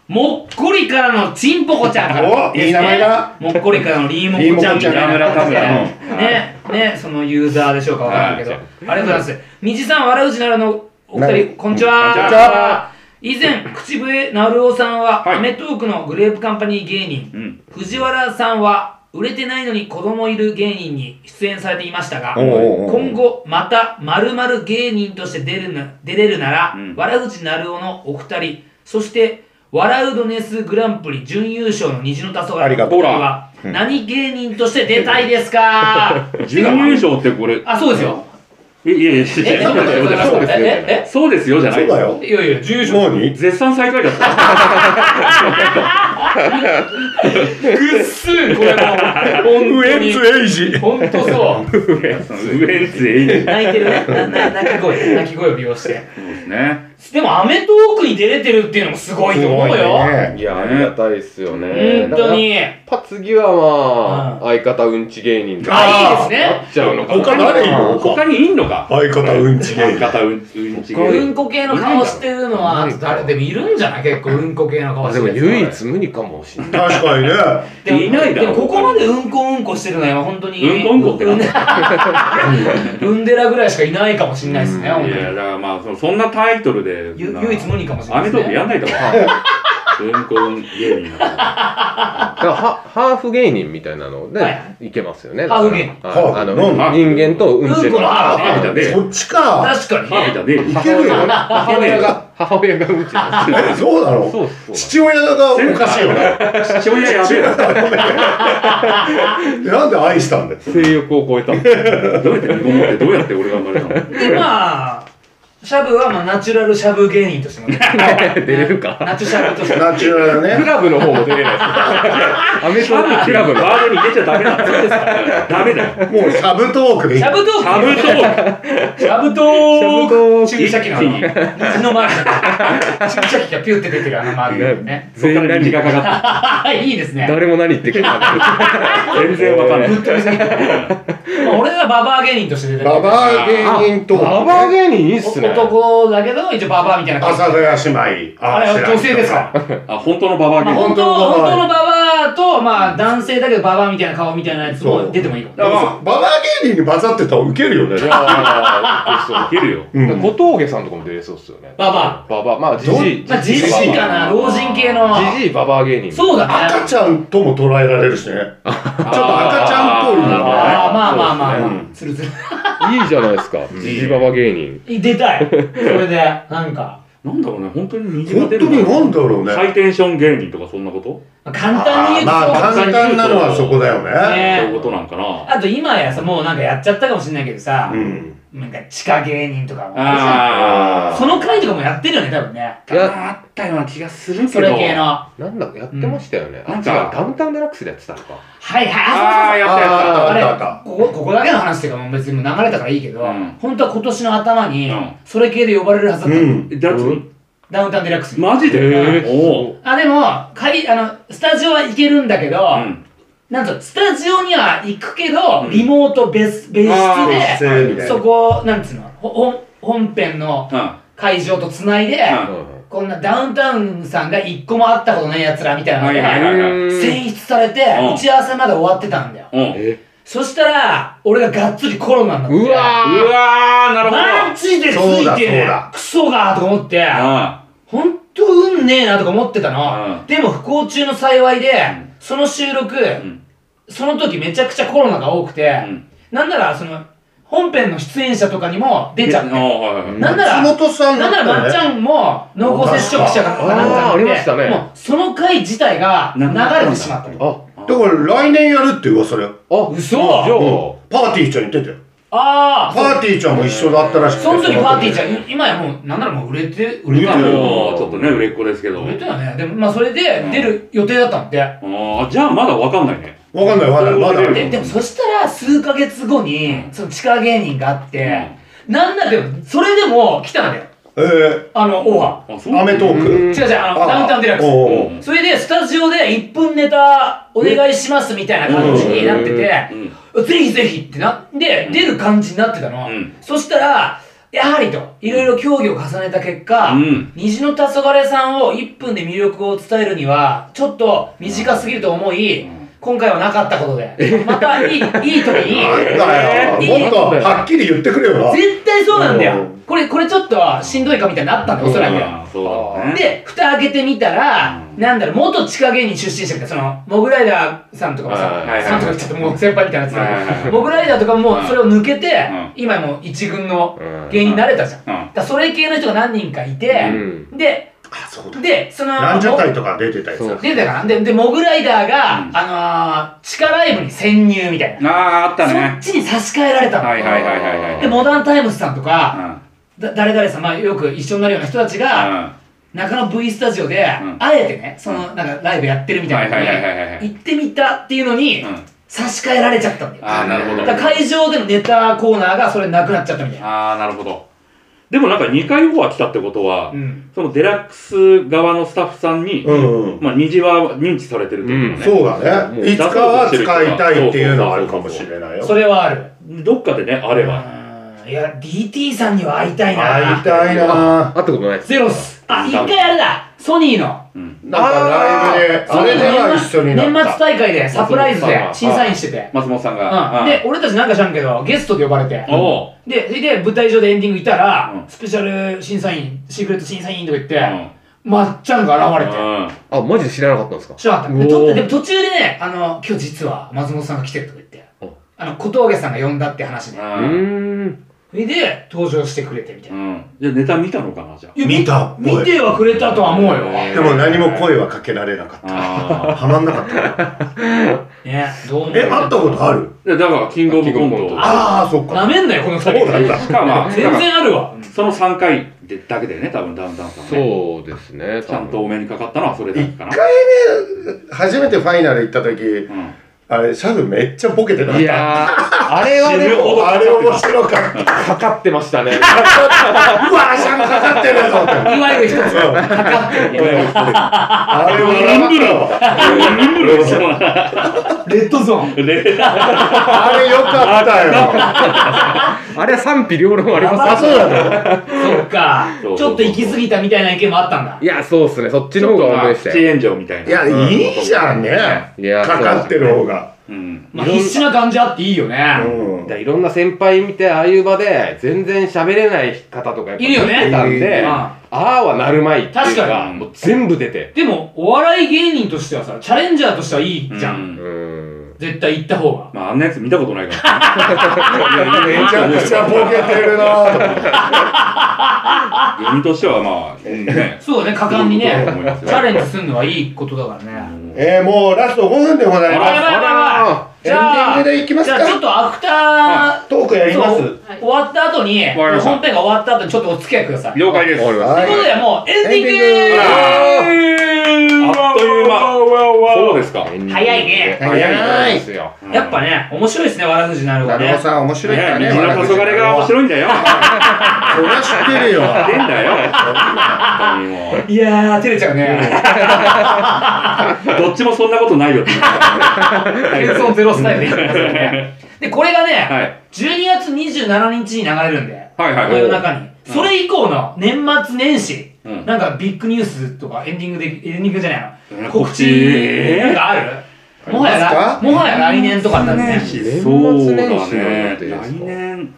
[SPEAKER 2] ム。もっこりからのちんぽこちゃんから、
[SPEAKER 1] おいい名前だな
[SPEAKER 2] ですねもっこりからのリーモコちゃんみたいな感じで
[SPEAKER 3] リーモコちゃんだ
[SPEAKER 2] ねねそのユーザーでしょうかわからんけど、
[SPEAKER 3] はい
[SPEAKER 2] ありがとうございますみじさん笑うじなるのお二人こんにちは
[SPEAKER 3] こんにち
[SPEAKER 2] 以前口笛なるおさんは、
[SPEAKER 3] はい
[SPEAKER 2] アメトークのグレープカンパニー芸人、
[SPEAKER 3] うん。
[SPEAKER 2] 藤原さんは売れてないのに子供いる芸人に出演されていましたが
[SPEAKER 1] おうおうおう
[SPEAKER 2] 今後また〇〇芸人として出るな出れるなら、
[SPEAKER 3] うん
[SPEAKER 2] 笑うちなるおのお二人そして笑うドネスグランプリ準優勝の虹の黄昏
[SPEAKER 1] ありがと
[SPEAKER 3] う
[SPEAKER 2] お二人は何芸人として出たいですか
[SPEAKER 3] 準優勝ってこれ、
[SPEAKER 2] あそうですよ
[SPEAKER 3] え、いやいや、いやいやそうですよじゃない
[SPEAKER 4] そうですよ
[SPEAKER 2] ええ
[SPEAKER 3] そうですよ、じゃな
[SPEAKER 1] そう
[SPEAKER 3] い。
[SPEAKER 1] だよ
[SPEAKER 2] え。いやいや準優勝
[SPEAKER 1] 何
[SPEAKER 3] 絶賛最下位だった。
[SPEAKER 2] ぐっすんこれも
[SPEAKER 1] ウ
[SPEAKER 2] 本当
[SPEAKER 1] エン
[SPEAKER 2] に
[SPEAKER 1] ツエイジ。
[SPEAKER 2] 本当そう
[SPEAKER 3] ウエンツエイジ。
[SPEAKER 2] 泣いてるねなな泣き声泣き声を利用して
[SPEAKER 3] ですね。
[SPEAKER 2] でも、アメトークに出れてるっていうのもすごいと思うよ。
[SPEAKER 1] ね
[SPEAKER 4] いや、ありがたいっすよね。
[SPEAKER 2] 本当に。
[SPEAKER 4] パ次はまあ、相方うんち芸人と
[SPEAKER 2] あい
[SPEAKER 4] か
[SPEAKER 2] いですね
[SPEAKER 4] なっちゃうのかな。
[SPEAKER 1] 他誰いるの
[SPEAKER 3] 他にいんのか
[SPEAKER 1] 相方うんち芸
[SPEAKER 3] 相
[SPEAKER 1] 人
[SPEAKER 3] 方うんうんち
[SPEAKER 4] 他に
[SPEAKER 2] うんこ系の顔してるのは
[SPEAKER 4] う、ん
[SPEAKER 2] 誰でもいるんじゃない結構、うんこ系の顔
[SPEAKER 4] あ
[SPEAKER 2] して
[SPEAKER 4] で
[SPEAKER 2] る
[SPEAKER 4] も
[SPEAKER 2] やつ。
[SPEAKER 4] 唯一無二かもし れない。
[SPEAKER 1] 確かにね
[SPEAKER 2] でも
[SPEAKER 3] いないだろう
[SPEAKER 2] でもここまでうんこうんこしてるのは本当に
[SPEAKER 3] うんこうんこってなんだ
[SPEAKER 2] うんでらぐらいしかいないかもしれないですね、
[SPEAKER 3] い
[SPEAKER 2] 本当に
[SPEAKER 3] や、だからまあ、そのそんなタイトルで。
[SPEAKER 2] ゆ
[SPEAKER 3] な
[SPEAKER 2] 唯一無二かもしれな
[SPEAKER 3] ア
[SPEAKER 2] い
[SPEAKER 3] メ
[SPEAKER 2] です
[SPEAKER 3] トーク
[SPEAKER 2] ね
[SPEAKER 3] やんないと思う。うんこうん芸人だから
[SPEAKER 4] だからはハーフ芸人みたいなので
[SPEAKER 2] はい
[SPEAKER 4] いけますよね。
[SPEAKER 2] ハーフ芸人
[SPEAKER 4] だからはいあ
[SPEAKER 1] ハ
[SPEAKER 3] ー
[SPEAKER 4] の
[SPEAKER 3] フ
[SPEAKER 4] 人間とうんち
[SPEAKER 2] うんこのハーフ
[SPEAKER 3] ハーフだね。
[SPEAKER 1] そっちか
[SPEAKER 2] 確かに
[SPEAKER 3] ハー
[SPEAKER 2] ね
[SPEAKER 3] フだね。
[SPEAKER 1] いけるよね
[SPEAKER 4] 母親が母親がうんちだ。
[SPEAKER 1] えそうなの
[SPEAKER 4] そうそう。
[SPEAKER 1] 父親がおかしいよね
[SPEAKER 3] 父親やべえな。
[SPEAKER 1] なんで愛したんだよ
[SPEAKER 4] 性欲を超えた。
[SPEAKER 3] どうやって身ごもって、どうやって俺が生まれたの
[SPEAKER 2] でまあシャブはまあナチュラルシャブ芸人としてもね
[SPEAKER 4] 出れるか。
[SPEAKER 2] ナチュシャブとしても
[SPEAKER 1] ナチュラル
[SPEAKER 4] ク
[SPEAKER 1] ね
[SPEAKER 4] ラブの方も出れないです。アメトーククラブの。
[SPEAKER 3] ワードに入れちゃダメなんだよ。ダメだよ。
[SPEAKER 1] もうシャブトークでいい
[SPEAKER 2] シャブト
[SPEAKER 3] サ
[SPEAKER 2] ー
[SPEAKER 3] ブトー
[SPEAKER 2] クシャブト
[SPEAKER 4] シャブト
[SPEAKER 2] ー
[SPEAKER 4] ー
[SPEAKER 2] ク
[SPEAKER 4] ク
[SPEAKER 2] 注射器のあの水のマーク注射器がピュって出てるあのマークね
[SPEAKER 3] ク。そっ
[SPEAKER 4] 全
[SPEAKER 3] か
[SPEAKER 4] 員
[SPEAKER 3] ら虹
[SPEAKER 4] 何
[SPEAKER 3] がかかっ
[SPEAKER 2] いいですね
[SPEAKER 4] 誰も何言ってきたか。
[SPEAKER 3] た。全然わかんない。
[SPEAKER 2] まあ俺はババア芸人として出てる
[SPEAKER 1] ババア芸人と
[SPEAKER 4] ババア芸人いいっすね。
[SPEAKER 2] 男だけど一応ババアみたいな感じ
[SPEAKER 1] 朝ヶ谷姉妹
[SPEAKER 2] あれは女性ですか
[SPEAKER 3] あ、本当のババア
[SPEAKER 2] ま
[SPEAKER 3] 芸
[SPEAKER 2] あ、
[SPEAKER 3] 人。
[SPEAKER 2] 本当本当のババアと、まあ、男性だけどババアみたいな顔みたいなやつも出てもいいの
[SPEAKER 1] だからババア芸人にバズってたらウケるよ
[SPEAKER 4] い
[SPEAKER 1] ね
[SPEAKER 4] やー
[SPEAKER 3] いけるよ。
[SPEAKER 1] う
[SPEAKER 4] そうだから
[SPEAKER 1] ん
[SPEAKER 4] 小峠さんとかも出れそうっすよね。
[SPEAKER 2] ババ
[SPEAKER 4] ババまあジジイ。
[SPEAKER 2] まあ、じじいかな、老人系の。
[SPEAKER 4] ジジイババア芸人。
[SPEAKER 2] そうだ
[SPEAKER 1] 赤
[SPEAKER 2] ね。
[SPEAKER 1] ちゃんとも捉えられるしね
[SPEAKER 3] ちょっ
[SPEAKER 1] と赤ちゃんっぽいよね
[SPEAKER 2] ああ、まあまあまあ、
[SPEAKER 1] そう
[SPEAKER 2] ま
[SPEAKER 1] で
[SPEAKER 2] あ
[SPEAKER 1] すね
[SPEAKER 2] つるつる。
[SPEAKER 4] いいじゃないですか。ジジイババ芸人。
[SPEAKER 2] 出た い。それで、なんか、
[SPEAKER 3] なんだろうね、本当に虹が
[SPEAKER 1] 本当
[SPEAKER 3] 出る
[SPEAKER 1] になんだろうね
[SPEAKER 3] ハイテンション芸人とかそんなこと
[SPEAKER 2] まあ簡単に言うと
[SPEAKER 1] あーまあ
[SPEAKER 2] そう
[SPEAKER 1] 簡単なのはそこだよね
[SPEAKER 3] そう
[SPEAKER 2] ね
[SPEAKER 3] いうことなんかな。
[SPEAKER 2] あと今やさ、もうなんかやっちゃったかもしれないけどさ
[SPEAKER 1] う、ん
[SPEAKER 2] なんか地下芸人とかも
[SPEAKER 3] あ
[SPEAKER 2] その回とかもやってるよね、多分ね。
[SPEAKER 4] いや、
[SPEAKER 3] あったような気がするけど。
[SPEAKER 2] それ系の。は
[SPEAKER 4] なんだ、やってましたよね。
[SPEAKER 3] うん
[SPEAKER 4] あ、違う、ダウンタウンデラックスでやってたの
[SPEAKER 2] い
[SPEAKER 4] か。
[SPEAKER 3] あ
[SPEAKER 2] は
[SPEAKER 3] あ、
[SPEAKER 2] い、
[SPEAKER 3] やったやった。
[SPEAKER 1] あー
[SPEAKER 2] れ
[SPEAKER 1] あったあっ
[SPEAKER 2] ここここだけの話っていうかもう別に流れたからいいけど、
[SPEAKER 3] うん
[SPEAKER 2] 本当は今年の頭に
[SPEAKER 3] うん
[SPEAKER 2] それ系で呼ばれるはずだ
[SPEAKER 1] たう
[SPEAKER 2] った、
[SPEAKER 1] ん
[SPEAKER 3] ダッツ
[SPEAKER 2] ダウンタウンデラックスに
[SPEAKER 3] マジで
[SPEAKER 4] へー
[SPEAKER 3] おお。
[SPEAKER 2] あでもかいあのスタジオは行けるんだけど、
[SPEAKER 3] うん
[SPEAKER 2] なんとスタジオには行くけど、
[SPEAKER 3] うん
[SPEAKER 2] リモート別別室
[SPEAKER 3] あ
[SPEAKER 2] で
[SPEAKER 1] 生みたいな
[SPEAKER 2] そこなんつうのほほん本編の
[SPEAKER 3] うん。
[SPEAKER 2] 会場とつないで、
[SPEAKER 3] うん
[SPEAKER 4] う
[SPEAKER 2] こんなダウンタウンさんが一個も会ったことないやつらみたいなの
[SPEAKER 3] はいはい
[SPEAKER 2] が
[SPEAKER 3] はいはい。
[SPEAKER 4] ん。
[SPEAKER 2] 選出されて、
[SPEAKER 3] うん
[SPEAKER 2] 打ち合わせまで終わってたんだよ
[SPEAKER 3] うん。
[SPEAKER 4] え
[SPEAKER 2] そしたら俺ががっつりコロナになって
[SPEAKER 4] う
[SPEAKER 3] う
[SPEAKER 4] わ
[SPEAKER 3] わー、なるほど。
[SPEAKER 2] マジでつ
[SPEAKER 1] そう
[SPEAKER 2] い
[SPEAKER 1] だそ
[SPEAKER 2] て
[SPEAKER 1] う
[SPEAKER 2] ね
[SPEAKER 1] だ
[SPEAKER 2] クソがーとか思って、
[SPEAKER 3] あ
[SPEAKER 2] ほんと運ねえなとか思ってた
[SPEAKER 3] う
[SPEAKER 2] の
[SPEAKER 3] ん。
[SPEAKER 2] でも不幸中の幸いで
[SPEAKER 3] ん、
[SPEAKER 2] その収録
[SPEAKER 3] あ。う、ん。
[SPEAKER 2] その時めちゃくちゃコロナが多く
[SPEAKER 3] う
[SPEAKER 2] て、
[SPEAKER 3] ん。
[SPEAKER 2] なんならその、本編の出演者とかにも出ちゃっ
[SPEAKER 3] お
[SPEAKER 2] て、
[SPEAKER 3] ーはいはいはい
[SPEAKER 2] なんなら、
[SPEAKER 1] 松本さんだ
[SPEAKER 2] な
[SPEAKER 1] っ
[SPEAKER 2] んな
[SPEAKER 1] た
[SPEAKER 2] らまっち
[SPEAKER 1] ね
[SPEAKER 2] ゃんも濃厚接触者がかなっちゃ
[SPEAKER 4] あーありました
[SPEAKER 2] って、
[SPEAKER 4] ね
[SPEAKER 2] もうその回自体が流れてしまったの。
[SPEAKER 4] あ、
[SPEAKER 1] だから来年やるって噂だよ
[SPEAKER 4] あ、
[SPEAKER 2] 嘘
[SPEAKER 4] じゃあ、
[SPEAKER 1] パーティーちゃん言ってたよ
[SPEAKER 2] あ
[SPEAKER 1] パ
[SPEAKER 2] あ、
[SPEAKER 1] ーティーちゃんも一緒だったらしくて
[SPEAKER 2] その時パーティーちゃ
[SPEAKER 1] ん
[SPEAKER 2] ん、今やもう、なんならもう売れて、売
[SPEAKER 1] 売
[SPEAKER 2] れ
[SPEAKER 1] れ
[SPEAKER 2] た
[SPEAKER 1] て
[SPEAKER 3] まあ
[SPEAKER 2] の
[SPEAKER 1] る
[SPEAKER 3] もうちょっとね、売れっ子ですけど。
[SPEAKER 2] 売れてたね。でも、まあ、それで出る予定だったんで。
[SPEAKER 3] ああ、じゃあまだわかんないね。
[SPEAKER 1] わかんないわかんないまだあ
[SPEAKER 2] で
[SPEAKER 1] る
[SPEAKER 2] でもそしたら数ヶ月後に
[SPEAKER 3] うん
[SPEAKER 2] その地下芸人があって、なんならでもそれでも来たんだよ
[SPEAKER 1] え
[SPEAKER 2] あのオファ
[SPEAKER 3] あ、そ
[SPEAKER 1] ーアメト
[SPEAKER 4] う
[SPEAKER 1] ーク
[SPEAKER 2] ー
[SPEAKER 4] ん
[SPEAKER 2] 違う違うあの
[SPEAKER 1] あ
[SPEAKER 2] ダウンタウンデラック
[SPEAKER 1] おうおう
[SPEAKER 3] うん
[SPEAKER 2] スそれでスタジオで1分ネタお願いしますみたいな感じになってて
[SPEAKER 3] う、ん。
[SPEAKER 2] ぜひぜひってなで
[SPEAKER 3] うん
[SPEAKER 2] 出る感じになってたの、
[SPEAKER 3] うん
[SPEAKER 2] そしたらやはりといろいろ協議を重ねた結果、
[SPEAKER 3] うん
[SPEAKER 2] 虹の黄昏さんを1分で魅力を伝えるにはちょっと短すぎると思い、
[SPEAKER 3] うん
[SPEAKER 2] 今回はなかったことでまたいいいい時に
[SPEAKER 1] なんだ
[SPEAKER 2] いい
[SPEAKER 1] よもっとはっきり言ってくれよな
[SPEAKER 2] 絶対そうなんだよ
[SPEAKER 1] うん
[SPEAKER 2] これこれちょっとしんどいかみたいになったんだよおそらく。
[SPEAKER 3] あーそうだね。
[SPEAKER 2] で、蓋開けてみたら、
[SPEAKER 3] うん
[SPEAKER 2] なんだろう、元地下芸人出身者みたいな、その、モグライダーさんとかも
[SPEAKER 4] は
[SPEAKER 2] さ
[SPEAKER 4] い、
[SPEAKER 3] はいはい
[SPEAKER 2] さんとかちょっともう先輩みたいなやつ
[SPEAKER 3] はいはい
[SPEAKER 2] だ
[SPEAKER 3] は
[SPEAKER 2] け
[SPEAKER 3] い
[SPEAKER 2] ど、モグライダーとかもそれを抜けて
[SPEAKER 3] うん、
[SPEAKER 2] 今もう一軍の
[SPEAKER 4] うん
[SPEAKER 2] 芸人になれたじゃん。だか
[SPEAKER 3] うん。
[SPEAKER 2] らそれ系の人が何人かいて、
[SPEAKER 4] ん。
[SPEAKER 2] で、
[SPEAKER 1] あそうだ
[SPEAKER 2] で、その、
[SPEAKER 1] ランジャタイとか出てたやつだ
[SPEAKER 2] 出てたかなで、で、モグライダーが、
[SPEAKER 3] うん
[SPEAKER 2] あのー、地下ライブに潜入みたいな。
[SPEAKER 3] ああ、あったね。
[SPEAKER 2] そっちに差し替えられたの。
[SPEAKER 3] はいはいはいはいはい。
[SPEAKER 2] で、モダンタイムズさんとか、
[SPEAKER 3] うん
[SPEAKER 2] だ誰々さん、まあ、よく一緒になるような人たちが、中野 V スタジオで、
[SPEAKER 3] ん
[SPEAKER 2] あえてね、その、なんかライブやってるみたいな
[SPEAKER 3] はいはいはいはいは
[SPEAKER 2] の
[SPEAKER 3] い
[SPEAKER 2] に、行ってみたっていうのに、
[SPEAKER 3] うん。うん。
[SPEAKER 2] 差し替えられちゃったんだよ。
[SPEAKER 3] ああ、なるほど。
[SPEAKER 2] だから会場でのネタコーナーがそれなくなっちゃったみたいな。
[SPEAKER 3] ああ、なるほど。でもなんか2回オファー来たってことは、
[SPEAKER 2] うん。
[SPEAKER 3] そのデラックス側のスタッフさんに、
[SPEAKER 1] うんうん
[SPEAKER 3] まあ、虹は認知されてるってことだ
[SPEAKER 1] そ
[SPEAKER 3] ね、
[SPEAKER 1] うだね。いつかは使いたいっていうのはあるかもしれない
[SPEAKER 2] そ
[SPEAKER 1] よ。
[SPEAKER 2] れはある。
[SPEAKER 3] どっかでね、あれば。
[SPEAKER 2] うんいや、DT さんには会いたい
[SPEAKER 1] 会。
[SPEAKER 2] ない
[SPEAKER 1] たいな
[SPEAKER 4] 会ったことないです。
[SPEAKER 2] ゼロス。あ、一回あれだ。ソニーの。
[SPEAKER 3] うん
[SPEAKER 1] なんかライブで、あれでは一緒になった。
[SPEAKER 2] 年末大会でサプライズで審査員してて。
[SPEAKER 3] 松本さん
[SPEAKER 2] う、
[SPEAKER 3] が。うんん
[SPEAKER 2] で、俺たちなんか知らんけど、ゲストで呼ばれて。
[SPEAKER 3] おう
[SPEAKER 2] で、それで舞台上でエンディングいたら、
[SPEAKER 3] うん
[SPEAKER 2] スペシャル審査員、シークレット審査員とか言って、
[SPEAKER 3] うん
[SPEAKER 2] まっちゃんが現れて。
[SPEAKER 3] うん
[SPEAKER 4] あ、マジで知らなかったんですか
[SPEAKER 2] 知らなかった。
[SPEAKER 4] う
[SPEAKER 2] で
[SPEAKER 4] おー
[SPEAKER 2] とでも途中でね、あの、今日実は松本さんが来てるとか言って
[SPEAKER 4] お、
[SPEAKER 2] あの、小峠さんが呼んだって話で。
[SPEAKER 4] う
[SPEAKER 3] う
[SPEAKER 4] ー
[SPEAKER 3] ん
[SPEAKER 4] ん。
[SPEAKER 2] それで、登場してくれてみたいな。
[SPEAKER 3] うん。じゃあネタ見たのかな、じゃ
[SPEAKER 2] いや
[SPEAKER 1] 見たっぽい
[SPEAKER 2] 見てはくれたとは思うよ。
[SPEAKER 1] でも何も声はかけられなかっ
[SPEAKER 3] あ。あ
[SPEAKER 1] た。
[SPEAKER 3] あ。
[SPEAKER 1] はまんなかった。
[SPEAKER 2] ね、どう思う
[SPEAKER 1] え、会ったことある
[SPEAKER 3] でだから、キングオブコン
[SPEAKER 4] キングオブコ
[SPEAKER 3] ト
[SPEAKER 4] ン。ト
[SPEAKER 1] ああ、そっか。
[SPEAKER 2] なめんなよ、この二
[SPEAKER 1] そうなん
[SPEAKER 2] 人。
[SPEAKER 1] だ
[SPEAKER 3] しかも、まあ、
[SPEAKER 2] 全然あるわ。
[SPEAKER 3] その3回でだけでね、多分ダウンタウンさんね。
[SPEAKER 4] そうですね。
[SPEAKER 3] ちゃんとお目にかかったのはそれだけかな。
[SPEAKER 1] 初めてファイナル行った時、
[SPEAKER 3] うん。
[SPEAKER 1] あれ、シャフめっちゃボケてなか
[SPEAKER 4] い
[SPEAKER 1] った。
[SPEAKER 4] やー、あれはで
[SPEAKER 3] 死ぬほ
[SPEAKER 4] も、
[SPEAKER 3] ど
[SPEAKER 1] あれ面白かった。
[SPEAKER 4] かかってましたね。
[SPEAKER 1] うわー、シャフかかってるぞって。
[SPEAKER 2] いわゆる一つ、
[SPEAKER 1] うん
[SPEAKER 2] かかってるけど
[SPEAKER 1] あれはなかっ
[SPEAKER 2] レッドゾーン。
[SPEAKER 1] た。あれよかったよ。
[SPEAKER 4] あれは賛否両論あります
[SPEAKER 2] あ、そう
[SPEAKER 4] だ
[SPEAKER 2] そっか。ち
[SPEAKER 3] そ
[SPEAKER 2] ょ
[SPEAKER 3] う
[SPEAKER 2] っ
[SPEAKER 3] そうそう
[SPEAKER 2] と行き過ぎたみたいな意見もあったんだ。
[SPEAKER 4] いや、そうですね。そっち
[SPEAKER 3] ち
[SPEAKER 4] の
[SPEAKER 3] ょっ
[SPEAKER 4] 方
[SPEAKER 3] と
[SPEAKER 4] が
[SPEAKER 3] ま
[SPEAKER 4] 応
[SPEAKER 3] あ、
[SPEAKER 4] 援し
[SPEAKER 3] プ
[SPEAKER 4] て。
[SPEAKER 3] チ炎上みたいな。
[SPEAKER 1] いや、いいじゃんね。
[SPEAKER 4] いや
[SPEAKER 1] かかってる方が。
[SPEAKER 3] うん。
[SPEAKER 2] まあ、必死な感じあっていいよね。
[SPEAKER 1] うん
[SPEAKER 4] だからいろんな先輩見て、ああいう場で、全然喋れない方とかやっぱ
[SPEAKER 2] いるよね
[SPEAKER 4] 見てたん
[SPEAKER 2] う
[SPEAKER 4] で、
[SPEAKER 2] ん
[SPEAKER 4] ああはなるまいっていう
[SPEAKER 2] 確
[SPEAKER 4] の
[SPEAKER 2] か
[SPEAKER 4] が、
[SPEAKER 3] に
[SPEAKER 4] もう全部出て。
[SPEAKER 2] でも、お笑い芸人としてはさ、チャレンジャーとしてはいいじゃ。
[SPEAKER 3] うん。
[SPEAKER 4] うんーん。
[SPEAKER 2] 絶対行った方が。
[SPEAKER 3] まあ、あんなやつ見たことないから。
[SPEAKER 1] めちゃくちゃボケてるなぁと思って。
[SPEAKER 3] 読みとしては、まあ、ね。
[SPEAKER 2] そうだね、果敢に
[SPEAKER 3] そう
[SPEAKER 2] ね
[SPEAKER 3] だと思います、
[SPEAKER 2] チャレンジするのはいいことだからね。
[SPEAKER 1] えー、もうラスト5分でござい
[SPEAKER 2] やばいや
[SPEAKER 1] ま
[SPEAKER 2] ばいやばい
[SPEAKER 1] す。エンディングでいきます
[SPEAKER 2] じゃあ、ちょ
[SPEAKER 1] か。
[SPEAKER 2] っとアフタ
[SPEAKER 1] トークや
[SPEAKER 2] ー、
[SPEAKER 1] りま
[SPEAKER 2] そ
[SPEAKER 1] す
[SPEAKER 2] う。終わった後に、
[SPEAKER 3] かりました
[SPEAKER 2] 本編が終わった後にちょっとお付き合いください。という
[SPEAKER 3] 了解です。
[SPEAKER 4] 終わりま
[SPEAKER 1] は
[SPEAKER 2] こと
[SPEAKER 1] い。
[SPEAKER 2] で、もうエンディング
[SPEAKER 1] エンデ
[SPEAKER 3] あっという間。そうですか。
[SPEAKER 4] す
[SPEAKER 2] 早いね
[SPEAKER 4] 早いですよ。
[SPEAKER 2] やっぱね、面白いですね、わらふじなる
[SPEAKER 1] な
[SPEAKER 2] ほ
[SPEAKER 1] るほ
[SPEAKER 2] ね
[SPEAKER 1] ど。さん、面
[SPEAKER 3] い
[SPEAKER 1] 白いから
[SPEAKER 3] や、
[SPEAKER 1] ね。
[SPEAKER 3] 虹の黄昏が面
[SPEAKER 1] い。
[SPEAKER 3] 白いんだよ。
[SPEAKER 1] そりゃ知ってるよ。
[SPEAKER 3] 出んだよ。本当にも
[SPEAKER 2] いやー、照れちゃうね。
[SPEAKER 3] う どっちもそんなことないよって言って
[SPEAKER 2] 謙遜ゼロスタイルでいきますよね。で、これが
[SPEAKER 3] たは
[SPEAKER 2] ね、
[SPEAKER 3] い。
[SPEAKER 2] 12月27日に流れるんで、
[SPEAKER 3] はいはい
[SPEAKER 2] こ
[SPEAKER 3] は
[SPEAKER 2] の
[SPEAKER 3] い。
[SPEAKER 2] 中に。それ以降の年末年始、
[SPEAKER 3] うん
[SPEAKER 2] なんかビッグニュースとかエンディングで、エンディングじゃない
[SPEAKER 3] え
[SPEAKER 2] の
[SPEAKER 3] ー
[SPEAKER 2] 告
[SPEAKER 3] 告
[SPEAKER 2] 知
[SPEAKER 3] 知
[SPEAKER 2] なんかあるもはや
[SPEAKER 1] あります
[SPEAKER 2] ら、
[SPEAKER 1] か
[SPEAKER 2] もはや来年とかになるね。
[SPEAKER 4] 年
[SPEAKER 3] そう
[SPEAKER 4] 末
[SPEAKER 3] だ
[SPEAKER 4] 年始の
[SPEAKER 3] ね
[SPEAKER 4] 予。定です
[SPEAKER 3] 来
[SPEAKER 4] か
[SPEAKER 3] 年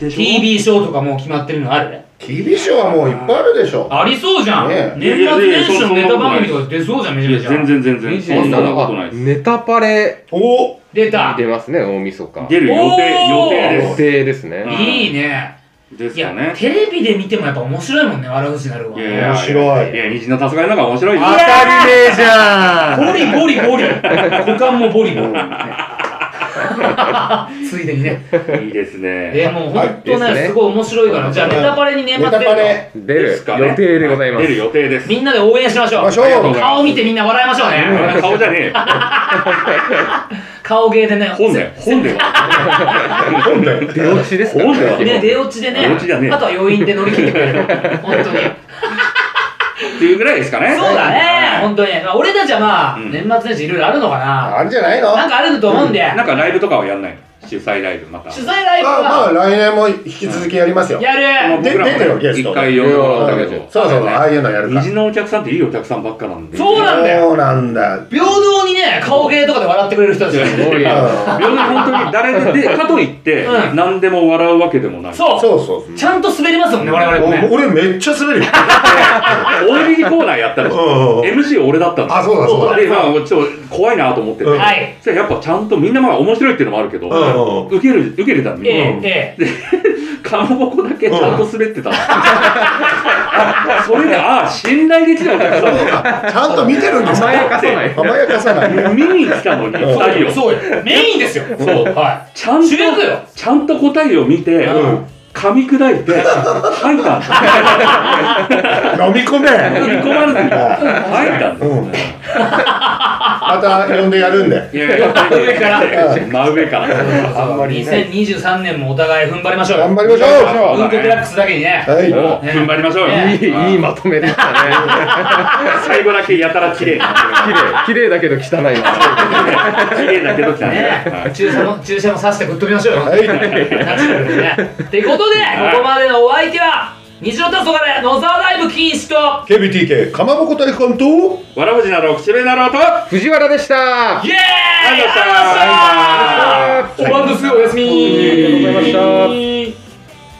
[SPEAKER 3] でしょ
[SPEAKER 2] TV ショーとかもう決まってるのある
[SPEAKER 1] 厳しいはもういっぱいあるでしょ。
[SPEAKER 2] ありそうじゃん、
[SPEAKER 1] ねえ
[SPEAKER 2] 年末年始のネタ番組とか出そうじゃん、めちゃ
[SPEAKER 3] いや
[SPEAKER 2] めちゃ。
[SPEAKER 3] 全然全然。そんなことないで
[SPEAKER 4] 27日、
[SPEAKER 3] す。
[SPEAKER 4] ネタパレ
[SPEAKER 1] お
[SPEAKER 2] 出た。
[SPEAKER 4] 出ますね、大晦日。
[SPEAKER 3] 出る予定、
[SPEAKER 2] お
[SPEAKER 3] 予
[SPEAKER 2] ー
[SPEAKER 3] 定
[SPEAKER 4] 予定ですね。
[SPEAKER 3] うん
[SPEAKER 2] いいね。
[SPEAKER 3] です。
[SPEAKER 2] い
[SPEAKER 3] ですか
[SPEAKER 2] や、
[SPEAKER 3] ね。
[SPEAKER 2] テレビで見てもやっぱ面白いもんね、笑うしなるわ。
[SPEAKER 3] いやいや
[SPEAKER 1] 面白い
[SPEAKER 3] いや、虹の黄昏の方が面白いです
[SPEAKER 2] あ
[SPEAKER 1] たりねえじゃ
[SPEAKER 2] ボリボリボリ。股間も ボリボリ。ついでにね。
[SPEAKER 3] いいです
[SPEAKER 2] え
[SPEAKER 3] ね。
[SPEAKER 2] もう本当
[SPEAKER 4] はいです
[SPEAKER 2] ね、
[SPEAKER 4] ね
[SPEAKER 2] すごい面白いから、じゃあネタバレに年
[SPEAKER 1] ネ
[SPEAKER 2] 末
[SPEAKER 1] タ
[SPEAKER 2] 出
[SPEAKER 1] バ
[SPEAKER 2] る
[SPEAKER 1] レ。
[SPEAKER 4] 出る
[SPEAKER 3] すかね
[SPEAKER 4] 予定でございます
[SPEAKER 3] 出。る予定です。
[SPEAKER 2] みんなで応援しましょ
[SPEAKER 1] ま
[SPEAKER 2] う
[SPEAKER 1] しょう。
[SPEAKER 2] 顔見てみんな笑いましょうね。
[SPEAKER 3] 顔じゃねえよ。
[SPEAKER 2] 顔芸でね。
[SPEAKER 3] 本だよ。本だよ。
[SPEAKER 1] 本だよ。
[SPEAKER 4] 出落ちですか
[SPEAKER 3] そうだよ
[SPEAKER 2] ね、出落ちでね。
[SPEAKER 3] 出落ちじゃねえ
[SPEAKER 2] あとは余韻で乗り切ってくれる。本当に。
[SPEAKER 3] っていうぐらいですかね。
[SPEAKER 2] そうだね、
[SPEAKER 3] はい
[SPEAKER 2] 本当に。まあ俺たちはまあ、
[SPEAKER 3] うん
[SPEAKER 2] 年末年始いろいろあるのかな。
[SPEAKER 1] あるんじゃないの
[SPEAKER 2] なんかあると思うんで、
[SPEAKER 3] なんかライブとかはやんないの主催ライブまた。
[SPEAKER 2] 取材ライブ
[SPEAKER 1] まあまあ
[SPEAKER 2] は
[SPEAKER 1] 来年も引き続きやりますよ。
[SPEAKER 2] やる。
[SPEAKER 1] で出てるよゲスト
[SPEAKER 3] 一回呼んでもらったけど。
[SPEAKER 1] そうそう、ああいうのやるから
[SPEAKER 3] 虹。のお客さんっていいお客さんばっかなんで。
[SPEAKER 2] そうなんだよ
[SPEAKER 1] そうなんだ。
[SPEAKER 2] 平等にね、顔芸とかで笑ってくれる人たちがい
[SPEAKER 4] す
[SPEAKER 2] る。
[SPEAKER 4] ごいよ。
[SPEAKER 3] いや本当に誰で、でかといって、
[SPEAKER 2] うん
[SPEAKER 3] 何でも笑うわけでもない。
[SPEAKER 1] うん
[SPEAKER 2] そう。
[SPEAKER 1] そうそう。
[SPEAKER 2] ちゃんと滑りますもんね、我々もね。
[SPEAKER 1] お俺めっちゃ滑るよ。
[SPEAKER 3] 大喜利コーナーやったら、
[SPEAKER 1] うん
[SPEAKER 3] MC 俺だったんだ
[SPEAKER 1] あ、そうだそうだ。
[SPEAKER 3] で、まあ、ちょっと怖いなと思ってて、
[SPEAKER 1] うん
[SPEAKER 2] はい。
[SPEAKER 3] そしたらやっぱちゃんとみんなまあ面白いっていうのもあるけど、
[SPEAKER 1] うん
[SPEAKER 3] 受ける、受けれたのに、
[SPEAKER 2] え
[SPEAKER 1] うん
[SPEAKER 2] え、ええ。
[SPEAKER 3] かまぼこだけちゃんと滑ってたの。 それで、ああ、信頼できるお客さんだ
[SPEAKER 1] ちゃんと見てるんです
[SPEAKER 4] 甘や
[SPEAKER 1] か
[SPEAKER 4] かさない。
[SPEAKER 1] 甘やかさない。
[SPEAKER 3] 見に来たのに、
[SPEAKER 1] うん
[SPEAKER 3] 二人を。
[SPEAKER 2] そうよ。メインですよ。
[SPEAKER 3] そう
[SPEAKER 2] は
[SPEAKER 3] ちゃんと
[SPEAKER 2] 主役よ、
[SPEAKER 3] ちゃんと答えを見て、
[SPEAKER 2] うん
[SPEAKER 1] うん。
[SPEAKER 3] 考噛み砕いて、吐いたんですよ。
[SPEAKER 1] 飲み込
[SPEAKER 3] 飲み
[SPEAKER 1] め
[SPEAKER 3] 込まれてる。吐いたんですよ。
[SPEAKER 1] うんまた呼んでやるんで
[SPEAKER 3] いやいや、真上から。真上から。
[SPEAKER 4] あんまりね。
[SPEAKER 2] 2023年もお互い踏ん張りましょうよ
[SPEAKER 1] 頑張りましょ
[SPEAKER 2] うんこデラックスだけにね
[SPEAKER 1] うは
[SPEAKER 4] う
[SPEAKER 1] い
[SPEAKER 4] ん
[SPEAKER 3] 踏ん張りましょうよ。
[SPEAKER 2] ね
[SPEAKER 4] いい、いいまとめでしたね。
[SPEAKER 3] 最後だけやたら綺麗な。
[SPEAKER 4] 綺麗、綺麗だけど汚いな。
[SPEAKER 3] 綺麗だけど来たね。は
[SPEAKER 2] ね
[SPEAKER 3] い
[SPEAKER 2] 注射も注射も刺してぶっ飛びましょうよ
[SPEAKER 1] は
[SPEAKER 2] ナ
[SPEAKER 1] い
[SPEAKER 2] チュラルでねってことで
[SPEAKER 3] はい
[SPEAKER 2] ここまでのお相手は日常黄昏野沢ライブ禁止と
[SPEAKER 1] KBTK かまぼこ大根と
[SPEAKER 3] わらふじなろう、口笛なろうと。
[SPEAKER 4] 藤原でした。
[SPEAKER 2] イエーイ
[SPEAKER 3] ありがとう
[SPEAKER 2] あり
[SPEAKER 3] ございました
[SPEAKER 2] がとうございましたおばんですおやすみ
[SPEAKER 4] ありがとうございました。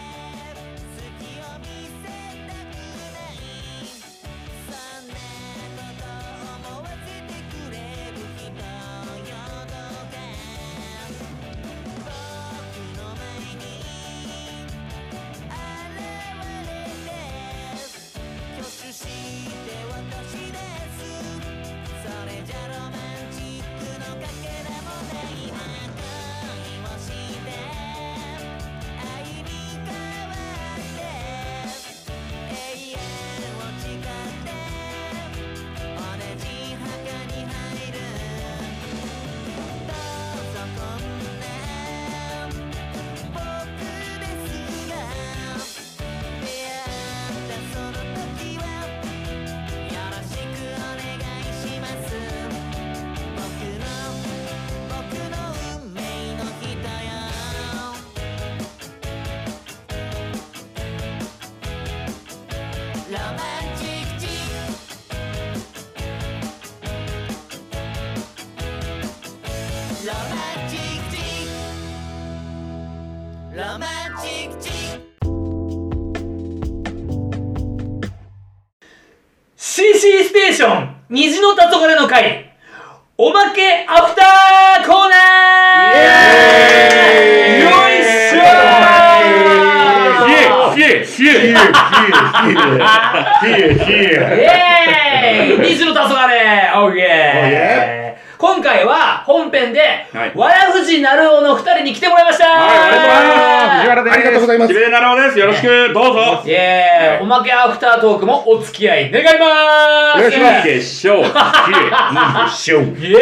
[SPEAKER 5] Romantic chick. Romantic chick.
[SPEAKER 2] 「CC ステーション虹の黄昏の会」おまけアフターコーナー
[SPEAKER 1] イエーイ
[SPEAKER 2] よ
[SPEAKER 1] イエーイ
[SPEAKER 2] いしょー
[SPEAKER 3] シエシエシエ
[SPEAKER 2] イエーイ虹の黄昏オーケー今回は本編で、
[SPEAKER 3] はい
[SPEAKER 2] わらふじなるおの二人に来てもらいました
[SPEAKER 3] はいありがとうござい
[SPEAKER 4] あー藤原です。
[SPEAKER 1] ありがとうございます
[SPEAKER 3] 口笛なろうです。よろしく、どうぞ。
[SPEAKER 2] イエーイおまけアフタートークもお付き合い願いま
[SPEAKER 4] お願
[SPEAKER 2] ー
[SPEAKER 4] い
[SPEAKER 2] す
[SPEAKER 4] しま
[SPEAKER 3] 決勝、綺麗。
[SPEAKER 1] シュン
[SPEAKER 2] イエ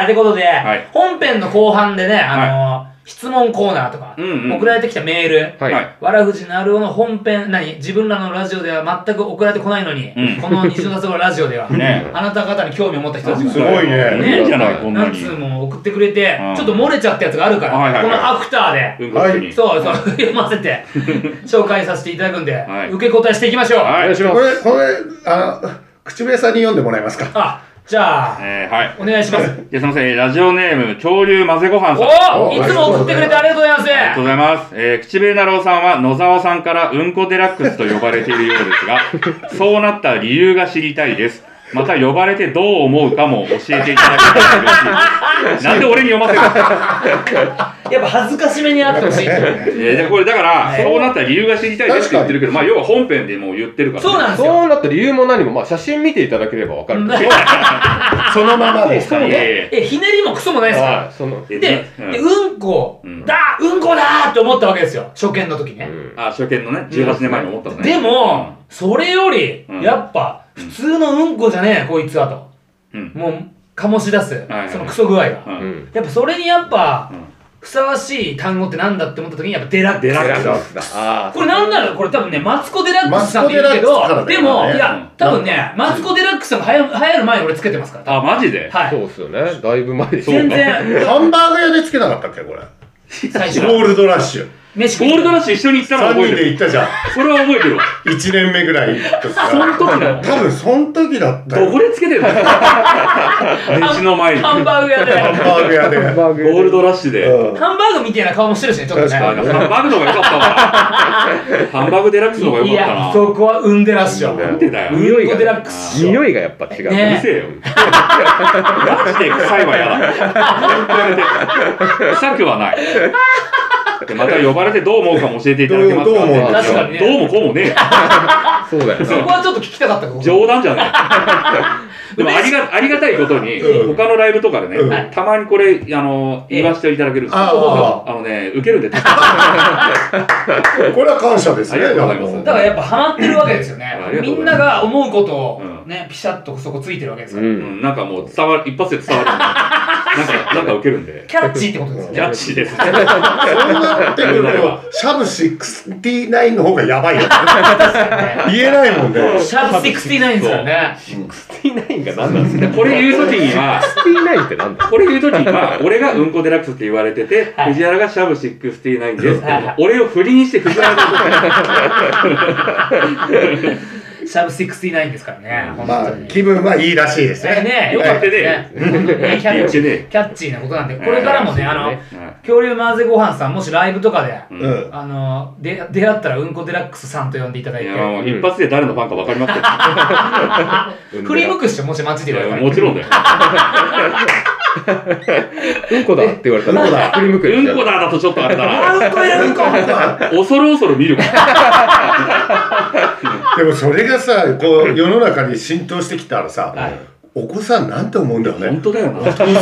[SPEAKER 2] ーイってことで、
[SPEAKER 3] はい
[SPEAKER 2] 本編の後半でね、あのー質問コーナーとか、
[SPEAKER 3] うんうん
[SPEAKER 2] 送られてきたメール、
[SPEAKER 4] はい。
[SPEAKER 3] はい
[SPEAKER 2] わらふじなるおの本編、何自分らのラジオでは全く送られてこないのに、
[SPEAKER 3] うん
[SPEAKER 2] この日常雑のラジオでは、
[SPEAKER 3] ね
[SPEAKER 2] あなた方に興味を持った人たちが、
[SPEAKER 1] すごいね
[SPEAKER 3] いいじゃない、こんな
[SPEAKER 2] 何
[SPEAKER 3] に。
[SPEAKER 2] 通も送ってくれて、
[SPEAKER 3] うん
[SPEAKER 2] ちょっと漏れちゃったやつがあるから、
[SPEAKER 3] はいはいはい
[SPEAKER 2] このアフターで、
[SPEAKER 3] うんこ口に。
[SPEAKER 2] そうそう、読ませ て、紹介させていただくんで、
[SPEAKER 3] はい
[SPEAKER 2] 受け答えしていきましょう。
[SPEAKER 3] はい。
[SPEAKER 4] しま
[SPEAKER 1] こ。れこれあの口笛さんに読んでもらえますか
[SPEAKER 2] あ、じゃあ、
[SPEAKER 3] えー、はい。
[SPEAKER 2] お願いします。
[SPEAKER 3] じゃあすみません、ラジオネーム、潮流混ぜご飯さん。
[SPEAKER 2] お
[SPEAKER 1] お
[SPEAKER 2] いつも送ってくれてありがとうございます。
[SPEAKER 3] ありがとうございます。えー、口笛太郎さんは野沢さんからうんこデラックスと呼ばれているようで すが、そうなった理由が知りたいです。また呼ばれてどう思うかも教えていただけたら嬉しいです。なんで俺に読ませるんですか
[SPEAKER 2] やっぱ恥ずかしめにあってほしい。
[SPEAKER 3] えーで、これだから、
[SPEAKER 2] はい
[SPEAKER 3] そうなった理由が知りたいですって言ってるけど、まあ要は本編でもう言ってるか ら、
[SPEAKER 2] そうなんですよ。
[SPEAKER 4] そうなった理由も何も、まあ、写真見ていただければわかると思う。
[SPEAKER 1] そのままで
[SPEAKER 3] そうね。
[SPEAKER 2] え、ひねりもクソもないです
[SPEAKER 4] は
[SPEAKER 2] か
[SPEAKER 4] い、その。
[SPEAKER 2] ら。で、
[SPEAKER 3] うん
[SPEAKER 2] でうんこ
[SPEAKER 3] うん
[SPEAKER 2] だ、うんこだって思ったわけですよ。初見の時
[SPEAKER 4] う
[SPEAKER 2] ね。
[SPEAKER 4] ん
[SPEAKER 3] あ、初見のね、18年前に思ったのね。
[SPEAKER 2] でも、それより
[SPEAKER 3] う、ん
[SPEAKER 2] やっぱ、普通のうんこじゃねえ、こいつはと。
[SPEAKER 3] うん、
[SPEAKER 2] もう、醸し出す
[SPEAKER 3] いはい、
[SPEAKER 2] そのクソ具合
[SPEAKER 3] う
[SPEAKER 2] が。
[SPEAKER 3] ん。う
[SPEAKER 4] う
[SPEAKER 3] ん。
[SPEAKER 4] ん。
[SPEAKER 2] やっぱそれにやっぱ
[SPEAKER 3] うん、
[SPEAKER 2] ふさわしい単語ってなんだって思った時に、やっぱデラックス。
[SPEAKER 3] デラックス
[SPEAKER 4] あ
[SPEAKER 2] これなんなのこれ多分ね、マツコ・デラックスさんって言うけ
[SPEAKER 1] マツ
[SPEAKER 2] ど、
[SPEAKER 1] コデ
[SPEAKER 2] で
[SPEAKER 1] ラックスから
[SPEAKER 2] も、
[SPEAKER 1] だよね
[SPEAKER 2] いや、多分ね、マツコ・デラックスさんが流行流行る前に俺つけてますから。
[SPEAKER 3] あ、マジで
[SPEAKER 4] あ。
[SPEAKER 2] は
[SPEAKER 4] そう
[SPEAKER 2] い。
[SPEAKER 4] っすよね。だいぶ前でしょ。
[SPEAKER 2] 全然、
[SPEAKER 1] ハンバーガー屋でつけなかったっけこれ
[SPEAKER 2] 最初
[SPEAKER 1] ゴールドラッシュ
[SPEAKER 2] 飯
[SPEAKER 3] ゴ
[SPEAKER 2] 食い
[SPEAKER 3] ールドラッシュ一緒に行ったのは
[SPEAKER 1] 3
[SPEAKER 3] 覚え
[SPEAKER 1] 人
[SPEAKER 3] て
[SPEAKER 1] で
[SPEAKER 3] る。
[SPEAKER 1] 行ったじゃん
[SPEAKER 3] それは覚えてるわ。
[SPEAKER 1] 1年目ぐらいとか
[SPEAKER 3] その時なの
[SPEAKER 1] 多分その時だった
[SPEAKER 3] ど
[SPEAKER 1] よ
[SPEAKER 3] こでつけてる のレジの前に。
[SPEAKER 2] ハンバーグ屋で。
[SPEAKER 1] ハン
[SPEAKER 2] ハ
[SPEAKER 1] バーグ屋で
[SPEAKER 4] ハンバーグ
[SPEAKER 3] ゴールドラッシュで。
[SPEAKER 1] うん
[SPEAKER 2] ンバーグみたいな顔もしてるしね、ちょっと
[SPEAKER 3] あ
[SPEAKER 2] ね。
[SPEAKER 3] ハンバーグの方が良かったわ。ハンバーグデラックスの方が
[SPEAKER 2] い
[SPEAKER 3] 良かった
[SPEAKER 2] や、
[SPEAKER 3] な。
[SPEAKER 2] そこは産んでらっしゃ
[SPEAKER 3] なん
[SPEAKER 2] る。
[SPEAKER 3] でだよ。
[SPEAKER 2] うんこ
[SPEAKER 4] が
[SPEAKER 2] デラックスっしょ。
[SPEAKER 4] 匂いがやっぱ違う。
[SPEAKER 2] ね
[SPEAKER 3] うるせえよ。マジで臭いは嫌だ。本当やめて。臭くはない。でまた呼ばれてどう思うかも教えていただけますか
[SPEAKER 1] どう思う
[SPEAKER 2] 確かにね
[SPEAKER 3] どうもこうもね
[SPEAKER 4] そうだよ
[SPEAKER 2] そこ
[SPEAKER 4] な。
[SPEAKER 2] はちょっと聞きたかったかも
[SPEAKER 3] え冗談じゃないでもありがありがたいことに、
[SPEAKER 1] うん
[SPEAKER 3] 他のライブとかでね、
[SPEAKER 1] うん
[SPEAKER 3] たまにこれあの言わせていただけるんですよ
[SPEAKER 1] ああ
[SPEAKER 3] あのね受けるんで
[SPEAKER 1] これは感謝ですね。
[SPEAKER 3] ありがとうございます
[SPEAKER 1] でも
[SPEAKER 2] だからやっぱハマってるわけですよね
[SPEAKER 3] ありがと
[SPEAKER 2] み
[SPEAKER 3] うご
[SPEAKER 2] ん
[SPEAKER 3] ざいます
[SPEAKER 2] なが思うことを
[SPEAKER 3] うん
[SPEAKER 2] ね、ピシャッとそこついてるわけです
[SPEAKER 4] う。
[SPEAKER 2] から、
[SPEAKER 3] うんん、なんかもう伝わる一発で 伝わるんでなんかなんか受けるんで
[SPEAKER 2] キャッチーってことですよ
[SPEAKER 3] キ
[SPEAKER 2] ね
[SPEAKER 3] ャッチーですね
[SPEAKER 1] そうなってくる
[SPEAKER 3] ありがとうございま
[SPEAKER 1] と、シャブ69の方がやばいよね。 言えないもんね。
[SPEAKER 2] シャープ69ですからね
[SPEAKER 4] 69が何なんですか
[SPEAKER 3] でこれ言う時には
[SPEAKER 4] ?69 ってなんだ
[SPEAKER 3] これ言う時には俺がうんこデラックスって言われてて、
[SPEAKER 2] はい
[SPEAKER 3] 藤原がシャブ69ですって、
[SPEAKER 2] はいはい
[SPEAKER 3] 俺を振りにして藤原が
[SPEAKER 2] シャープ69ですからね、本
[SPEAKER 1] ま
[SPEAKER 2] 当
[SPEAKER 1] あ
[SPEAKER 2] に、
[SPEAKER 1] 気分はいいらしいですね。
[SPEAKER 2] ね
[SPEAKER 3] よ
[SPEAKER 2] よ
[SPEAKER 3] か
[SPEAKER 2] か
[SPEAKER 3] っ
[SPEAKER 2] ったた
[SPEAKER 3] ね
[SPEAKER 2] ね本当にねキャ
[SPEAKER 3] 言
[SPEAKER 2] ッ
[SPEAKER 3] っ
[SPEAKER 2] チ
[SPEAKER 3] て
[SPEAKER 2] ー
[SPEAKER 3] ね
[SPEAKER 2] キャッチーなことなんでこれからもねあの
[SPEAKER 4] ね
[SPEAKER 3] はい
[SPEAKER 2] 恐竜混ぜご飯さんもしライブとかで
[SPEAKER 3] う
[SPEAKER 1] うんん。
[SPEAKER 2] あので出会ったらうんこデラックスさんと呼んでいただい
[SPEAKER 3] い
[SPEAKER 2] て
[SPEAKER 3] やもう一発で誰のファンか分かりますけど
[SPEAKER 2] 振り向くっしょもし街で言われたら
[SPEAKER 3] もちろんだよ。
[SPEAKER 4] うんこだって言われたら、
[SPEAKER 1] うんこだ
[SPEAKER 4] 振り向く
[SPEAKER 3] う
[SPEAKER 4] やつ
[SPEAKER 3] んこだだとちょっとあれだ
[SPEAKER 2] あ
[SPEAKER 3] な。
[SPEAKER 2] うんこやうんこ
[SPEAKER 3] 恐る恐る見るから。
[SPEAKER 1] でもそれがさ、こう、世の中に浸透してきたらさ、
[SPEAKER 2] はい
[SPEAKER 1] お子さんなんて思うんだよね
[SPEAKER 3] 本。当だよな。
[SPEAKER 1] お父さん、うん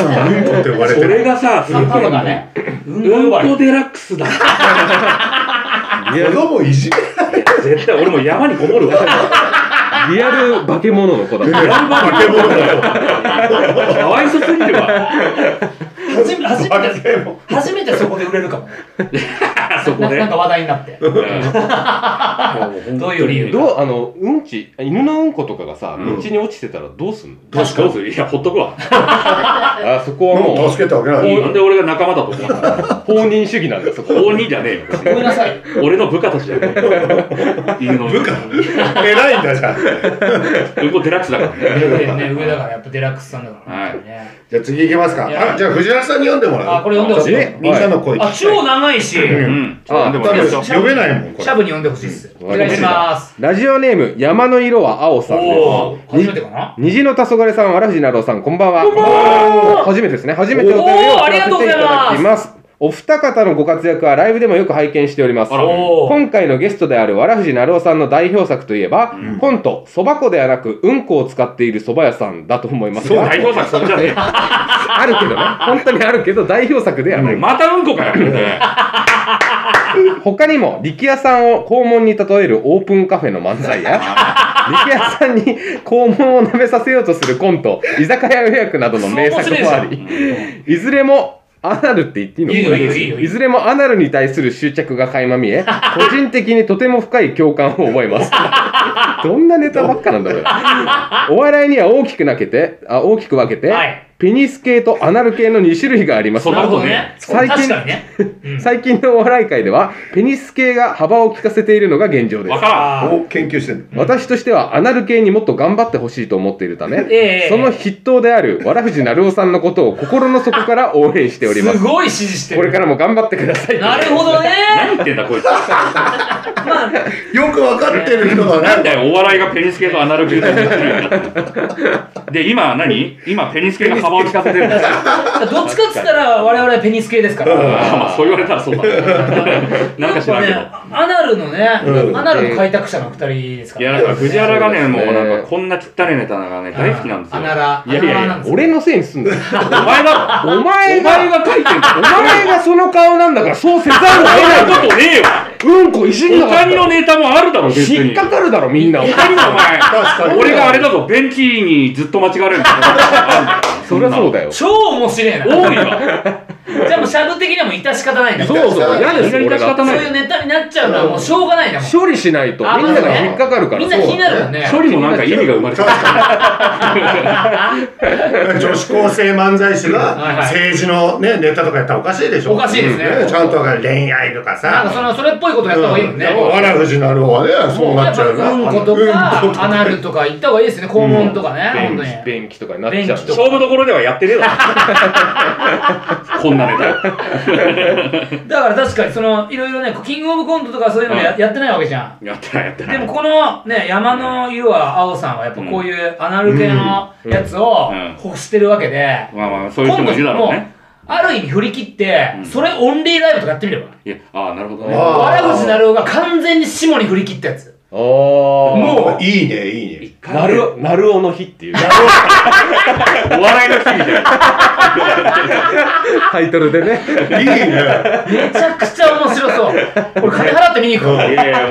[SPEAKER 1] こって呼ばれ
[SPEAKER 3] そ
[SPEAKER 1] て
[SPEAKER 3] れ
[SPEAKER 1] る。
[SPEAKER 3] がさ、すご
[SPEAKER 2] パ
[SPEAKER 3] い
[SPEAKER 2] パとか。ねう
[SPEAKER 3] うん
[SPEAKER 2] んこ呼ばれ
[SPEAKER 3] こデラックスだ。
[SPEAKER 4] リア
[SPEAKER 1] 子
[SPEAKER 4] ル、
[SPEAKER 1] 供いじめ
[SPEAKER 3] 絶対俺も山にこもるわ。
[SPEAKER 4] リアル化け物の子だ。
[SPEAKER 1] られ化け物だよ。
[SPEAKER 3] かわいそすぎるわ。
[SPEAKER 2] 初 め初め
[SPEAKER 1] 化け
[SPEAKER 2] て
[SPEAKER 1] 物
[SPEAKER 2] 初めてそこで売れるかもね
[SPEAKER 3] あそこ
[SPEAKER 2] な
[SPEAKER 3] で。
[SPEAKER 2] なんか話題になって
[SPEAKER 3] うん
[SPEAKER 2] どういう理由
[SPEAKER 4] どう、あの、うんち、犬のうんことかがさ、
[SPEAKER 3] う
[SPEAKER 4] 道
[SPEAKER 3] ん
[SPEAKER 4] に落ちてたらどうすんの
[SPEAKER 3] どうするどうするいや、ほっとくわ。
[SPEAKER 4] あ、そこは
[SPEAKER 1] も
[SPEAKER 4] も
[SPEAKER 1] う助けたわけない。
[SPEAKER 3] なんで俺が仲間だと思うの
[SPEAKER 4] う、放任主義なんだ、そこ。
[SPEAKER 3] 公認じゃねえよ。
[SPEAKER 2] ごめんなさい
[SPEAKER 3] 俺の部下たちだよ。犬の
[SPEAKER 1] 部下偉いんだじゃん。
[SPEAKER 3] うんこデラックスだからね。
[SPEAKER 2] ね上だからやっぱデラックスさんだからね
[SPEAKER 1] じゃあ次行きますか。
[SPEAKER 2] いや
[SPEAKER 1] あじゃあ藤原さんに読んでもらう。
[SPEAKER 2] あこれ読んでほしい
[SPEAKER 1] ねみんなの声
[SPEAKER 2] あ
[SPEAKER 1] 聞きたい。
[SPEAKER 2] 超長いし
[SPEAKER 3] う
[SPEAKER 2] シ
[SPEAKER 3] ん。
[SPEAKER 4] あ
[SPEAKER 3] でも
[SPEAKER 1] 多
[SPEAKER 3] いい
[SPEAKER 1] 分
[SPEAKER 3] ですよ
[SPEAKER 1] 読めないもん、これ
[SPEAKER 2] ャ。ブに呼んでほしいっす
[SPEAKER 4] うん
[SPEAKER 2] お願いします
[SPEAKER 4] ラジオネーム、山の色は青さん
[SPEAKER 2] おお
[SPEAKER 4] で
[SPEAKER 2] ー
[SPEAKER 4] す。
[SPEAKER 2] 初めてかな
[SPEAKER 4] 虹の黄昏さん、荒藤奈郎さん、こんばんは。初めてですね。初めてお便り
[SPEAKER 2] おー
[SPEAKER 4] を送らせていただきます。お二方のご活躍はライブでもよく拝見しております。
[SPEAKER 3] あら
[SPEAKER 2] おー
[SPEAKER 4] 今回のゲストであるわらふじなるおさんの代表作といえば、コント、そば粉ではなく、うんこを使っているそば屋さんだと思います
[SPEAKER 1] そう
[SPEAKER 4] が。
[SPEAKER 3] 代表作そんじゃね
[SPEAKER 4] あるけどね。本当にあるけど、代表作では
[SPEAKER 3] え
[SPEAKER 4] ない。
[SPEAKER 3] よ。またうんこかよ。
[SPEAKER 4] 他にも、力也さんを肛門に例えるオープンカフェの漫才や、力也さんに肛門を舐めさせようとするコント、居酒屋予約などの名作もあ
[SPEAKER 2] そう面白いで
[SPEAKER 4] り、いずれも、アナルって言っていいの
[SPEAKER 2] いいよいいよいいよいいよ
[SPEAKER 4] ずれもアナルに対する執着が垣間 見え、個人的にとても深い共感を覚えます。 どんなネタばっかなんだろう。お笑いには大きく分けて、あ大きく分けて、
[SPEAKER 2] はい
[SPEAKER 4] ペニス系とアナル系の2種類があります
[SPEAKER 3] そんな
[SPEAKER 2] な
[SPEAKER 3] こ
[SPEAKER 2] る
[SPEAKER 3] と
[SPEAKER 2] ほ
[SPEAKER 3] ね
[SPEAKER 2] どね
[SPEAKER 4] 最
[SPEAKER 2] 確
[SPEAKER 4] 近
[SPEAKER 2] かにねうん
[SPEAKER 4] 最近のお笑い界では、ペニス系が幅を利かせているのが現状で
[SPEAKER 3] わ
[SPEAKER 4] す。
[SPEAKER 3] からん。
[SPEAKER 2] あー
[SPEAKER 1] お研究してる。
[SPEAKER 4] 私としてはアナル系にもっと頑張ってほしいと思っているため、
[SPEAKER 2] ええ
[SPEAKER 4] その筆頭である、わらふじなるおさんのことを心の底から応援しておりますす。
[SPEAKER 2] ごい支持して
[SPEAKER 4] これ
[SPEAKER 2] る
[SPEAKER 4] からも頑張ってください。
[SPEAKER 2] なるほどね
[SPEAKER 3] 何言ってんだこいつ。な
[SPEAKER 2] まあ
[SPEAKER 1] よくわかってる人が
[SPEAKER 3] ん
[SPEAKER 1] ね。
[SPEAKER 3] だよ、お笑いがペニス系とアナログで、今何今、ペニス系が幅を利かせてるんだよ。
[SPEAKER 2] どっちかっつったら我々はペニス系ですから
[SPEAKER 3] まあ、そう言われたらそうだね。なんか知らんけ
[SPEAKER 2] やっぱねアナルのね
[SPEAKER 1] うん
[SPEAKER 2] アナルの開拓者の二人ですか
[SPEAKER 3] ど。いや、
[SPEAKER 2] ら
[SPEAKER 3] だから藤原がね、
[SPEAKER 4] そう
[SPEAKER 3] も
[SPEAKER 4] で
[SPEAKER 3] う
[SPEAKER 4] すね
[SPEAKER 3] なんかこんな汚いネタがね、大好きなんですよ。
[SPEAKER 2] アナラ
[SPEAKER 3] いやいやい
[SPEAKER 2] アナラな
[SPEAKER 3] や
[SPEAKER 2] ん、ですよ
[SPEAKER 4] 俺のせいにすん だよ。
[SPEAKER 3] お前だろ
[SPEAKER 4] お前
[SPEAKER 3] お前
[SPEAKER 4] が、
[SPEAKER 3] が書いてんだ
[SPEAKER 4] お前がその顔なんだから、そうせざるを
[SPEAKER 3] そんなこ
[SPEAKER 4] 得
[SPEAKER 3] とねえよ
[SPEAKER 4] ない。うんこいじんなかった
[SPEAKER 3] 他にのネタもあるだろ、別に。
[SPEAKER 4] 引っかかるだろ、みんな。
[SPEAKER 3] 他にも
[SPEAKER 1] 確
[SPEAKER 3] お
[SPEAKER 1] か
[SPEAKER 3] 前、
[SPEAKER 1] に
[SPEAKER 3] 俺があれだぞ、ベンチにずっと間違われるんだよ
[SPEAKER 4] そりゃそうだよ。そ
[SPEAKER 2] 超面白いな
[SPEAKER 3] 多いわ。
[SPEAKER 2] じゃあもうシャブ的にはもう致し方ないんだ
[SPEAKER 4] うそう、嫌ですよ、俺
[SPEAKER 3] 仕方
[SPEAKER 2] そう
[SPEAKER 4] が。
[SPEAKER 3] ない
[SPEAKER 2] いうネタになっちゃうのはもうしょうがないなもう
[SPEAKER 4] 処理しないと、みんなが引っかかるから。
[SPEAKER 2] みんな気になるもんね
[SPEAKER 3] 処理もなんか意味が生まれてる。
[SPEAKER 1] 女子高生漫才師
[SPEAKER 2] はい
[SPEAKER 1] が
[SPEAKER 2] はい
[SPEAKER 1] 政治のね、ネタとかやったらおかしいでしょ。
[SPEAKER 2] おかしいですね
[SPEAKER 1] ちゃんと恋愛とか
[SPEAKER 2] なんかそ
[SPEAKER 1] さ。
[SPEAKER 2] のそれっぽいことやった方がいいもんね
[SPEAKER 1] わらふじなる方はね、そう
[SPEAKER 2] もう
[SPEAKER 1] な
[SPEAKER 2] や
[SPEAKER 1] っ
[SPEAKER 2] っ
[SPEAKER 1] ち
[SPEAKER 2] ぱ
[SPEAKER 1] ゃうな。
[SPEAKER 2] うんこと
[SPEAKER 1] うんこと
[SPEAKER 2] かアナルとか行った方がいいですね肛門とかね
[SPEAKER 4] 便
[SPEAKER 2] 本当
[SPEAKER 4] 器、
[SPEAKER 2] に
[SPEAKER 4] 便器とかになっちゃう
[SPEAKER 2] 便器
[SPEAKER 4] ん
[SPEAKER 2] と
[SPEAKER 4] だ。
[SPEAKER 2] か
[SPEAKER 3] 勝負どころではやってねえだ ろこんなネタ
[SPEAKER 2] だから確かにそのいろいろねキングオブコントとかそういうのや
[SPEAKER 3] うん
[SPEAKER 2] やってないわけじゃん
[SPEAKER 3] やってないやってな
[SPEAKER 2] で
[SPEAKER 3] い
[SPEAKER 2] もこのね山の色は青さんはやっぱこういうアナル系のやつを
[SPEAKER 3] うんうん
[SPEAKER 2] 欲してるわけで
[SPEAKER 3] まあまあそういう人もいるだろうね
[SPEAKER 2] 今度ある意味振り切って、
[SPEAKER 3] うん
[SPEAKER 2] それオンリーライブとかやってみれば。
[SPEAKER 3] いや、ああ、なるほどね。
[SPEAKER 1] あー
[SPEAKER 2] 悪口なるおが完全に下に振り切ったやつ。
[SPEAKER 4] あも
[SPEAKER 1] もういいねいいね
[SPEAKER 4] うなるなるおの日っていう
[SPEAKER 3] お笑いの日みたいな。
[SPEAKER 4] タイトルでね
[SPEAKER 1] いいね
[SPEAKER 2] めちゃくちゃ面白 そう。俺金払って見に行くわ
[SPEAKER 1] うん
[SPEAKER 3] いやいやもう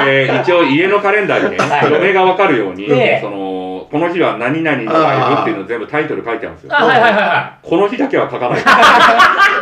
[SPEAKER 3] これ一応家のカレンダーにね、
[SPEAKER 2] はい
[SPEAKER 3] 嫁がわかるように、
[SPEAKER 2] ええ
[SPEAKER 3] その、この日は何々のライブっていうのを全部タイトル書いてあるんですよ。
[SPEAKER 2] あ、はいはいはいは
[SPEAKER 3] この日だけは書かない。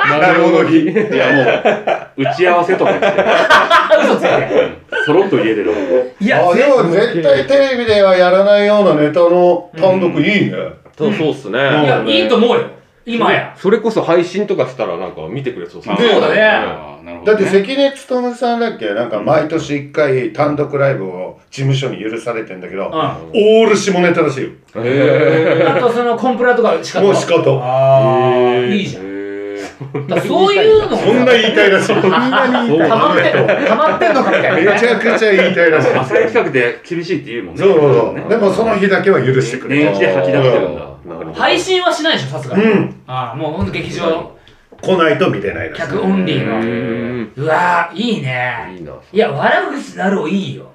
[SPEAKER 1] なるほど日
[SPEAKER 3] いやもう、打ち合わせとかして、
[SPEAKER 2] い。あ、嘘ついて。
[SPEAKER 3] そろっと家で録音。
[SPEAKER 2] いや、
[SPEAKER 1] あ
[SPEAKER 2] ぜ
[SPEAKER 1] でも絶対テレビではやらないようなネタの単独いいね、
[SPEAKER 4] そうそうっすね
[SPEAKER 2] いや、いいと思うよ。今や。
[SPEAKER 4] それこそ配信とかしたらなんか見てくれそうっすね
[SPEAKER 1] ねそうだ
[SPEAKER 2] ね
[SPEAKER 3] あーなるほ
[SPEAKER 1] だ
[SPEAKER 3] ど
[SPEAKER 1] って
[SPEAKER 3] ね。
[SPEAKER 1] 関根勤さんだっけなんか毎年1回単独ライブを事務所に許されてんだけど、
[SPEAKER 2] うん。あ
[SPEAKER 1] オール下ネタらしいよ
[SPEAKER 4] へ
[SPEAKER 2] とそのコンプラとかしか
[SPEAKER 1] もう仕方
[SPEAKER 2] ああ、いいじゃん。
[SPEAKER 3] へ
[SPEAKER 2] だからそういうの
[SPEAKER 1] そんな言いたいらしいめち
[SPEAKER 4] ーそう
[SPEAKER 2] 溜まってんの溜まってんのかみたいなね。
[SPEAKER 1] ゃくちゃ言いたいらしい
[SPEAKER 3] ー浅い企画で厳しいって言うもんね。
[SPEAKER 1] そうそうそう、
[SPEAKER 3] ね
[SPEAKER 1] でもその日だけは許してくれ
[SPEAKER 3] 年一で吐き出してるんだ。
[SPEAKER 4] なるほど
[SPEAKER 2] 配信はしないでしょ、さすがに。
[SPEAKER 1] うん
[SPEAKER 2] ああ、もうほんと劇場、
[SPEAKER 1] 来ないと見てないらしい
[SPEAKER 2] 客オンリー
[SPEAKER 4] う
[SPEAKER 2] の。
[SPEAKER 4] ん
[SPEAKER 2] うわーいいね。
[SPEAKER 4] いいない
[SPEAKER 2] や、悪口なるをいいよ。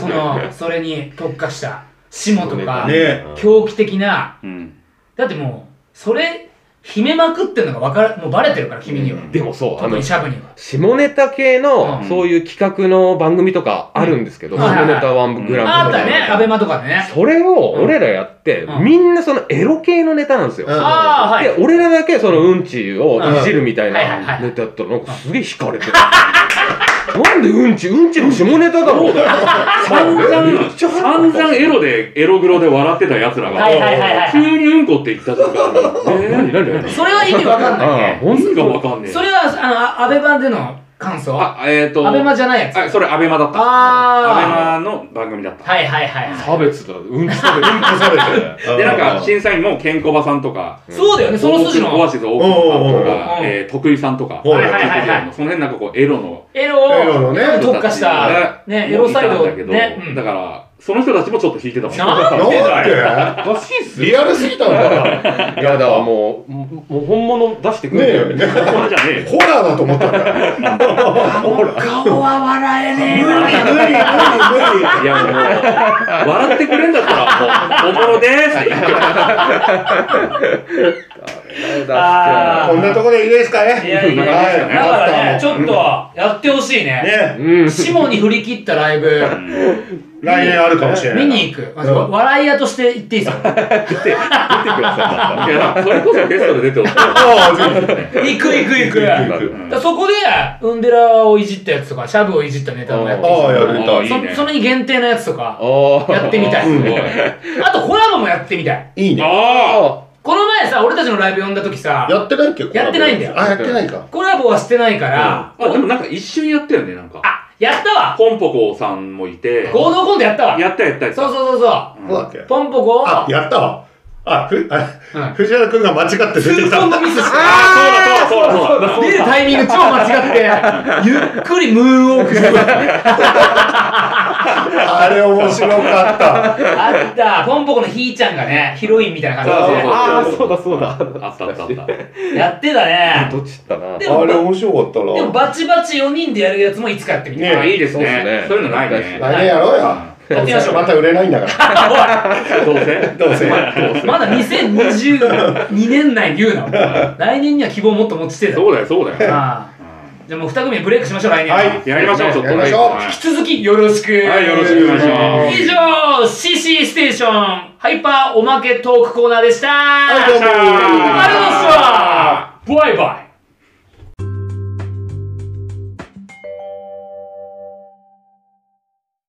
[SPEAKER 2] その、それに特化した、下とか、
[SPEAKER 1] ね
[SPEAKER 2] 狂気的な、
[SPEAKER 3] うん。
[SPEAKER 2] だってもう、それ、秘めまくってんのがわから、もうバレてるから、君には。
[SPEAKER 4] でもそうあ
[SPEAKER 2] 特
[SPEAKER 4] の
[SPEAKER 2] にシャブには。
[SPEAKER 4] 下ネタ系の、
[SPEAKER 2] うん
[SPEAKER 4] そういう企画の番組とかあるんですけど、
[SPEAKER 2] うん
[SPEAKER 4] 下ネタワングランプリとか
[SPEAKER 2] あったね、アベマとかでね。
[SPEAKER 4] それを俺らやって、
[SPEAKER 2] うん
[SPEAKER 4] みんなそのエロ系のネタなんですよ。
[SPEAKER 1] うん
[SPEAKER 2] ああ、はい。
[SPEAKER 4] で、俺らだけそのうんちをいじるみたい
[SPEAKER 2] うんはいはいは
[SPEAKER 4] ないネタやったら、なんかすげえ惹 かれてる。なんでうんちうんちの下ネタだろう
[SPEAKER 3] 散々、散々エロで、エログロで笑ってた奴ら
[SPEAKER 2] はい
[SPEAKER 3] が、
[SPEAKER 2] はいはいはい。
[SPEAKER 3] 急にうんこって言った瞬間に、え
[SPEAKER 4] 何何何
[SPEAKER 2] それは意味わかんないね。
[SPEAKER 4] 本
[SPEAKER 3] 意味
[SPEAKER 4] 当
[SPEAKER 3] が
[SPEAKER 4] が
[SPEAKER 3] わかんねえ。
[SPEAKER 2] それは、あのあ、アベマでの感想ア
[SPEAKER 3] あ、えっ、と、
[SPEAKER 2] ベマじゃないやつ。
[SPEAKER 3] あ、それアベマだった。
[SPEAKER 2] あ
[SPEAKER 3] アベマの番組だった。
[SPEAKER 2] はいはいはいはい。
[SPEAKER 4] 差別だ。うんち差別。
[SPEAKER 1] 干されてる
[SPEAKER 3] で、なん
[SPEAKER 1] う
[SPEAKER 3] か、審査員もケンコバさんとか、
[SPEAKER 2] そうだよね、その筋
[SPEAKER 3] オア
[SPEAKER 2] の
[SPEAKER 3] シス大久保さんとか
[SPEAKER 2] おうおうおう、
[SPEAKER 3] えー、徳井さんとか、
[SPEAKER 1] おうはい
[SPEAKER 2] はいはいはい
[SPEAKER 3] その辺なんかこう、エロの
[SPEAKER 2] エロ
[SPEAKER 1] エロ
[SPEAKER 2] を
[SPEAKER 1] のね
[SPEAKER 2] に特化し
[SPEAKER 3] 人たち
[SPEAKER 2] た
[SPEAKER 3] が、
[SPEAKER 2] ね、エロサイド
[SPEAKER 3] もう
[SPEAKER 2] を
[SPEAKER 3] いたんだけど、
[SPEAKER 2] ね。うん
[SPEAKER 3] だから、その人たちもちょっと引いてたもん
[SPEAKER 2] な
[SPEAKER 3] ね。
[SPEAKER 2] ん
[SPEAKER 1] なん
[SPEAKER 2] で
[SPEAKER 1] で
[SPEAKER 4] おかしいっすよ。
[SPEAKER 1] リアルすぎたんだ
[SPEAKER 4] いやだ、もう、ももう本物出してくれよ。
[SPEAKER 1] ね
[SPEAKER 3] それじゃねえ
[SPEAKER 1] ホ
[SPEAKER 3] よ。
[SPEAKER 1] ラーだと思ったんだ
[SPEAKER 2] 顔は笑えねえ
[SPEAKER 1] 無
[SPEAKER 2] な。
[SPEAKER 1] 理無理無理無理
[SPEAKER 3] いやもう、笑ってくれんだったら、もう、本物でーすって言ってよ
[SPEAKER 4] 出して
[SPEAKER 2] あ
[SPEAKER 1] こんなとこでいいですかね
[SPEAKER 2] いやいや
[SPEAKER 1] は
[SPEAKER 2] いや、だ
[SPEAKER 1] い
[SPEAKER 2] からね、ちょっ
[SPEAKER 1] ね
[SPEAKER 2] とやってほしいね。
[SPEAKER 4] うん。
[SPEAKER 2] 下に振り切ったライブ、
[SPEAKER 1] 来年あるかもしれな
[SPEAKER 2] 見
[SPEAKER 1] い
[SPEAKER 2] に行く。まず
[SPEAKER 1] うん
[SPEAKER 2] 笑い屋として行っていいですか
[SPEAKER 3] いや、それこそゲストで出てほしい。
[SPEAKER 1] ああぜ
[SPEAKER 2] 行く行く行く。
[SPEAKER 1] 行
[SPEAKER 2] だ
[SPEAKER 1] く
[SPEAKER 3] うん
[SPEAKER 2] からそこで、ウンデラをいじったやつとか、シャブをいじったネタもやっていい
[SPEAKER 1] ああやる
[SPEAKER 3] あ
[SPEAKER 1] と
[SPEAKER 3] いい
[SPEAKER 2] そ
[SPEAKER 3] ね
[SPEAKER 2] それに限定のやつとか、
[SPEAKER 4] ああ。
[SPEAKER 2] やってみたい。
[SPEAKER 3] すごい。
[SPEAKER 2] あとコラボもやってみたい。
[SPEAKER 1] いいね
[SPEAKER 3] あ
[SPEAKER 4] あ
[SPEAKER 2] この前さ、俺たちのライブ呼んだ時さ、
[SPEAKER 1] やってないっけ
[SPEAKER 2] やってないんだよ
[SPEAKER 1] あやってないか
[SPEAKER 2] コラボはしてないから、
[SPEAKER 3] ああ、でもなんか一瞬やったよね、なんか。
[SPEAKER 2] あ、やったわ
[SPEAKER 3] ポンポコさんもいて、
[SPEAKER 2] 合同コントやったわ
[SPEAKER 3] やったやったやった。
[SPEAKER 2] そうそうそうそ
[SPEAKER 1] そうだっけ
[SPEAKER 2] う。ポンポコを、
[SPEAKER 1] あやったわあふあ
[SPEAKER 2] うん
[SPEAKER 1] 藤原くんが間違って出てき
[SPEAKER 2] ツーコ
[SPEAKER 1] た
[SPEAKER 2] ンのミスして、
[SPEAKER 3] あーそうだそうだそうだ
[SPEAKER 2] 出るタイミング超 間違って、ゆっくりムーンウォークしてた。
[SPEAKER 1] あれ面白かった
[SPEAKER 2] あった、ポンポコのひーちゃんがね、ヒロインみたいな感
[SPEAKER 3] そうそうそう
[SPEAKER 4] あー、そうだそうだ。
[SPEAKER 3] あったあったあった。
[SPEAKER 2] じでやってたね。
[SPEAKER 4] どっちったな。
[SPEAKER 2] で
[SPEAKER 1] あ
[SPEAKER 2] も
[SPEAKER 1] れ面白かった
[SPEAKER 2] でも
[SPEAKER 1] な
[SPEAKER 2] バチバチ4人でやるやつもいつかやってみたい。
[SPEAKER 1] ね
[SPEAKER 3] あ、いいです
[SPEAKER 4] そうっすね
[SPEAKER 3] ね。そういうのないね。
[SPEAKER 1] 来年やろうよ
[SPEAKER 2] やってみましょう
[SPEAKER 1] また売れないんだから
[SPEAKER 3] どうせ。
[SPEAKER 1] どうせ
[SPEAKER 2] まだ2022年内に言うな。来年には希望をもっと持ちてえだろ。
[SPEAKER 3] そうだよ、そうだよ。
[SPEAKER 2] ああじゃあもう2組でブレイクしましょう、来年は。
[SPEAKER 1] はい
[SPEAKER 2] 引
[SPEAKER 3] やりましょう、ちょっと。
[SPEAKER 1] やりましょう
[SPEAKER 2] き続きよろしく。
[SPEAKER 3] はい、よろしくお願いします。
[SPEAKER 2] 以上、CC ステーション、ハイパーおまけトークコーナーでした。
[SPEAKER 1] はいどうも
[SPEAKER 2] ありがとうございました。バイバイ。